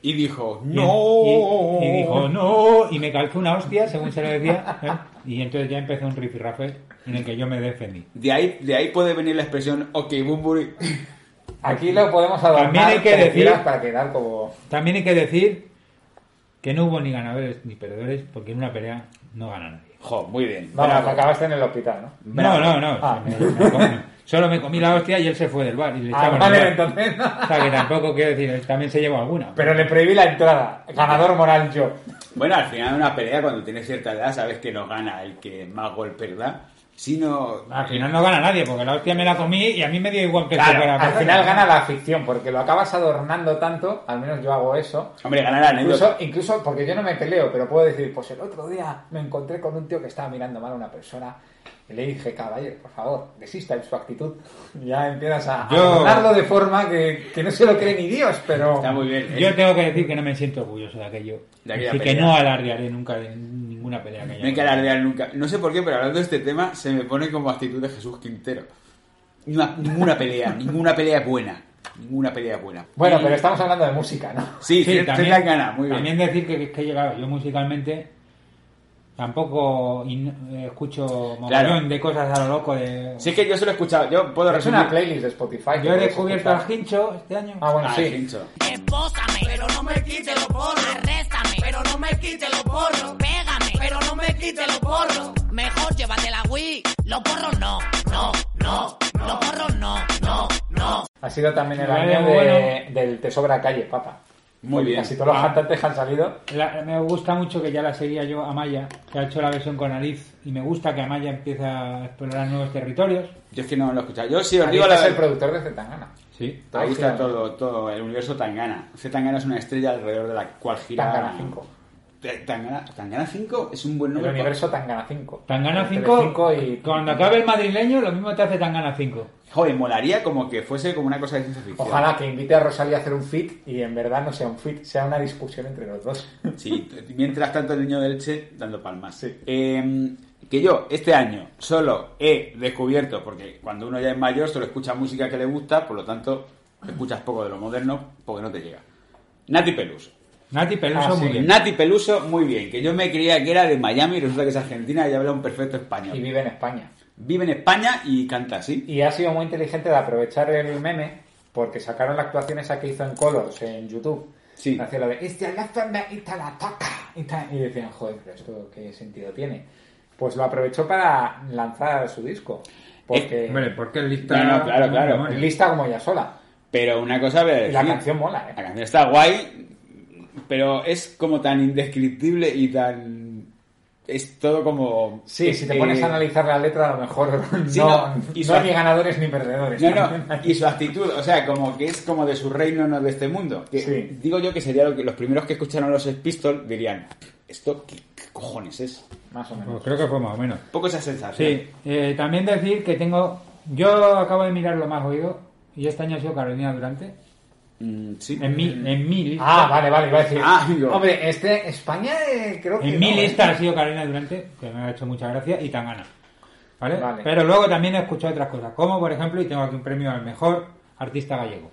[SPEAKER 3] Y dijo,
[SPEAKER 4] Y-
[SPEAKER 3] ¡No!
[SPEAKER 4] Y, y dijo, no, y me calzó una hostia, según se lo decía, ¿eh? y entonces ya empezó un rifirrafe en el que yo me defendí.
[SPEAKER 3] De ahí, de ahí puede venir la expresión, ok, Bumburi. *laughs*
[SPEAKER 2] aquí lo podemos adornar
[SPEAKER 4] También hay que
[SPEAKER 2] como
[SPEAKER 4] decir-
[SPEAKER 2] quieras para quedar como...
[SPEAKER 4] También hay que decir que no hubo ni ganadores ni perdedores porque en una pelea no gana nadie.
[SPEAKER 3] Jo, muy bien.
[SPEAKER 2] Vamos,
[SPEAKER 3] bravo.
[SPEAKER 2] acabaste en el hospital, ¿no?
[SPEAKER 4] No, no, no.
[SPEAKER 2] Ah.
[SPEAKER 4] me- me comí- solo me comí la hostia y él se fue del bar. Y le
[SPEAKER 2] Ah,
[SPEAKER 4] echaron
[SPEAKER 2] vale,
[SPEAKER 4] del bar.
[SPEAKER 2] entonces...
[SPEAKER 4] O sea que tampoco quiero decir, él también se llevó alguna.
[SPEAKER 2] Pero le prohibí la entrada. Ganador moral yo.
[SPEAKER 3] Bueno, al final de una pelea, cuando tienes cierta edad, sabes que no gana el que más golpes da, sino...
[SPEAKER 2] ah,
[SPEAKER 4] Al final Ah, no gana nadie, porque la hostia me la comí y a mí me dio igual que se
[SPEAKER 3] Claro,
[SPEAKER 4] fuera
[SPEAKER 2] Al
[SPEAKER 4] perfecta.
[SPEAKER 2] final gana la ficción, porque lo acabas adornando tanto, al menos yo hago eso,
[SPEAKER 3] Hombre, ganar la
[SPEAKER 2] Incluso,
[SPEAKER 3] anécdota.
[SPEAKER 2] incluso porque yo no me peleo, pero puedo decir, pues el otro día me encontré con un tío que estaba mirando mal a una persona y le dije, caballero, por favor, desista de su actitud. Ya empiezas a
[SPEAKER 4] Yo-
[SPEAKER 2] hablarlo de forma que, que no se lo cree ni Dios, pero...
[SPEAKER 3] Está muy bien. ¿eh?
[SPEAKER 4] Yo tengo que decir que no me siento orgulloso de aquello.
[SPEAKER 3] De aquella
[SPEAKER 4] Así que
[SPEAKER 3] pelea.
[SPEAKER 4] no alardearé nunca de ninguna pelea que haya.
[SPEAKER 3] No hay que alardear nunca. No sé por qué, pero hablando de este tema, se me pone como actitud de Jesús Quintero. Una- ninguna
[SPEAKER 4] *laughs*
[SPEAKER 3] pelea, ninguna pelea es buena. Ninguna pelea es buena.
[SPEAKER 2] Bueno, pero estamos hablando de música, ¿no?
[SPEAKER 3] Sí, sí,
[SPEAKER 4] también,
[SPEAKER 3] gana, muy bien.
[SPEAKER 4] también decir que, que he llegado yo musicalmente Tampoco in- eh, escucho mogollón
[SPEAKER 3] Claro.
[SPEAKER 4] de cosas a lo loco de...
[SPEAKER 3] Sí, es que yo se lo he escuchado, yo puedo
[SPEAKER 2] Es una
[SPEAKER 3] resumir.
[SPEAKER 2] playlist de Spotify. que
[SPEAKER 4] Yo he
[SPEAKER 2] puedes
[SPEAKER 4] descubierto al
[SPEAKER 2] escuchar.
[SPEAKER 4] Hincho este año.
[SPEAKER 2] Ah, bueno,
[SPEAKER 3] Ah,
[SPEAKER 2] sí.
[SPEAKER 3] Chincho.
[SPEAKER 6] Espósame, pero no me quite los porros. Arréstame, pero no me quite los porros. Pégame, pero no me quite los porros. Mejor llévate la Wii. Los porros no, no, no. Los porros no, no, no.
[SPEAKER 2] Ha sido también el
[SPEAKER 4] Vale,
[SPEAKER 2] año de-
[SPEAKER 4] bueno.
[SPEAKER 2] del Te sobra calle, papa.
[SPEAKER 3] Muy bien. Ah.
[SPEAKER 2] Casi todos los cantantes han salido.
[SPEAKER 4] La- me gusta mucho que ya la seguía yo a Maya, que ha hecho la versión con Aliz, y me gusta que Amaya empiece a explorar nuevos territorios.
[SPEAKER 3] Yo es que no lo he escuchado. Yo sí os
[SPEAKER 2] Ahí
[SPEAKER 3] digo la
[SPEAKER 2] es el productor de Zetangana.
[SPEAKER 4] Sí.
[SPEAKER 3] Ahí está
[SPEAKER 2] Todo
[SPEAKER 3] todo, todo el universo Tangana. C. Tangana es una estrella alrededor de la cual gira.
[SPEAKER 2] Tangana 5.
[SPEAKER 3] T- Tangana, Tangana 5 es un buen
[SPEAKER 2] El
[SPEAKER 3] nombre. para-
[SPEAKER 2] universo Tangana 5.
[SPEAKER 4] Tangana
[SPEAKER 2] Entre
[SPEAKER 4] 5,
[SPEAKER 2] cinco y-
[SPEAKER 4] cuando acabe el madrileño, lo mismo te hace Tangana 5.
[SPEAKER 3] Joder, molaría como que fuese como una cosa de ciencia ficción.
[SPEAKER 2] Ojalá que invite a Rosalía a hacer un fit y en verdad no sea un fit, sea una discusión entre los dos.
[SPEAKER 3] Sí, t- mientras tanto el niño del Che dando palmas.
[SPEAKER 2] Sí.
[SPEAKER 3] Eh, que yo este año solo he descubierto, porque cuando uno ya es mayor solo escucha música que le gusta, por lo tanto escuchas poco de lo moderno porque no te llega. Nati Peluso.
[SPEAKER 4] Nati Peluso
[SPEAKER 2] Ah, sí.
[SPEAKER 4] muy bien.
[SPEAKER 3] Nati Peluso, muy bien, que yo me creía que era de Miami y resulta que es argentina y habla un perfecto
[SPEAKER 2] Y
[SPEAKER 3] español.
[SPEAKER 2] vive en España.
[SPEAKER 3] Vive en España y canta así.
[SPEAKER 2] Y ha sido muy inteligente de aprovechar el meme porque sacaron la actuación esa que hizo en Colors en YouTube.
[SPEAKER 3] Sí.
[SPEAKER 2] Hacía lo de "Este "Esta es la zona, esta la toca", esta-". Y decían, joder, pero esto qué sentido tiene. Pues lo aprovechó para lanzar su disco. Porque
[SPEAKER 3] Eh,
[SPEAKER 4] Hombre, porque el lista...
[SPEAKER 3] No, no, claro, claro.
[SPEAKER 4] Bueno,
[SPEAKER 2] lista como ella sola.
[SPEAKER 3] Pero una cosa voy a
[SPEAKER 2] Y la
[SPEAKER 3] decir.
[SPEAKER 2] canción mola,
[SPEAKER 3] La
[SPEAKER 2] ¿eh?
[SPEAKER 3] canción está guay, pero es como tan indescriptible y tan... Es todo como...
[SPEAKER 2] Sí, si te
[SPEAKER 3] eh,
[SPEAKER 2] pones a analizar la letra, a lo mejor *laughs*
[SPEAKER 3] Sí,
[SPEAKER 2] no,
[SPEAKER 3] no, y
[SPEAKER 2] no
[SPEAKER 3] su-
[SPEAKER 2] hay ni ganadores ni perdedores.
[SPEAKER 3] No,
[SPEAKER 2] *laughs*
[SPEAKER 3] no, y su actitud, o sea, como que es como de su reino, no de este mundo. Que
[SPEAKER 2] Sí.
[SPEAKER 3] Digo yo que sería lo que los primeros que escucharon los Sex Pistols dirían, ¿esto qué, qué cojones es?
[SPEAKER 2] Más o
[SPEAKER 4] pues
[SPEAKER 2] menos.
[SPEAKER 4] creo que fue más o menos.
[SPEAKER 3] Un poco esa sensación.
[SPEAKER 4] Sí, eh, también decir que tengo... Yo acabo de mirar lo más oído, y este año ha sido Carolina Durante.
[SPEAKER 3] Mm, sí.
[SPEAKER 4] En mi, en mi lista...
[SPEAKER 2] Ah, vale, vale, iba a decir.
[SPEAKER 3] Ah, digo.
[SPEAKER 2] Hombre, este España eh, creo que.
[SPEAKER 4] En mi
[SPEAKER 2] no, ¿eh?
[SPEAKER 4] lista ha sido Carolina Durante, que me ha hecho mucha gracia, y Tangana. ¿Vale?
[SPEAKER 2] Vale.
[SPEAKER 4] Pero luego también he escuchado otras cosas, como por ejemplo, y tengo aquí un premio al mejor artista gallego.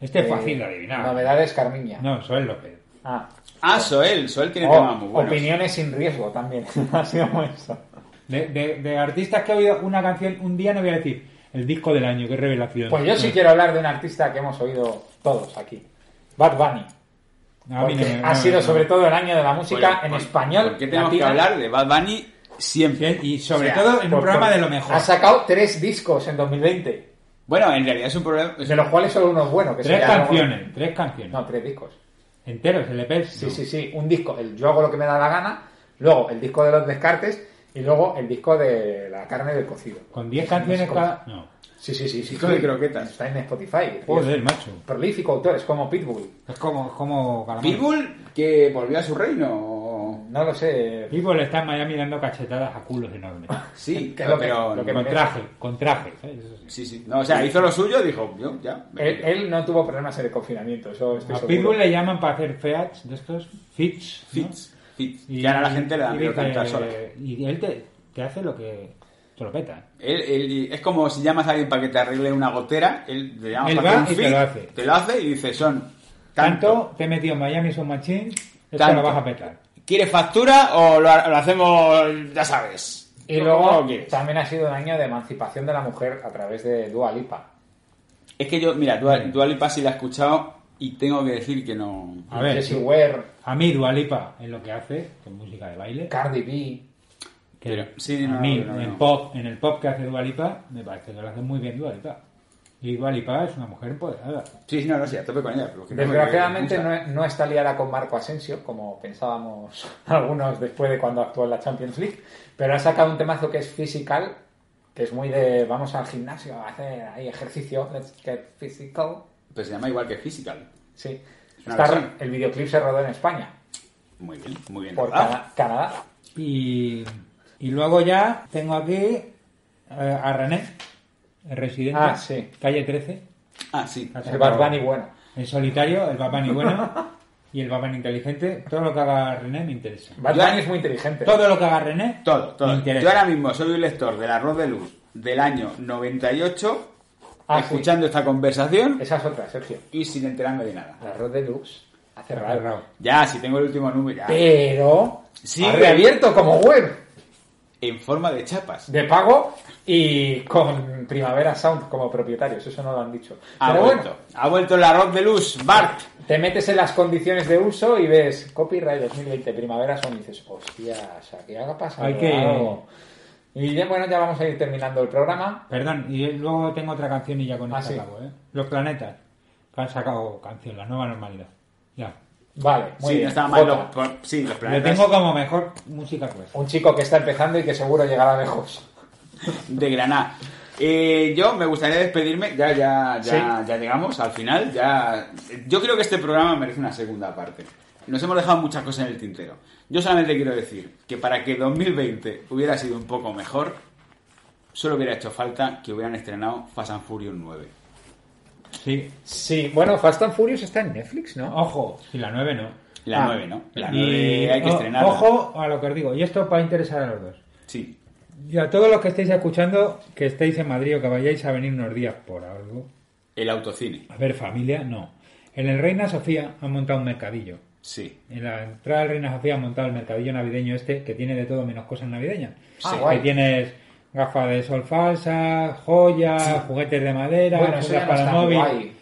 [SPEAKER 4] Este es
[SPEAKER 2] Eh,
[SPEAKER 4] fácil de adivinar.
[SPEAKER 2] Novedades Carmiña.
[SPEAKER 4] No, Soel López.
[SPEAKER 2] Ah.
[SPEAKER 3] Ah, Soel, Soel tiene
[SPEAKER 2] Oh,
[SPEAKER 3] temas muy buenos.
[SPEAKER 2] opiniones sin riesgo
[SPEAKER 4] *laughs*
[SPEAKER 2] también. ha sido muy eso.
[SPEAKER 4] De, de- de artistas que he oído una canción un día, no voy a decir el disco del año, qué revelación.
[SPEAKER 2] Pues yo sí
[SPEAKER 4] No.
[SPEAKER 2] quiero hablar de un artista que hemos oído todos aquí. Bad Bunny.
[SPEAKER 4] No, a mí no
[SPEAKER 2] Porque
[SPEAKER 4] me-
[SPEAKER 2] ha
[SPEAKER 4] no,
[SPEAKER 2] sido
[SPEAKER 4] no.
[SPEAKER 2] sobre todo el año de la música
[SPEAKER 3] Bueno,
[SPEAKER 2] en
[SPEAKER 3] ¿por-
[SPEAKER 2] español.
[SPEAKER 3] ¿Por qué tenemos
[SPEAKER 2] latina.
[SPEAKER 3] que hablar de Bad Bunny siempre?
[SPEAKER 4] Y sobre
[SPEAKER 3] O sea,
[SPEAKER 4] todo en un
[SPEAKER 2] Porque
[SPEAKER 4] programa de lo mejor.
[SPEAKER 2] Ha sacado tres discos en 2020,
[SPEAKER 3] Bueno, en realidad es un problema... es-
[SPEAKER 2] de los cuales solo uno es bueno. Que
[SPEAKER 4] Tres
[SPEAKER 2] sería algo-
[SPEAKER 4] canciones, tres canciones.
[SPEAKER 2] No, tres discos.
[SPEAKER 4] Enteros, LPs.
[SPEAKER 2] Sí, sí, sí, un disco, el Yo hago lo que me da la gana, luego el disco de los descartes y luego el disco de la carne del cocido.
[SPEAKER 4] Con 10 canciones
[SPEAKER 2] Discos.
[SPEAKER 4] cada. No.
[SPEAKER 2] Sí, sí, sí, sí.
[SPEAKER 3] Disco
[SPEAKER 2] sí.
[SPEAKER 3] de croquetas.
[SPEAKER 2] Está en Spotify.
[SPEAKER 4] Joder, macho.
[SPEAKER 2] Prolífico autores como Pitbull.
[SPEAKER 4] Es como. como Calamaro.
[SPEAKER 3] Pitbull que volvió a su reino.
[SPEAKER 2] No lo sé.
[SPEAKER 4] Pitbull está en Miami dando cachetadas a culos enormes.
[SPEAKER 3] Sí,
[SPEAKER 2] Que lo que-
[SPEAKER 3] pero...
[SPEAKER 2] lo que-
[SPEAKER 4] Con traje, con traje. ¿sabes? Eso sí.
[SPEAKER 3] Sí, sí. No, o sea, hizo lo suyo, dijo, yo, ya. me
[SPEAKER 2] Él,
[SPEAKER 3] quedo.
[SPEAKER 2] él no tuvo problemas en el confinamiento, eso estoy
[SPEAKER 4] A
[SPEAKER 2] seguro.
[SPEAKER 4] Pitbull le llaman para hacer feats de estos, fits. ¿no?
[SPEAKER 3] Fitz, Fitz. Y ahora la gente le da
[SPEAKER 4] y
[SPEAKER 3] miedo
[SPEAKER 4] dice-
[SPEAKER 3] cantar sola.
[SPEAKER 4] Y él te, te hace lo que te lo peta. ¿eh?
[SPEAKER 3] Él- él- es como si llamas a alguien para que te arregle una gotera, él te llama
[SPEAKER 4] Él
[SPEAKER 3] para
[SPEAKER 4] va
[SPEAKER 3] hacer un
[SPEAKER 4] y te
[SPEAKER 3] fit,
[SPEAKER 4] lo hace.
[SPEAKER 3] te lo hace y dice, son
[SPEAKER 4] Tanto,
[SPEAKER 3] tanto.
[SPEAKER 4] te he metido en Miami Sound Machine, esto
[SPEAKER 3] Tanto.
[SPEAKER 4] lo vas a petar.
[SPEAKER 3] ¿Quieres factura o lo, ha- lo hacemos, ya sabes?
[SPEAKER 2] Y
[SPEAKER 3] ¿Cómo
[SPEAKER 2] luego
[SPEAKER 3] lo quieres?
[SPEAKER 2] también ha sido un año de emancipación de la mujer a través de Dua Lipa.
[SPEAKER 3] Es que yo, mira, Dua, Dua Lipa sí la he escuchado y tengo que decir que no...
[SPEAKER 4] A ver,
[SPEAKER 2] Jessie
[SPEAKER 4] sí.
[SPEAKER 2] Ware,
[SPEAKER 4] a mí Dualipa en lo que hace, con música de baile,
[SPEAKER 2] Cardi B.
[SPEAKER 4] que
[SPEAKER 3] Pero- sí,
[SPEAKER 4] a
[SPEAKER 3] no,
[SPEAKER 4] mí
[SPEAKER 3] no, no,
[SPEAKER 4] en
[SPEAKER 3] no.
[SPEAKER 4] pop, en el pop que hace Dualipa, me parece que lo hace muy bien Dualipa. Y Dualipa es una mujer empoderada.
[SPEAKER 3] Sí, sí, no, no, sí, a tope con ella. pero que no me-
[SPEAKER 2] Desgraciadamente
[SPEAKER 3] me
[SPEAKER 2] no,
[SPEAKER 3] gusta.
[SPEAKER 2] no está liada con Marco Asensio, como pensábamos *laughs* algunos después de cuando actuó en la Champions League, pero ha sacado un temazo que es physical, que es muy de vamos al gimnasio a hacer ahí ejercicio, let's get physical.
[SPEAKER 3] Pues se llama igual que Physical.
[SPEAKER 2] Sí.
[SPEAKER 3] Es una
[SPEAKER 2] Está-
[SPEAKER 3] versión.
[SPEAKER 2] el videoclip se rodó en España,
[SPEAKER 3] Muy bien, muy bien.
[SPEAKER 2] por
[SPEAKER 3] Ah,
[SPEAKER 2] Cana- Canadá.
[SPEAKER 4] Y, y luego ya tengo aquí eh, a René, el residente,
[SPEAKER 2] Ah, sí.
[SPEAKER 4] calle 13.
[SPEAKER 3] Ah, sí.
[SPEAKER 4] Ha
[SPEAKER 2] El Bad
[SPEAKER 4] sacado
[SPEAKER 2] Bunny bueno.
[SPEAKER 4] El solitario, el Batman y
[SPEAKER 3] *laughs*
[SPEAKER 4] bueno y el Batman inteligente. Todo lo que haga René me interesa.
[SPEAKER 2] Bad
[SPEAKER 3] Yo-
[SPEAKER 2] Bunny es muy inteligente.
[SPEAKER 4] Todo lo que haga René
[SPEAKER 3] Todo,
[SPEAKER 4] me
[SPEAKER 3] todo.
[SPEAKER 4] interesa.
[SPEAKER 3] Yo ahora mismo soy un lector del Arroz de Luz del año 98,
[SPEAKER 2] Ah, sí.
[SPEAKER 3] escuchando esta conversación
[SPEAKER 2] Esa es otra, Sergio.
[SPEAKER 3] y sin enterarme de nada.
[SPEAKER 2] Arroz deluxe. Ha cerrado.
[SPEAKER 3] Ya, si tengo el último número. ya.
[SPEAKER 2] Pero
[SPEAKER 3] Sí.
[SPEAKER 2] ha reabierto como web
[SPEAKER 3] En forma de chapas.
[SPEAKER 2] de pago y con Primavera Sound como propietarios. Eso no lo han dicho.
[SPEAKER 3] Ha
[SPEAKER 2] Pero
[SPEAKER 3] vuelto.
[SPEAKER 2] bueno,
[SPEAKER 3] Ha vuelto la rock de luz, Bart.
[SPEAKER 2] te metes en las condiciones de uso y ves copyright 2020 Primavera Sound y dices, hostias, aquí haga pasado
[SPEAKER 4] Hay que-
[SPEAKER 2] algo. Y ya, bueno, ya vamos a ir terminando el programa.
[SPEAKER 4] Perdón, y luego tengo otra canción y ya con
[SPEAKER 2] Ah,
[SPEAKER 4] esta
[SPEAKER 2] sí.
[SPEAKER 4] acabo, ¿eh? Los planetas, que han sacado canción, la nueva normalidad. Ya.
[SPEAKER 2] Vale, muy
[SPEAKER 3] sí,
[SPEAKER 2] bien.
[SPEAKER 3] no estaba mal.
[SPEAKER 2] Jota,
[SPEAKER 3] los- sí, los
[SPEAKER 4] Lo
[SPEAKER 3] planetas.
[SPEAKER 4] tengo como mejor música pues.
[SPEAKER 2] Un chico que está empezando y que seguro llegará lejos.
[SPEAKER 3] de Granada. Eh, yo me gustaría despedirme, ya, ya, ya, ya llegamos al final. Ya, yo creo que este programa merece una segunda parte. Nos hemos dejado muchas cosas en el tintero. Yo solamente quiero decir que para que 2020 hubiera sido un poco mejor, solo hubiera hecho falta que hubieran estrenado Fast and Furious 9.
[SPEAKER 4] Sí.
[SPEAKER 2] Sí, bueno, Fast and Furious está en Netflix, ¿no?
[SPEAKER 4] Ojo, si la 9 no.
[SPEAKER 3] La
[SPEAKER 2] Ah,
[SPEAKER 3] 9, ¿no? La
[SPEAKER 4] Y-
[SPEAKER 3] 9 hay que
[SPEAKER 4] o-
[SPEAKER 3] estrenarla.
[SPEAKER 4] Ojo a lo que os digo, y esto para interesar a los dos.
[SPEAKER 3] Sí.
[SPEAKER 4] Y a todos los que estéis escuchando, que estéis en Madrid o que vayáis a venir unos días por algo.
[SPEAKER 3] El autocine.
[SPEAKER 4] A ver, familia, no. En el Reina Sofía han montado un mercadillo.
[SPEAKER 3] Sí.
[SPEAKER 4] En la entrada del Reina Sofía han montado el mercadillo navideño este, que tiene de todo menos cosas navideñas.
[SPEAKER 2] Ah,
[SPEAKER 4] Sí.
[SPEAKER 2] guay.
[SPEAKER 4] Que tienes gafas de sol falsas, joyas, juguetes de madera,
[SPEAKER 2] Bueno, eso
[SPEAKER 4] cosas
[SPEAKER 2] ya no
[SPEAKER 4] para
[SPEAKER 2] está
[SPEAKER 4] móvil.
[SPEAKER 2] guay.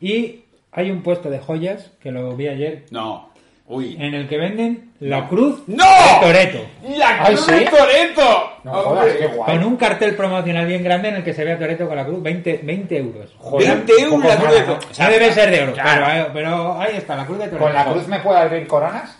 [SPEAKER 4] Y hay un puesto de joyas, que lo vi ayer,
[SPEAKER 3] No. Uy.
[SPEAKER 2] Eh,
[SPEAKER 4] en el que venden la cruz
[SPEAKER 3] ¡No!
[SPEAKER 4] de Toreto.
[SPEAKER 3] ¡La
[SPEAKER 2] Ay,
[SPEAKER 3] cruz
[SPEAKER 2] ¿sí?
[SPEAKER 3] de Toretto!
[SPEAKER 2] No
[SPEAKER 3] ¡Hombre!
[SPEAKER 2] jodas, qué guay.
[SPEAKER 4] Con un cartel promocional bien grande en el que se ve a Toreto con la cruz, 20, 20 euros.
[SPEAKER 2] Joder,
[SPEAKER 3] 20
[SPEAKER 2] un
[SPEAKER 3] euros
[SPEAKER 2] poco
[SPEAKER 3] la cruz
[SPEAKER 2] mala,
[SPEAKER 3] de
[SPEAKER 2] ¿no?
[SPEAKER 3] Toretto.
[SPEAKER 4] O sea, debe ser de oro,
[SPEAKER 3] Claro.
[SPEAKER 4] pero, eh, pero ahí está, la cruz de Toreto.
[SPEAKER 2] ¿Con la cruz me puedo abrir coronas?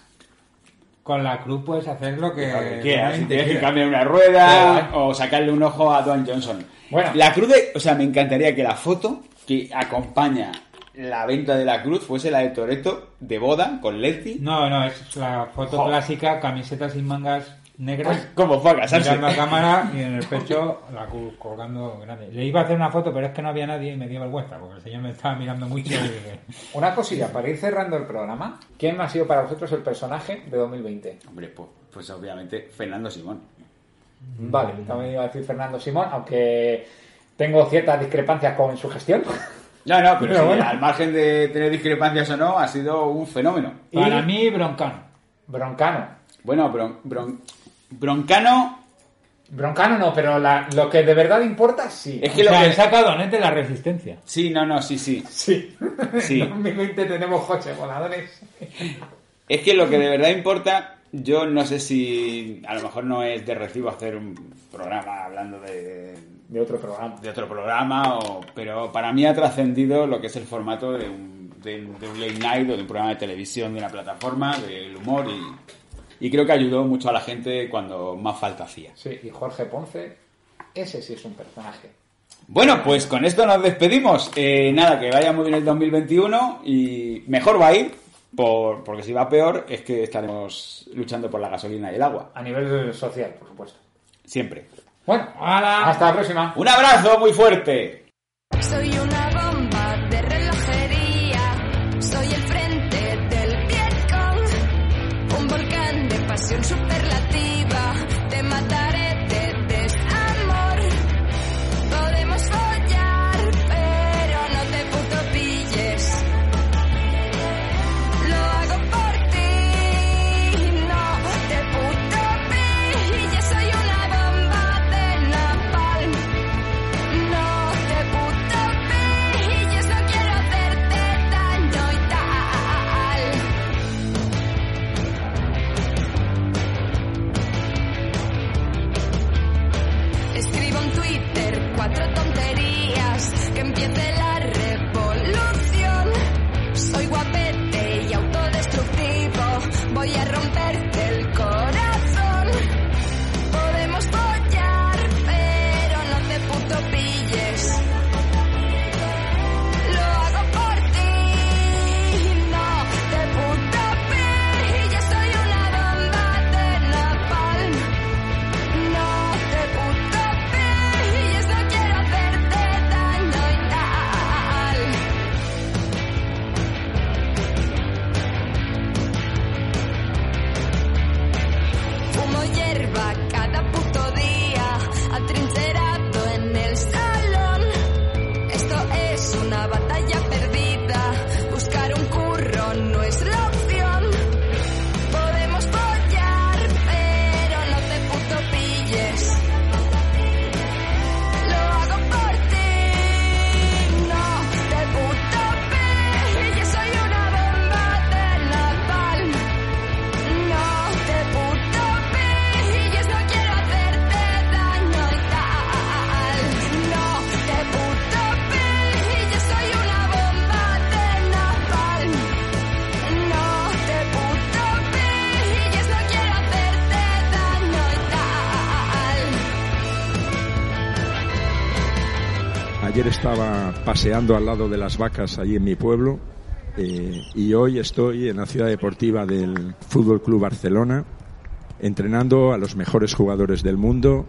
[SPEAKER 4] Con la cruz puedes hacer lo que,
[SPEAKER 3] Lo que quieras, si
[SPEAKER 4] Eh, realmente
[SPEAKER 3] tienes que
[SPEAKER 4] quieras.
[SPEAKER 3] cambiar una rueda
[SPEAKER 2] Sí,
[SPEAKER 3] o sacarle un ojo a Dwayne Johnson.
[SPEAKER 2] Bueno.
[SPEAKER 3] la cruz de, o sea, me encantaría que la foto que acompaña la venta de la cruz fuese la de Toreto de boda con Leti,
[SPEAKER 4] No, no, es la foto clásica, camiseta sin mangas negras,
[SPEAKER 3] como fue a casarse.
[SPEAKER 4] mirando a cámara y en el pecho la cu- colgando grande. Le iba a hacer una foto, pero es que no había nadie y me dio vergüenza, porque el señor me estaba mirando mucho y
[SPEAKER 2] *laughs*
[SPEAKER 4] dije,
[SPEAKER 2] Una cosilla, para ir cerrando el programa, ¿quién ha sido para vosotros el personaje de 2020?
[SPEAKER 3] *laughs* Hombre, pues, pues obviamente Fernando Simón.
[SPEAKER 2] Vale, también iba a decir Fernando Simón, aunque tengo ciertas discrepancias con su gestión. *laughs*
[SPEAKER 3] No, no, pero,
[SPEAKER 2] Pero
[SPEAKER 3] sí,
[SPEAKER 2] bueno.
[SPEAKER 3] al margen de tener discrepancias o no, ha sido un fenómeno.
[SPEAKER 4] Para mí, broncano.
[SPEAKER 2] Broncano.
[SPEAKER 3] Bueno, Bron- Bron- Broncano
[SPEAKER 2] Broncano no, pero la- lo que de verdad importa, sí.
[SPEAKER 3] es
[SPEAKER 4] O
[SPEAKER 3] que lo
[SPEAKER 4] sea,
[SPEAKER 3] que
[SPEAKER 4] le saca Donete la resistencia.
[SPEAKER 3] sí, no, no, sí, sí,
[SPEAKER 2] Sí.
[SPEAKER 3] sí.
[SPEAKER 2] *laughs* En 2020 tenemos coches voladores.
[SPEAKER 3] Es que lo que de verdad importa, yo no sé si a lo mejor no es de recibo hacer un programa hablando de,
[SPEAKER 2] De otro programa.
[SPEAKER 3] de otro programa, o- pero para mí ha trascendido lo que es el formato de un, de, un- de un late night o de un programa de televisión, de una plataforma, del humor y, y creo que ayudó mucho a la gente cuando más falta hacía.
[SPEAKER 2] Sí, y Jorge Ponce, ese sí es un personaje.
[SPEAKER 3] Bueno, pues con esto nos despedimos. Eh, nada, que vaya muy bien el 2021 y mejor va a ir, por, porque si va peor es que estaremos luchando por la gasolina y el agua,
[SPEAKER 2] A nivel social, por supuesto.
[SPEAKER 3] siempre.
[SPEAKER 2] Bueno, hasta la próxima.
[SPEAKER 3] Un abrazo muy fuerte.
[SPEAKER 7] Soy una bomba de relojería, soy el frente del Vietcong, un volcán de pasión superlativa, te mataré de desamor. Podemos follar, pero no te puto pilles. Lo hago por ti, no te puto pilles, soy una bomba de napalm. No te puto pilles, no quiero hacerte daño y tal. Escribo en Twitter cuatro tonterías, que empiece la revolución. Soy guapete y autodestructivo, voy a romperte el corazón. Podemos follar, pero no te puto pilles. Lo hago por ti, no te puto pilles. Soy una bomba de napalm. No te puto pilles, no quiero hacerte daño y tal.
[SPEAKER 8] ayer estaba paseando al lado de las vacas allí en mi pueblo eh, y hoy estoy en la ciudad deportiva del Fútbol Club Barcelona entrenando a los mejores jugadores del mundo